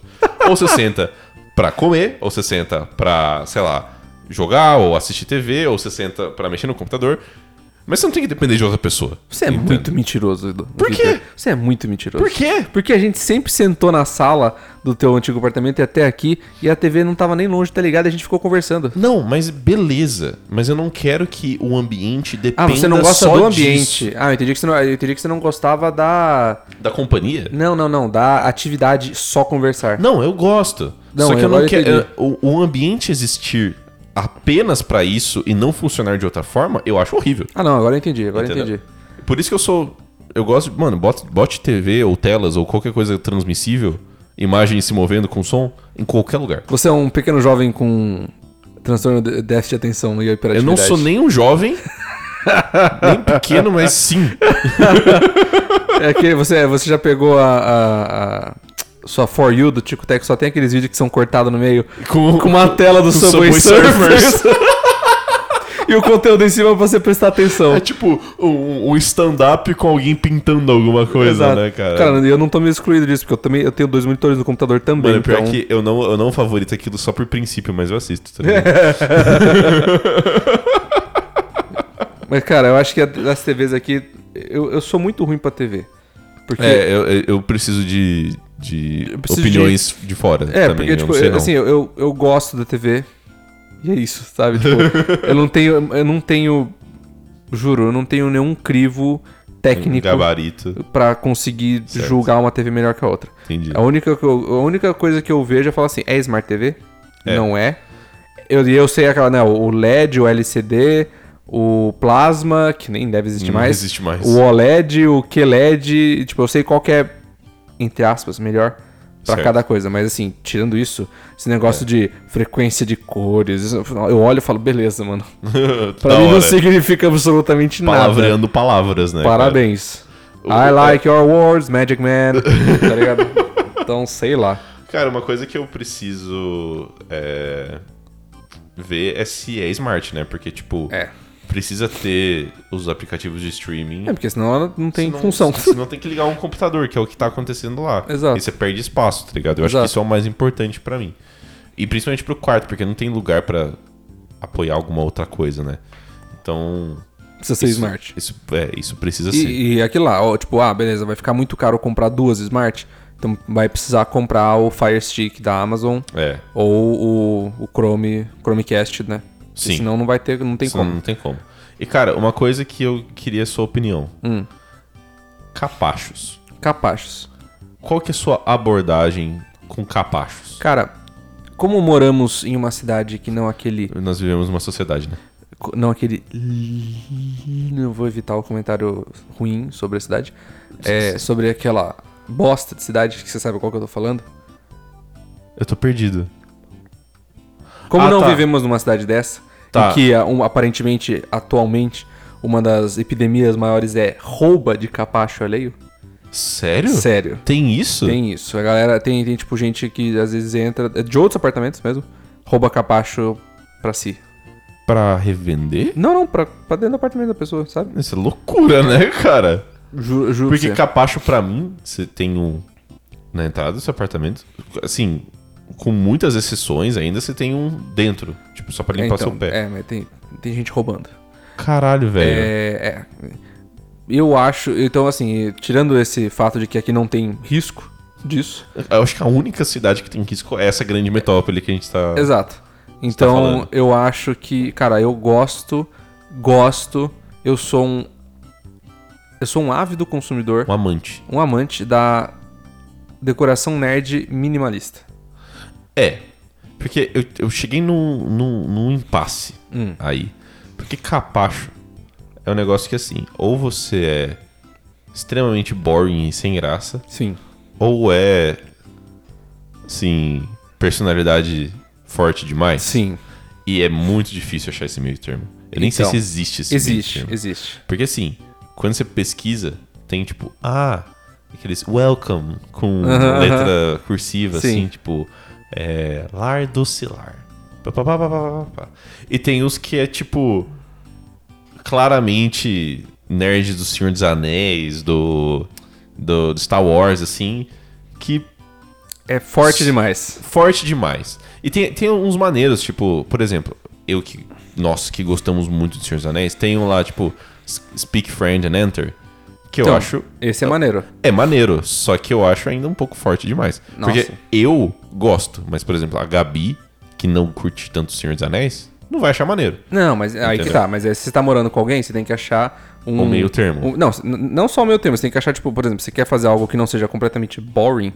[SPEAKER 2] Ou você senta pra comer, ou você senta pra, sei lá, jogar, ou assistir TV, ou você senta pra mexer no computador. Mas você não tem que depender de outra pessoa.
[SPEAKER 1] Você é
[SPEAKER 2] Entende?
[SPEAKER 1] muito mentiroso, Edu.
[SPEAKER 2] Por quê?
[SPEAKER 1] Você é muito mentiroso.
[SPEAKER 2] Por quê?
[SPEAKER 1] Porque a gente sempre sentou na sala do teu antigo apartamento e até aqui, e a TV não tava nem longe, tá ligado? E a gente ficou conversando.
[SPEAKER 2] Não, mas beleza. Mas eu não quero que o ambiente dependa
[SPEAKER 1] Ah, você não gosta
[SPEAKER 2] só
[SPEAKER 1] do
[SPEAKER 2] disso.
[SPEAKER 1] ambiente. Ah, eu entendi, que você não, eu entendi que você não gostava da.
[SPEAKER 2] Da companhia?
[SPEAKER 1] Não, não, não. Da atividade só conversar.
[SPEAKER 2] Não, eu gosto.
[SPEAKER 1] Não,
[SPEAKER 2] Só que eu
[SPEAKER 1] agora
[SPEAKER 2] não
[SPEAKER 1] eu
[SPEAKER 2] quero.
[SPEAKER 1] entendi.
[SPEAKER 2] eu- o, o ambiente existir apenas pra isso e não funcionar de outra forma, eu acho horrível.
[SPEAKER 1] Ah, não, agora eu entendi, agora eu
[SPEAKER 2] Entendeu?
[SPEAKER 1] entendi.
[SPEAKER 2] Por isso que eu sou. Eu gosto. de- Mano, bote, bote TV ou telas ou qualquer coisa transmissível, imagem se movendo com som, em qualquer lugar.
[SPEAKER 1] Você é um pequeno jovem com transtorno de déficit de atenção e
[SPEAKER 2] Eu
[SPEAKER 1] hiperatividade.
[SPEAKER 2] não sou nem um jovem, nem pequeno, mas sim.
[SPEAKER 1] É que você, você já pegou a, a- a- sua For You do Tico Tec, só tem aqueles vídeos que são cortados no meio com, uma tela do Subway,
[SPEAKER 2] Subway
[SPEAKER 1] Surfers.
[SPEAKER 2] Surfers.
[SPEAKER 1] e o conteúdo em cima pra você prestar atenção.
[SPEAKER 2] É tipo um, um stand-up com alguém pintando alguma coisa,
[SPEAKER 1] Exato.
[SPEAKER 2] né, cara?
[SPEAKER 1] eu não tô me excluído disso, porque eu também eu tenho dois monitores no computador também.
[SPEAKER 2] Mano, pior
[SPEAKER 1] então-
[SPEAKER 2] que eu não, eu não favorito aquilo só por princípio, mas eu assisto, tá ligado?
[SPEAKER 1] Mas, cara, eu acho que a- das TVs aqui, eu, eu sou muito ruim pra TV. Porque.
[SPEAKER 2] é, eu, eu- eu preciso de, de
[SPEAKER 1] Eu preciso
[SPEAKER 2] opiniões de, fora
[SPEAKER 1] É,
[SPEAKER 2] também,
[SPEAKER 1] porque,
[SPEAKER 2] eu
[SPEAKER 1] tipo,
[SPEAKER 2] não sei não.
[SPEAKER 1] assim, eu, eu, eu gosto da TV. E é isso, sabe? Tipo, eu não tenho. Eu não tenho. Juro, eu não tenho nenhum crivo
[SPEAKER 2] um
[SPEAKER 1] técnico
[SPEAKER 2] gabarito,
[SPEAKER 1] pra conseguir
[SPEAKER 2] Certo.
[SPEAKER 1] julgar uma TV melhor que a outra.
[SPEAKER 2] entendi.
[SPEAKER 1] A única, que eu- a única coisa que eu vejo é falar assim, é Smart TV?
[SPEAKER 2] É.
[SPEAKER 1] Não é. Eu, e eu sei aquela, né? O LED, o LCD, o Plasma, que nem deve existir
[SPEAKER 2] Não
[SPEAKER 1] mais.
[SPEAKER 2] existe mais.
[SPEAKER 1] O OLED, o QLED, tipo, eu sei qual que é, entre aspas, melhor pra
[SPEAKER 2] Certo. É.
[SPEAKER 1] cada coisa. Mas assim, tirando isso, esse negócio de frequência de cores, isso, eu olho e falo, beleza, mano. Pra
[SPEAKER 2] Da
[SPEAKER 1] mim não
[SPEAKER 2] hora.
[SPEAKER 1] significa absolutamente nada.
[SPEAKER 2] Palavreando palavras, né? cara?
[SPEAKER 1] Parabéns.
[SPEAKER 2] O-
[SPEAKER 1] I like your words, Magic Man. tá ligado? Então, sei lá.
[SPEAKER 2] Cara, uma coisa que eu preciso é, ver é se é smart, né? Porque, tipo,
[SPEAKER 1] É.
[SPEAKER 2] precisa ter os aplicativos de streaming.
[SPEAKER 1] É, porque senão ela não tem
[SPEAKER 2] Senão-
[SPEAKER 1] função.
[SPEAKER 2] Senão tem que ligar um computador, que é o que tá acontecendo lá.
[SPEAKER 1] Exato.
[SPEAKER 2] E você perde espaço, tá ligado? Eu
[SPEAKER 1] Exato.
[SPEAKER 2] acho que isso é o mais importante pra mim. E principalmente pro quarto, porque não tem lugar pra apoiar alguma outra coisa, né? Então.
[SPEAKER 1] Precisa ser
[SPEAKER 2] isso-
[SPEAKER 1] smart.
[SPEAKER 2] Isso, é, isso precisa ser.
[SPEAKER 1] E, e aquilo lá, ó, tipo, ah, beleza, vai ficar muito caro comprar duas smart. Então vai precisar comprar o Fire Stick da Amazon
[SPEAKER 2] É.
[SPEAKER 1] ou o, o Chrome, Chromecast, né? Porque
[SPEAKER 2] Sim.
[SPEAKER 1] Senão não vai ter, não tem
[SPEAKER 2] Isso
[SPEAKER 1] como.
[SPEAKER 2] Não tem como. E, cara, uma coisa que eu queria a sua opinião:
[SPEAKER 1] Hum.
[SPEAKER 2] capachos.
[SPEAKER 1] Capachos.
[SPEAKER 2] Qual que é a sua abordagem com capachos?
[SPEAKER 1] Cara, como moramos em uma cidade que não aquele
[SPEAKER 2] Nós vivemos numa sociedade, né?
[SPEAKER 1] Co- Não, aquele. li- Não vou evitar o comentário ruim sobre a cidade. É, sobre aquela bosta de cidade que você sabe qual que eu tô falando.
[SPEAKER 2] Eu Eu tô perdido.
[SPEAKER 1] Como
[SPEAKER 2] Ah,
[SPEAKER 1] não
[SPEAKER 2] tá.
[SPEAKER 1] vivemos numa cidade dessa,
[SPEAKER 2] Tá.
[SPEAKER 1] em que a- um- aparentemente, atualmente, uma das epidemias maiores é rouba de capacho alheio?
[SPEAKER 2] Sério?
[SPEAKER 1] Sério.
[SPEAKER 2] Tem isso?
[SPEAKER 1] Tem isso. A galera tem, tem, tipo gente que às vezes entra é de outros apartamentos mesmo, rouba capacho pra si.
[SPEAKER 2] Pra revender?
[SPEAKER 1] Não, não, pra, pra dentro do apartamento da pessoa, sabe?
[SPEAKER 2] Isso é loucura, né, cara?
[SPEAKER 1] Ju, juro pra
[SPEAKER 2] Porque
[SPEAKER 1] você.
[SPEAKER 2] capacho, pra mim, você tem um. Na entrada do seu apartamento, assim, com muitas exceções ainda, você tem um dentro. Tipo, só pra
[SPEAKER 1] É,
[SPEAKER 2] limpar
[SPEAKER 1] então,
[SPEAKER 2] seu pé.
[SPEAKER 1] É, mas tem, tem gente roubando.
[SPEAKER 2] Caralho, velho.
[SPEAKER 1] É, é. Eu acho, então assim, tirando esse fato de que aqui não tem risco disso.
[SPEAKER 2] Eu acho que a única cidade que tem risco é essa grande metrópole que a gente tá.
[SPEAKER 1] Exato. Então
[SPEAKER 2] falando.
[SPEAKER 1] eu acho que, cara, eu gosto, gosto, eu sou um eu sou um ávido consumidor,
[SPEAKER 2] Um amante.
[SPEAKER 1] um amante da decoração nerd minimalista.
[SPEAKER 2] É. Porque eu, eu cheguei num, num, num impasse
[SPEAKER 1] Hum.
[SPEAKER 2] aí. Porque capacho é um negócio que assim, ou você é extremamente boring e sem graça,
[SPEAKER 1] Sim.
[SPEAKER 2] ou é assim, personalidade forte demais.
[SPEAKER 1] Sim,
[SPEAKER 2] E é muito difícil achar esse meio termo. Eu nem sei
[SPEAKER 1] Então,
[SPEAKER 2] se existe esse
[SPEAKER 1] existe,
[SPEAKER 2] meio termo.
[SPEAKER 1] existe.
[SPEAKER 2] Porque assim, quando você pesquisa, tem tipo, ah, aqueles welcome com
[SPEAKER 1] Aham,
[SPEAKER 2] letra cursiva,
[SPEAKER 1] Sim.
[SPEAKER 2] assim, tipo, é, lar docilar. Pá, pá, pá, pá, pá, pá, pá. E tem os que é tipo, claramente nerd do Senhor dos Anéis, do, do, do Star Wars, assim, que
[SPEAKER 1] É forte demais.
[SPEAKER 2] forte demais. E tem, tem uns maneiros, tipo, por exemplo, eu que. Nós que gostamos muito de Senhor dos Anéis, tem um lá, tipo, S- Speak Friend and Enter. Que eu
[SPEAKER 1] Então,
[SPEAKER 2] acho.
[SPEAKER 1] Esse é maneiro.
[SPEAKER 2] É maneiro, só que eu acho ainda um pouco forte demais.
[SPEAKER 1] Nossa.
[SPEAKER 2] Porque eu gosto, mas, por exemplo, a Gabi, que não curte tanto Senhor dos Anéis, não vai achar maneiro.
[SPEAKER 1] Não, mas aí que
[SPEAKER 2] Entendeu?
[SPEAKER 1] tá. Mas aí, se você tá morando com alguém, você tem que achar um.
[SPEAKER 2] Um meio termo.
[SPEAKER 1] um- não, n- não só o meio termo. Você tem que achar, tipo, por exemplo, você quer fazer algo que não seja completamente boring,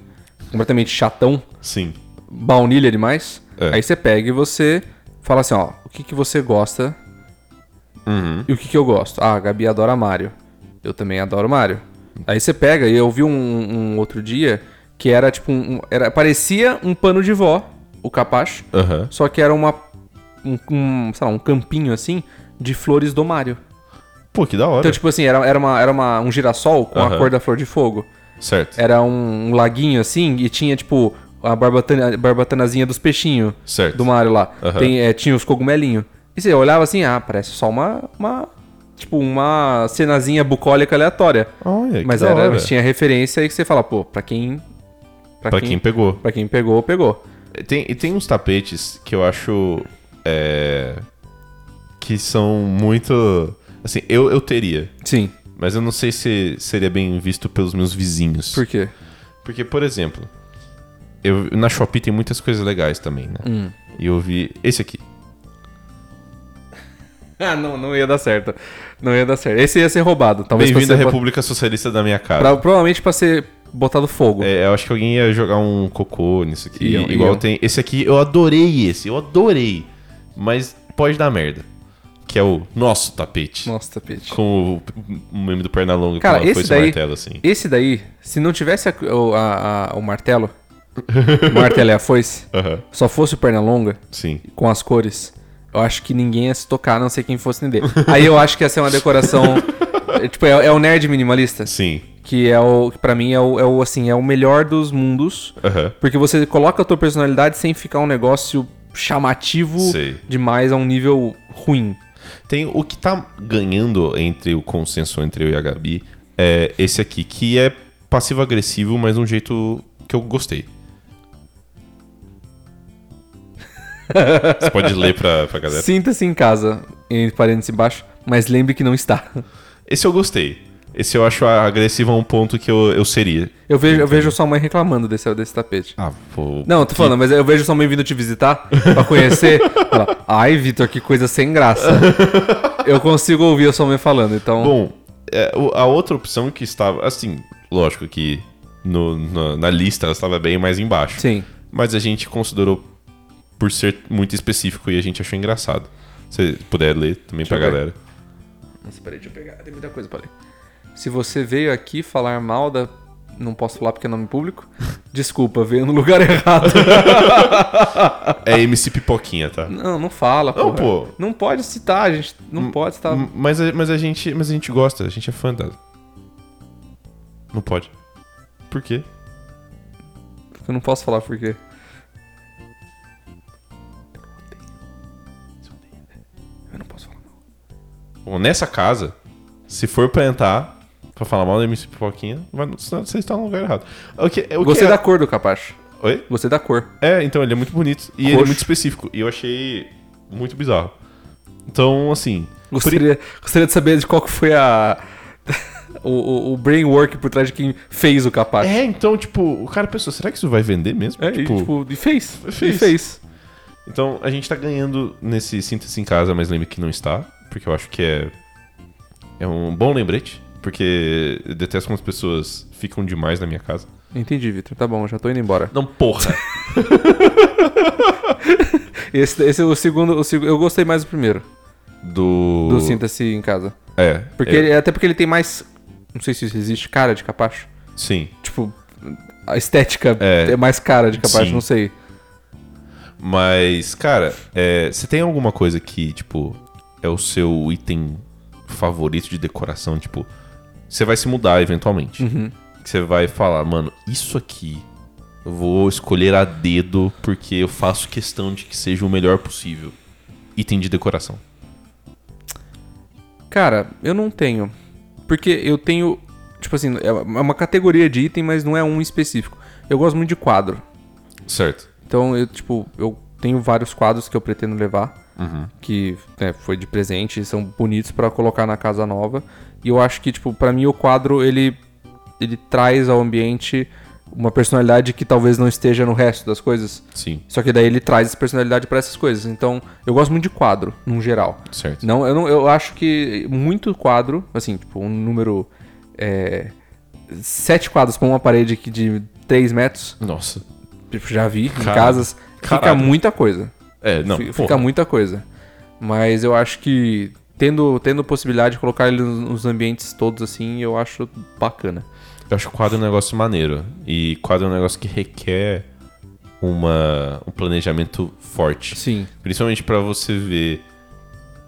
[SPEAKER 1] completamente chatão,
[SPEAKER 2] Sim.
[SPEAKER 1] baunilha demais.
[SPEAKER 2] É.
[SPEAKER 1] Aí você pega e você fala assim: ó, o que, que você gosta
[SPEAKER 2] Uhum.
[SPEAKER 1] e o que, que eu gosto? Ah, a Gabi adora Mario. Eu também adoro Mario. Aí você pega, e eu vi um, um outro dia que era tipo um. um- Era, parecia um pano de vó, o capacho.
[SPEAKER 2] Aham.
[SPEAKER 1] Só que era uma. Um, um, sei lá, um campinho assim de flores do Mario.
[SPEAKER 2] Pô, que da hora.
[SPEAKER 1] Então, tipo assim, era, era, uma, era uma, um girassol com a
[SPEAKER 2] Aham.
[SPEAKER 1] cor da flor de fogo.
[SPEAKER 2] certo.
[SPEAKER 1] Era um, um laguinho assim e tinha, tipo, a barbatana, barbatanazinha dos peixinhos
[SPEAKER 2] Certo.
[SPEAKER 1] do Mario lá.
[SPEAKER 2] Aham.
[SPEAKER 1] Tem, é, tinha os cogumelinhos. E você olhava assim, ah, parece só uma. uma tipo, uma cenazinha bucólica aleatória.
[SPEAKER 2] Olha, que
[SPEAKER 1] Mas é, né,
[SPEAKER 2] da
[SPEAKER 1] era,
[SPEAKER 2] hora.
[SPEAKER 1] tinha referência aí que você fala, pô, pra quem. Pra,
[SPEAKER 2] Pra
[SPEAKER 1] quem,
[SPEAKER 2] quem pegou.
[SPEAKER 1] pra quem pegou, pegou.
[SPEAKER 2] Tem, e tem uns tapetes que eu acho. é, que são muito. Assim, eu, eu teria.
[SPEAKER 1] Sim.
[SPEAKER 2] Mas eu não sei se seria bem visto pelos meus vizinhos.
[SPEAKER 1] Por quê?
[SPEAKER 2] Porque, por exemplo, eu, na Shopee tem muitas coisas legais também, né?
[SPEAKER 1] Hum.
[SPEAKER 2] E eu vi esse aqui.
[SPEAKER 1] Ah, não, não ia dar certo. Não ia dar certo. Esse ia ser roubado. Talvez pra
[SPEAKER 2] Bem-vindo à
[SPEAKER 1] ser bot-
[SPEAKER 2] República Socialista da minha cara.
[SPEAKER 1] pra- provavelmente pra ser botado fogo.
[SPEAKER 2] É, eu acho que alguém ia jogar um cocô nisso aqui.
[SPEAKER 1] Iam,
[SPEAKER 2] igual
[SPEAKER 1] iam.
[SPEAKER 2] tem. Esse aqui, eu adorei esse, eu adorei. Mas pode dar merda. Que é o nosso tapete.
[SPEAKER 1] Nossa, tapete.
[SPEAKER 2] Com o, o meme do Pernalonga
[SPEAKER 1] Cara,
[SPEAKER 2] com uma
[SPEAKER 1] esse
[SPEAKER 2] foice e
[SPEAKER 1] daí-
[SPEAKER 2] martelo, assim.
[SPEAKER 1] Esse daí, se não tivesse a- o, a- a- o martelo, o martelo é a foice,
[SPEAKER 2] Aham,
[SPEAKER 1] só fosse o perna longa
[SPEAKER 2] sim.
[SPEAKER 1] com as cores, eu acho que ninguém ia se tocar, a não sei quem fosse entender. Aí eu acho que ia ser uma decoração. é, tipo, é, é o nerd minimalista,
[SPEAKER 2] Sim.
[SPEAKER 1] que é o. que pra mim é o, é o, assim, é o melhor dos mundos.
[SPEAKER 2] Aham.
[SPEAKER 1] Porque você coloca a tua personalidade sem ficar um negócio chamativo
[SPEAKER 2] Sei.
[SPEAKER 1] demais a um nível ruim.
[SPEAKER 2] Tem o que tá ganhando entre o consenso entre eu e a Gabi é esse aqui, que é passivo-agressivo, mas de um jeito que eu gostei. Você pode ler pra, pra galera.
[SPEAKER 1] Sinta-se em casa, entre parênteses embaixo, mas lembre que não está.
[SPEAKER 2] Esse eu gostei. Esse eu acho agressivo a um ponto que eu, eu seria.
[SPEAKER 1] Eu vejo, eu vejo sua mãe reclamando desse, desse tapete.
[SPEAKER 2] Ah, pô.
[SPEAKER 1] Não, tô falando, mas eu vejo sua mãe vindo te visitar pra conhecer. Fala, Ai, Vitor, que coisa sem graça. Eu consigo ouvir a sua mãe falando, então.
[SPEAKER 2] Bom, é, o- a outra opção que estava. Assim, lógico que no- na, na lista ela estava bem mais embaixo.
[SPEAKER 1] Sim.
[SPEAKER 2] Mas a gente considerou por ser muito específico e a gente achou engraçado. Se puder ler também pra
[SPEAKER 1] eu ver.
[SPEAKER 2] galera.
[SPEAKER 1] Nossa, peraí, deixa eu pegar. Tem muita coisa pra ler. Se você veio aqui falar mal da, Não posso falar porque é nome público. Desculpa, veio no lugar errado.
[SPEAKER 2] É MC Pipoquinha, tá?
[SPEAKER 1] não, não fala,
[SPEAKER 2] Não,
[SPEAKER 1] porra.
[SPEAKER 2] pô. Hum,
[SPEAKER 1] Não pode citar, a gente. Não pode citar.
[SPEAKER 2] M- Mas, a- mas, a gente, mas a gente gosta, a gente é fã dela. Não pode. Por quê?
[SPEAKER 1] Eu não posso falar por quê. Eu não posso falar.
[SPEAKER 2] Bom, nessa casa, se for pra entrar, pra falar mal da MC Pipoquinha, vai no- senão você está no lugar errado. O que, o que
[SPEAKER 1] Gostei
[SPEAKER 2] é-
[SPEAKER 1] da cor do capacho.
[SPEAKER 2] Oi?
[SPEAKER 1] Gostei da cor.
[SPEAKER 2] É, então ele é muito bonito. E ele é
[SPEAKER 1] Roxo.
[SPEAKER 2] muito específico. E eu achei muito bizarro. Então, assim.
[SPEAKER 1] Gostaria, gostaria de saber de qual que foi a. o, o, o brain work por trás de quem fez o capacho.
[SPEAKER 2] É, então, tipo, o cara pensou, será que isso vai vender mesmo?
[SPEAKER 1] É, e, tipo, e fez.
[SPEAKER 2] fez.
[SPEAKER 1] E fez.
[SPEAKER 2] Então, a gente tá ganhando nesse Sinta-se em Casa, mas lembre que não está, porque eu acho que é. É um bom lembrete, porque eu detesto quando as pessoas ficam demais na minha casa.
[SPEAKER 1] Entendi, Vitor. Tá bom, eu já tô indo embora.
[SPEAKER 2] Não, porra!
[SPEAKER 1] Esse, esse é o segundo. O, seg- eu gostei mais do primeiro.
[SPEAKER 2] Do.
[SPEAKER 1] Do Sinta-se em casa.
[SPEAKER 2] É.
[SPEAKER 1] Porque
[SPEAKER 2] é,
[SPEAKER 1] ele- até porque ele tem mais. Não sei se isso existe, cara de capacho.
[SPEAKER 2] Sim.
[SPEAKER 1] Tipo, a estética
[SPEAKER 2] É.
[SPEAKER 1] é, mais cara de capacho,
[SPEAKER 2] Sim.
[SPEAKER 1] não sei.
[SPEAKER 2] Mas, cara, é, você tem alguma coisa que, tipo, é o seu item favorito de decoração? Tipo, você vai se mudar eventualmente. Que você vai falar, mano, isso aqui eu vou escolher a dedo porque eu faço questão de que seja o melhor possível. Item de decoração.
[SPEAKER 1] Cara, eu não tenho. Porque eu tenho. Tipo assim, é uma é uma categoria de item, mas não é um específico. Eu gosto muito de quadro.
[SPEAKER 2] Certo.
[SPEAKER 1] Então, eu, tipo, eu tenho vários quadros que eu pretendo levar. Que né, foi de presente, são bonitos pra colocar na casa nova. E eu acho que, tipo, pra mim o quadro, ele, ele traz ao ambiente uma personalidade que talvez não esteja no resto das coisas.
[SPEAKER 2] Sim.
[SPEAKER 1] Só que daí ele traz essa personalidade pra essas coisas. Então, eu gosto muito de quadro, num geral.
[SPEAKER 2] Certo.
[SPEAKER 1] Não, eu, não, eu acho que muito quadro, assim, tipo, um número. É, sete quadros pra uma parede que de 3 metros,
[SPEAKER 2] Nossa.
[SPEAKER 1] tipo, já vi
[SPEAKER 2] Caralho.
[SPEAKER 1] em casas, fica
[SPEAKER 2] Caralho.
[SPEAKER 1] muita coisa.
[SPEAKER 2] É, não.
[SPEAKER 1] Fi- fica
[SPEAKER 2] porra.
[SPEAKER 1] muita coisa. Mas eu acho que tendo, tendo possibilidade de colocar ele nos nos ambientes todos assim, eu acho bacana.
[SPEAKER 2] Eu acho quadro um negócio maneiro. E quadro é um negócio que requer uma, um planejamento forte.
[SPEAKER 1] Sim.
[SPEAKER 2] Principalmente pra você ver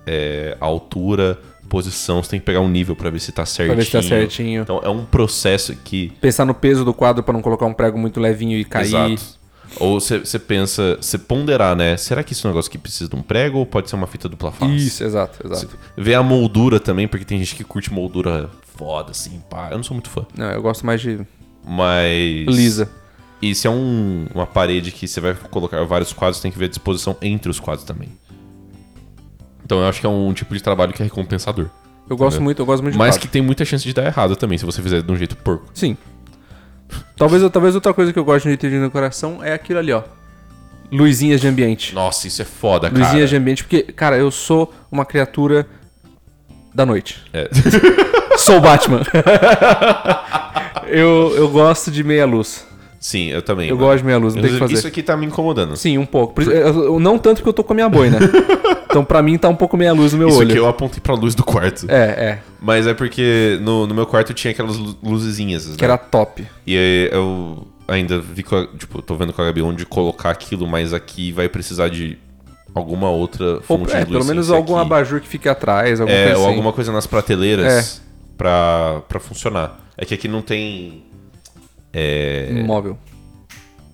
[SPEAKER 2] é, a altura, posição, você tem que pegar um nível pra ver se tá certinho.
[SPEAKER 1] Pra ver se tá certinho.
[SPEAKER 2] Então é um processo que.
[SPEAKER 1] Pensar no peso do quadro pra não colocar um prego muito levinho e cair.
[SPEAKER 2] Exato. Ou você você pensa, você ponderar, né? Será que isso é um negócio que precisa de um prego ou pode ser uma fita dupla face?
[SPEAKER 1] Isso, exato, exato.
[SPEAKER 2] Ver a moldura também, porque tem gente que curte moldura foda, assim, pá. Eu não sou muito fã.
[SPEAKER 1] Não, eu gosto mais de
[SPEAKER 2] Mas.
[SPEAKER 1] lisa.
[SPEAKER 2] E se é um- uma parede que você vai colocar vários quadros, tem que ver a disposição entre os quadros também. Então eu acho que é um tipo de trabalho que é recompensador.
[SPEAKER 1] Eu gosto
[SPEAKER 2] Entendeu?
[SPEAKER 1] muito, eu gosto muito de
[SPEAKER 2] Mas
[SPEAKER 1] quadro.
[SPEAKER 2] que tem muita chance de dar errado também, se você fizer de um jeito porco.
[SPEAKER 1] Sim. Talvez, talvez outra coisa que eu gosto de item de decoração é aquilo ali, ó. Luzinhas de ambiente.
[SPEAKER 2] Nossa, isso é foda, cara.
[SPEAKER 1] Luzinhas de ambiente, porque, cara, eu sou uma criatura da noite.
[SPEAKER 2] É.
[SPEAKER 1] Sou o Batman. eu, eu gosto de meia luz.
[SPEAKER 2] Sim, eu também.
[SPEAKER 1] Eu
[SPEAKER 2] mano.
[SPEAKER 1] gosto de meia luz, não tem o que
[SPEAKER 2] Inclusive,
[SPEAKER 1] fazer.
[SPEAKER 2] Isso aqui tá me incomodando.
[SPEAKER 1] Sim, um pouco. Por isso- eu- eu- não tanto porque eu tô com a minha boina. então pra mim tá um pouco meia luz no meu
[SPEAKER 2] Isso
[SPEAKER 1] olho.
[SPEAKER 2] aqui eu apontei pra luz do quarto.
[SPEAKER 1] É, é.
[SPEAKER 2] Mas é porque no, no meu quarto tinha aquelas lu- luzezinhas, né?
[SPEAKER 1] Que era top.
[SPEAKER 2] E aí eu ainda vi com a, tipo, tô vendo com a Gabi onde colocar aquilo, mas aqui vai precisar de alguma outra
[SPEAKER 1] Ou,
[SPEAKER 2] fonte
[SPEAKER 1] é,
[SPEAKER 2] de luz.
[SPEAKER 1] pelo menos
[SPEAKER 2] sem ser
[SPEAKER 1] algum
[SPEAKER 2] aqui.
[SPEAKER 1] abajur que fique atrás, alguma
[SPEAKER 2] É,
[SPEAKER 1] coisa
[SPEAKER 2] ou
[SPEAKER 1] assim. É.
[SPEAKER 2] alguma coisa nas prateleiras pra, pra funcionar. É que aqui não tem é,
[SPEAKER 1] Móvel.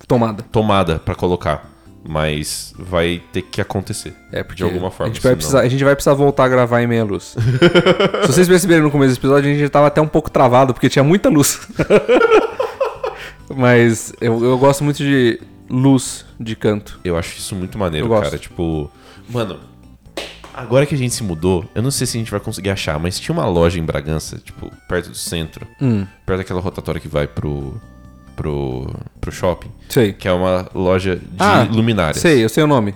[SPEAKER 1] Tomada.
[SPEAKER 2] tomada pra colocar, mas vai ter que acontecer.
[SPEAKER 1] É, porque
[SPEAKER 2] de alguma forma.
[SPEAKER 1] A gente, vai
[SPEAKER 2] senão-
[SPEAKER 1] precisar, a gente vai precisar voltar a gravar em meia luz. Se vocês perceberam no começo do episódio, a gente tava até um pouco travado, porque tinha muita luz. Mas eu, eu gosto muito de luz de canto.
[SPEAKER 2] Eu acho isso muito maneiro,
[SPEAKER 1] Eu gosto.
[SPEAKER 2] cara. Tipo, mano, agora que a gente se mudou, eu não sei se a gente vai conseguir achar, mas tinha uma loja em Bragança, tipo, perto do centro, perto daquela rotatória que vai pro pro pro shopping,
[SPEAKER 1] Sei.
[SPEAKER 2] que é uma loja de
[SPEAKER 1] Ah,
[SPEAKER 2] luminárias.
[SPEAKER 1] Sei, eu sei o nome.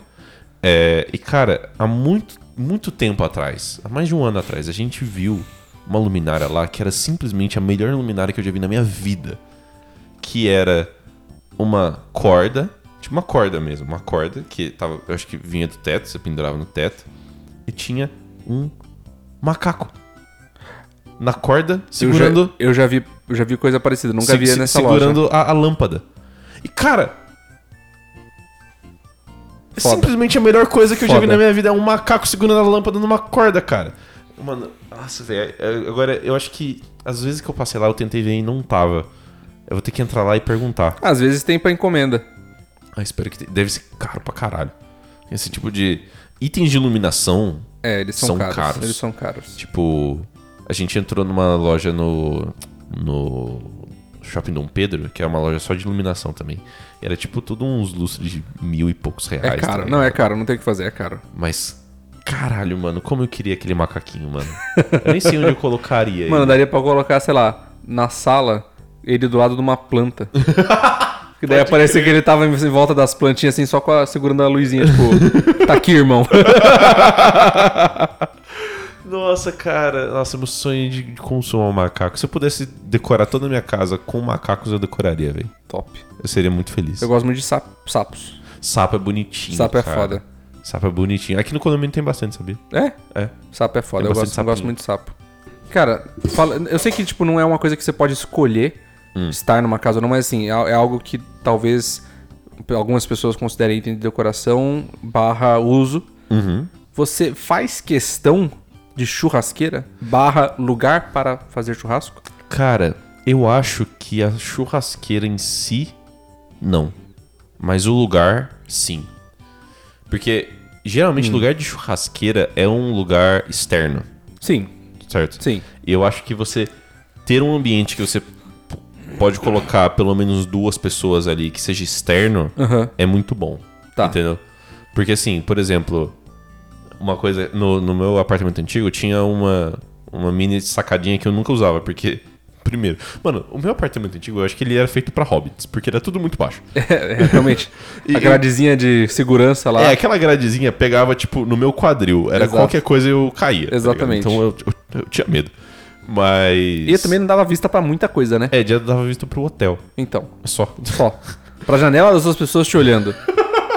[SPEAKER 2] É, e cara, há muito, muito tempo atrás, há mais de um ano atrás, a gente viu uma luminária lá que era simplesmente a melhor luminária que eu já vi na minha vida. Que era uma corda, tipo uma corda mesmo, uma corda que tava, eu acho que vinha do teto, você pendurava no teto, e tinha um macaco na corda
[SPEAKER 1] Eu já,
[SPEAKER 2] segurando
[SPEAKER 1] eu já vi eu já vi coisa parecida, nunca
[SPEAKER 2] se-
[SPEAKER 1] vi
[SPEAKER 2] se-
[SPEAKER 1] nessa loja.
[SPEAKER 2] segurando a, a lâmpada. E, cara. é
[SPEAKER 1] Foda.
[SPEAKER 2] Simplesmente a melhor coisa que eu já vi
[SPEAKER 1] Foda.
[SPEAKER 2] na minha vida é um macaco segurando a lâmpada numa corda, cara. Mano, nossa, velho. é, Agora, eu acho que às vezes que eu passei lá, eu tentei ver e não tava. Eu vou ter que entrar lá e perguntar.
[SPEAKER 1] Às vezes tem pra encomenda.
[SPEAKER 2] Ah, espero que. te- Deve ser caro pra caralho. Esse tipo de. Itens de iluminação,
[SPEAKER 1] É, eles são,
[SPEAKER 2] São
[SPEAKER 1] caros,
[SPEAKER 2] caros.
[SPEAKER 1] Eles são caros.
[SPEAKER 2] Tipo, a gente entrou numa loja no. no. Shopping Dom Pedro, que é uma loja só de iluminação também. E era tipo tudo uns lustres de mil e poucos
[SPEAKER 1] É
[SPEAKER 2] reais.
[SPEAKER 1] caro.
[SPEAKER 2] Ah, também.
[SPEAKER 1] Não, é caro, não tem o que fazer, é caro.
[SPEAKER 2] Mas, caralho, mano, como eu queria aquele macaquinho, mano. Eu nem sei onde eu colocaria
[SPEAKER 1] Mano,
[SPEAKER 2] ele.
[SPEAKER 1] daria pra colocar, sei lá, na sala, ele do lado de uma planta. Que daí aparece que ele tava em em volta das plantinhas, assim, só com a, segurando a luzinha, tipo, tá aqui, irmão.
[SPEAKER 2] Nossa, cara. Nossa, meu sonho de, de consumar um macaco. Se eu pudesse decorar toda a minha casa com macacos, eu decoraria, velho.
[SPEAKER 1] Top.
[SPEAKER 2] Eu seria muito feliz.
[SPEAKER 1] Eu gosto muito de sap- sapos.
[SPEAKER 2] Sapo é bonitinho.
[SPEAKER 1] Sapo é
[SPEAKER 2] cara.
[SPEAKER 1] foda.
[SPEAKER 2] Sapo é bonitinho. Aqui no condomínio tem bastante, sabia?
[SPEAKER 1] É?
[SPEAKER 2] É.
[SPEAKER 1] Sapo é foda, eu gosto, eu
[SPEAKER 2] Tem bastante
[SPEAKER 1] gosto
[SPEAKER 2] sapinho.
[SPEAKER 1] muito de sapo. Cara, fala- eu sei que tipo não é uma coisa que você pode escolher estar numa casa ou não, mas assim, é al- é algo que talvez algumas pessoas considerem item de decoração barra uso. Uhum. Você faz questão de churrasqueira barra lugar para fazer churrasco?
[SPEAKER 2] Cara, eu acho que a churrasqueira em si, não. Mas o lugar, sim. Porque geralmente lugar de churrasqueira é um lugar externo,
[SPEAKER 1] Sim,
[SPEAKER 2] certo?
[SPEAKER 1] sim.
[SPEAKER 2] E eu acho que você ter um ambiente que você p- pode colocar pelo menos duas pessoas ali que seja externo
[SPEAKER 1] Aham.
[SPEAKER 2] é muito bom.
[SPEAKER 1] Tá.
[SPEAKER 2] Entendeu? Porque assim, por exemplo, uma coisa. No, no meu apartamento antigo tinha uma, uma mini sacadinha que eu nunca usava, porque. Primeiro, mano, o meu apartamento antigo eu acho que ele era feito pra hobbits, porque era tudo muito baixo.
[SPEAKER 1] É, é, realmente.
[SPEAKER 2] E-
[SPEAKER 1] A gradezinha de segurança lá.
[SPEAKER 2] É, aquela gradezinha pegava, tipo, no meu quadril. Era
[SPEAKER 1] Exato.
[SPEAKER 2] qualquer coisa eu caía. tá
[SPEAKER 1] Exatamente.
[SPEAKER 2] ligado? então eu, eu- eu tinha medo. Mas.
[SPEAKER 1] E também não dava vista pra muita coisa, né?
[SPEAKER 2] É, já dava visto pro hotel. é
[SPEAKER 1] Então.
[SPEAKER 2] Só.
[SPEAKER 1] Só. Pra janela das outras pessoas te olhando.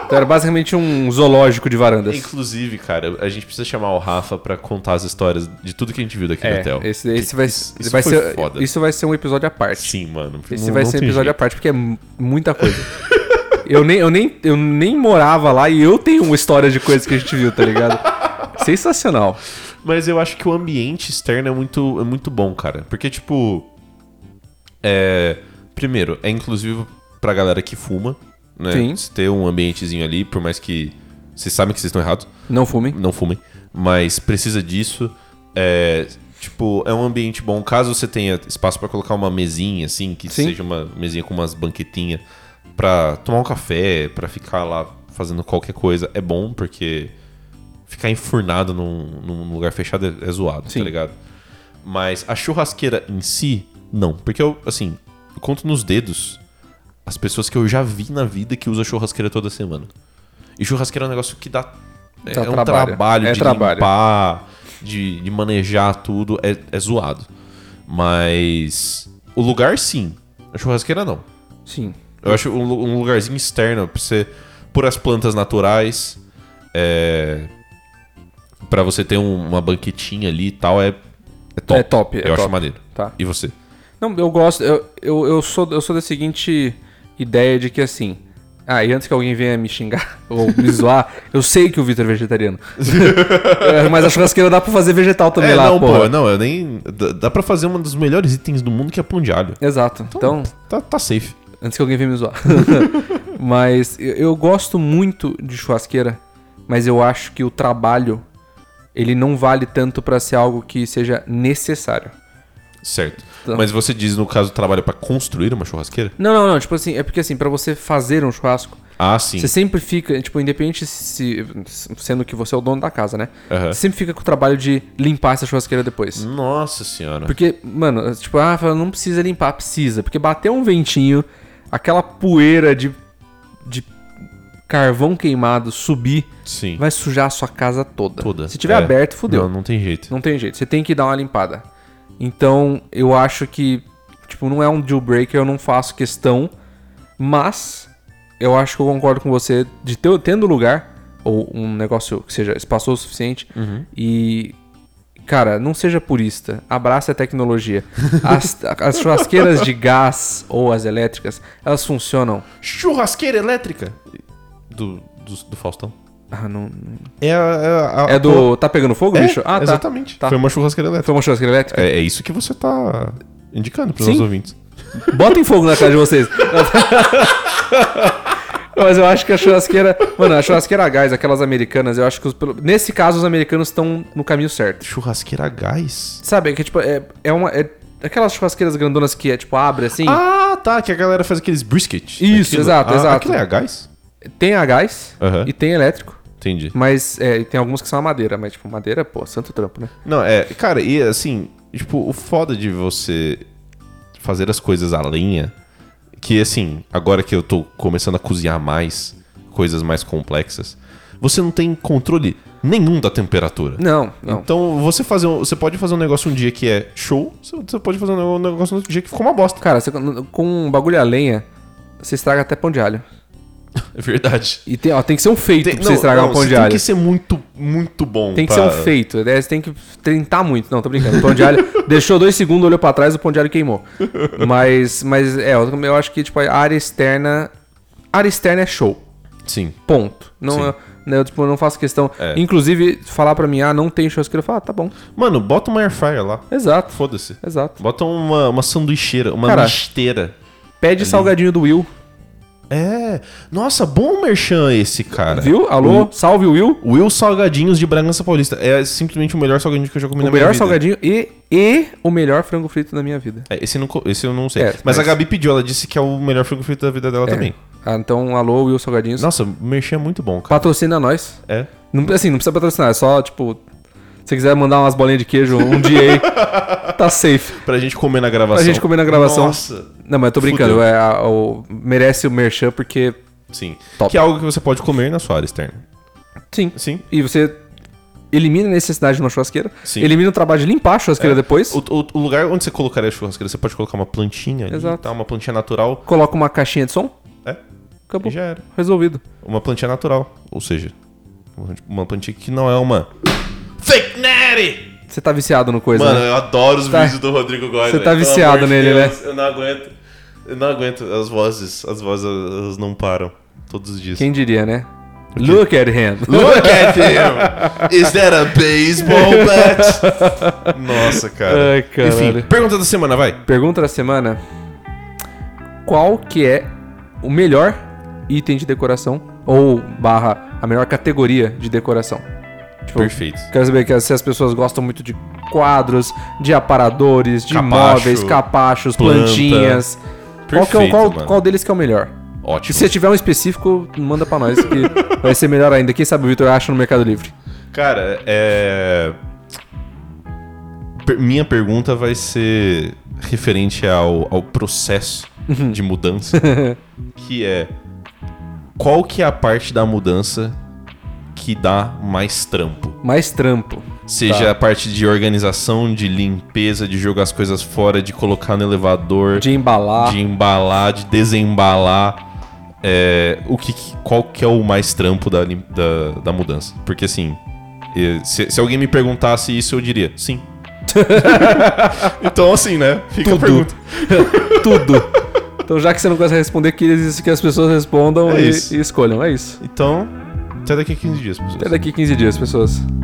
[SPEAKER 1] Então era basicamente um zoológico de varandas.
[SPEAKER 2] Inclusive, cara, a gente precisa chamar o Rafa pra contar as histórias de tudo que a gente viu daquele
[SPEAKER 1] É,
[SPEAKER 2] hotel.
[SPEAKER 1] esse, esse vai,
[SPEAKER 2] isso- isso
[SPEAKER 1] vai
[SPEAKER 2] foi
[SPEAKER 1] ser,
[SPEAKER 2] foda.
[SPEAKER 1] isso vai ser um episódio à parte.
[SPEAKER 2] Sim, mano. porque
[SPEAKER 1] Esse
[SPEAKER 2] não-
[SPEAKER 1] vai
[SPEAKER 2] não
[SPEAKER 1] ser um
[SPEAKER 2] tem
[SPEAKER 1] episódio à
[SPEAKER 2] jeito.
[SPEAKER 1] parte, porque é mu- muita coisa. eu, nem, eu, nem, eu nem morava lá e eu tenho uma história de coisas que a gente viu, tá ligado? Sensacional.
[SPEAKER 2] Mas eu acho que o ambiente externo é muito, é muito bom, cara. Porque, tipo. É. Primeiro, é inclusivo pra galera que fuma, né?
[SPEAKER 1] Sim.
[SPEAKER 2] Você ter um ambientezinho ali, por mais que. Vocês sabem que vocês estão errados,
[SPEAKER 1] Não fumem.
[SPEAKER 2] não fumem. Mas precisa disso. É. Tipo, é um ambiente bom. Caso você tenha espaço pra colocar uma mesinha, assim, que
[SPEAKER 1] Sim.
[SPEAKER 2] seja uma mesinha com umas banquetinhas, pra tomar um café, pra ficar lá fazendo qualquer coisa, é bom, porque ficar enfurnado num, num lugar fechado é, é zoado,
[SPEAKER 1] Sim.
[SPEAKER 2] tá ligado? Mas a churrasqueira em si, não. Porque eu, assim, eu conto nos dedos as pessoas que eu já vi na vida que usa churrasqueira toda semana. E churrasqueira é um negócio que dá. É,
[SPEAKER 1] Dá
[SPEAKER 2] é um
[SPEAKER 1] trabalho.
[SPEAKER 2] trabalho
[SPEAKER 1] É
[SPEAKER 2] de
[SPEAKER 1] trabalho.
[SPEAKER 2] limpar, de, de manejar tudo. É, é zoado. Mas. O lugar, sim. A churrasqueira, não.
[SPEAKER 1] Sim.
[SPEAKER 2] Eu acho um, lu- um lugarzinho externo pra você pôr as plantas naturais. É. Pra você ter um- uma banquetinha ali e tal, é, é top.
[SPEAKER 1] É top, é
[SPEAKER 2] Eu acho
[SPEAKER 1] top.
[SPEAKER 2] maneiro.
[SPEAKER 1] Tá.
[SPEAKER 2] E você?
[SPEAKER 1] Não, eu gosto. Eu, eu, eu, sou, eu sou da seguinte ideia de que assim. Ah, e antes que alguém venha me xingar ou me zoar, eu sei que o Vitor é vegetariano. É, Mas a churrasqueira dá pra fazer vegetal também
[SPEAKER 2] É,
[SPEAKER 1] lá,
[SPEAKER 2] não,
[SPEAKER 1] porra.
[SPEAKER 2] pô, não, eu nem. dá- Dá pra fazer um dos melhores itens do mundo que é pão de alho.
[SPEAKER 1] Exato. Então,
[SPEAKER 2] Tá, tá safe.
[SPEAKER 1] antes que alguém venha me zoar. mas eu, eu gosto muito de churrasqueira, mas eu acho que o trabalho ele não vale tanto pra ser algo que seja necessário.
[SPEAKER 2] Certo.
[SPEAKER 1] Tá.
[SPEAKER 2] Mas você diz, no caso, trabalho pra construir uma churrasqueira?
[SPEAKER 1] Não, não, não, tipo assim, é porque assim, pra você fazer um churrasco,
[SPEAKER 2] Ah, sim.
[SPEAKER 1] Você sempre fica, tipo, independente se. sendo que você é o dono da casa, né?
[SPEAKER 2] Aham. Hum.
[SPEAKER 1] Você sempre fica com o trabalho de limpar essa churrasqueira depois.
[SPEAKER 2] Nossa senhora.
[SPEAKER 1] Porque, mano, tipo, ah, fala, não precisa limpar, precisa. Porque bateu um ventinho, aquela poeira de, de carvão queimado subir,
[SPEAKER 2] Sim.
[SPEAKER 1] vai sujar a sua casa toda.
[SPEAKER 2] Toda.
[SPEAKER 1] Se tiver
[SPEAKER 2] É.
[SPEAKER 1] aberto, fudeu.
[SPEAKER 2] Não, não tem jeito.
[SPEAKER 1] Não tem jeito, você tem que dar uma limpada. Então, eu acho que, tipo, não é um deal breaker, eu não faço questão, mas eu acho que eu concordo com você de
[SPEAKER 2] Uhum.
[SPEAKER 1] ter, tendo lugar, ou um negócio que seja espaçoso o suficiente, e Cara, não seja purista. Abrace a tecnologia. As, as churrasqueiras de gás ou as elétricas, elas funcionam.
[SPEAKER 2] Churrasqueira elétrica. Do, do, do Faustão.
[SPEAKER 1] Ah, não. não-
[SPEAKER 2] É, a, a- a-
[SPEAKER 1] É do. Tá pegando fogo,
[SPEAKER 2] É,
[SPEAKER 1] bicho? Ah, tá.
[SPEAKER 2] Exatamente.
[SPEAKER 1] Tá.
[SPEAKER 2] Foi uma churrasqueira elétrica.
[SPEAKER 1] Foi uma churrasqueira elétrica?
[SPEAKER 2] É, é isso que você tá indicando pros
[SPEAKER 1] Sim.
[SPEAKER 2] nossos ouvintes.
[SPEAKER 1] Botem fogo na cara de vocês. Mas eu acho que a churrasqueira. Mano, a churrasqueira a gás, aquelas americanas, eu acho que. Os, pelo- nesse caso, os americanos estão no caminho certo.
[SPEAKER 2] Churrasqueira a gás?
[SPEAKER 1] Sabe, é que tipo, é, é uma. é aquelas churrasqueiras grandonas que é tipo, abre assim.
[SPEAKER 2] Ah, tá, que a galera faz aqueles brisket.
[SPEAKER 1] Isso, exato,
[SPEAKER 2] Ah,
[SPEAKER 1] exato.
[SPEAKER 2] Aquilo é a gás?
[SPEAKER 1] Tem a gás
[SPEAKER 2] Aham.
[SPEAKER 1] e tem elétrico.
[SPEAKER 2] Entendi.
[SPEAKER 1] Mas é, e tem alguns que são a madeira, mas tipo, madeira, pô, santo trampo, né?
[SPEAKER 2] Não, é, cara, e assim, tipo, o foda de você fazer as coisas à lenha, que assim, agora que eu tô começando a cozinhar mais coisas mais complexas, você não tem controle nenhum da temperatura.
[SPEAKER 1] Não, não.
[SPEAKER 2] Então você fazer um- você pode fazer um negócio um dia que é show, você- você pode fazer um negócio no outro dia que ficou uma bosta.
[SPEAKER 1] Cara, você- com um bagulho a lenha, você estraga até pão de alho.
[SPEAKER 2] É verdade.
[SPEAKER 1] E tem, ó, tem que ser um feito
[SPEAKER 2] Tem,
[SPEAKER 1] pra você estragar um pão de
[SPEAKER 2] tem
[SPEAKER 1] alho.
[SPEAKER 2] que ser muito, muito bom.
[SPEAKER 1] Tem que
[SPEAKER 2] pra-
[SPEAKER 1] ser um feito. né? Você tem que tentar muito. Não, tô brincando. O pão de alho deixou dois segundos, olhou pra trás, o pão de alho queimou. Mas, mas é, eu, eu acho que tipo, a área externa. A área externa é show.
[SPEAKER 2] Sim.
[SPEAKER 1] Ponto. Não,
[SPEAKER 2] Sim.
[SPEAKER 1] eu, né, eu, tipo, não faço questão.
[SPEAKER 2] É.
[SPEAKER 1] Inclusive, falar pra mim, ah, não tem churrasqueira, eu falo, ah, tá bom.
[SPEAKER 2] Mano, bota uma airfryer lá.
[SPEAKER 1] Exato,
[SPEAKER 2] Foda-se.
[SPEAKER 1] exato.
[SPEAKER 2] Bota uma, uma sanduicheira, uma
[SPEAKER 1] Cara.
[SPEAKER 2] misteira.
[SPEAKER 1] Pede salgadinho do Will,
[SPEAKER 2] É. Nossa, bom merchan esse, cara.
[SPEAKER 1] viu? Alô? Salve Will.
[SPEAKER 2] Will Salgadinhos de Bragança Paulista. É simplesmente o melhor salgadinho que eu já comi
[SPEAKER 1] O
[SPEAKER 2] na minha vida.
[SPEAKER 1] melhor salgadinho e, e o melhor frango frito da minha vida.
[SPEAKER 2] É, esse, eu não, co- esse eu não sei.
[SPEAKER 1] É,
[SPEAKER 2] mas,
[SPEAKER 1] mas-
[SPEAKER 2] a Gabi pediu, ela disse que é o melhor frango frito da vida dela também.
[SPEAKER 1] Ah, então, alô, Will Salgadinhos.
[SPEAKER 2] Nossa, o merchan é muito bom, cara.
[SPEAKER 1] Patrocina nós.
[SPEAKER 2] É.
[SPEAKER 1] Não, assim, não precisa patrocinar, é só, tipo. Se você quiser mandar umas bolinhas de queijo um dia aí, tá safe.
[SPEAKER 2] Pra gente comer na gravação.
[SPEAKER 1] Pra gente comer na gravação.
[SPEAKER 2] Nossa.
[SPEAKER 1] Não, mas eu tô brincando,
[SPEAKER 2] Fudeu.
[SPEAKER 1] é, a- o- merece o merchan porque.
[SPEAKER 2] Sim.
[SPEAKER 1] Top.
[SPEAKER 2] Que é algo que você pode comer na sua área externa.
[SPEAKER 1] Sim.
[SPEAKER 2] Sim.
[SPEAKER 1] E você elimina a necessidade de uma churrasqueira,
[SPEAKER 2] Sim. É,
[SPEAKER 1] elimina o trabalho de limpar a churrasqueira depois,
[SPEAKER 2] O, o- o lugar onde você colocaria a churrasqueira, você pode colocar uma plantinha ali,
[SPEAKER 1] Exato. Tá
[SPEAKER 2] tá? uma plantinha natural.
[SPEAKER 1] coloca uma caixinha de som,
[SPEAKER 2] É,
[SPEAKER 1] acabou.
[SPEAKER 2] e já era.
[SPEAKER 1] Resolvido.
[SPEAKER 2] Uma plantinha natural. Ou seja, uma- uma plantinha que não é uma. Fake Natty!
[SPEAKER 1] Você tá viciado no coisa,
[SPEAKER 2] Mano,
[SPEAKER 1] né?
[SPEAKER 2] eu adoro os
[SPEAKER 1] Tá.
[SPEAKER 2] vídeos do Rodrigo Góes.
[SPEAKER 1] Você
[SPEAKER 2] velho.
[SPEAKER 1] tá
[SPEAKER 2] Pelo
[SPEAKER 1] viciado
[SPEAKER 2] amor de
[SPEAKER 1] nele,
[SPEAKER 2] Deus, Eu não aguento. Eu não aguento. As vozes, as vozes, elas não param. Todos os dias.
[SPEAKER 1] Quem diria, né? Look at him.
[SPEAKER 2] Look at him! Is that a baseball bat? Nossa, cara.
[SPEAKER 1] Ai, caralho.
[SPEAKER 2] Enfim, pergunta da semana, vai.
[SPEAKER 1] Pergunta da semana: Qual que é o melhor item de decoração ou barra a melhor categoria de decoração? Tipo,
[SPEAKER 2] Perfeito.
[SPEAKER 1] Quero saber que se as pessoas gostam muito de quadros, de aparadores, de
[SPEAKER 2] Capacho,
[SPEAKER 1] móveis, capachos,
[SPEAKER 2] planta.
[SPEAKER 1] plantinhas. Qual, que é, o-
[SPEAKER 2] Perfeito,
[SPEAKER 1] qual,
[SPEAKER 2] mano.
[SPEAKER 1] qual deles que é o melhor? E
[SPEAKER 2] Ótimo.
[SPEAKER 1] se você tiver um específico, manda pra nós que vai ser melhor ainda. Quem sabe o Vitor acha no Mercado Livre.
[SPEAKER 2] Cara, é. per- minha pergunta vai ser referente ao, ao processo de mudança. que é. Qual que é a parte da mudança que dá mais trampo?
[SPEAKER 1] Mais trampo.
[SPEAKER 2] Seja a parte de organização, de limpeza, de jogar as coisas fora, de colocar no elevador,
[SPEAKER 1] De embalar.
[SPEAKER 2] de embalar, de desembalar. é, o que, que- qual que é o mais trampo da, lim- da, da mudança? Porque assim, eh, se, se alguém me perguntasse isso, eu diria sim. então assim, né? Fica
[SPEAKER 1] Tudo.
[SPEAKER 2] a pergunta.
[SPEAKER 1] tudo. Então, já que você não consegue responder, que, eles- que as pessoas respondam
[SPEAKER 2] É
[SPEAKER 1] e,
[SPEAKER 2] isso.
[SPEAKER 1] e escolham. É isso.
[SPEAKER 2] Então, até daqui a 15 dias, pessoas.
[SPEAKER 1] Até daqui 15 dias, pessoas.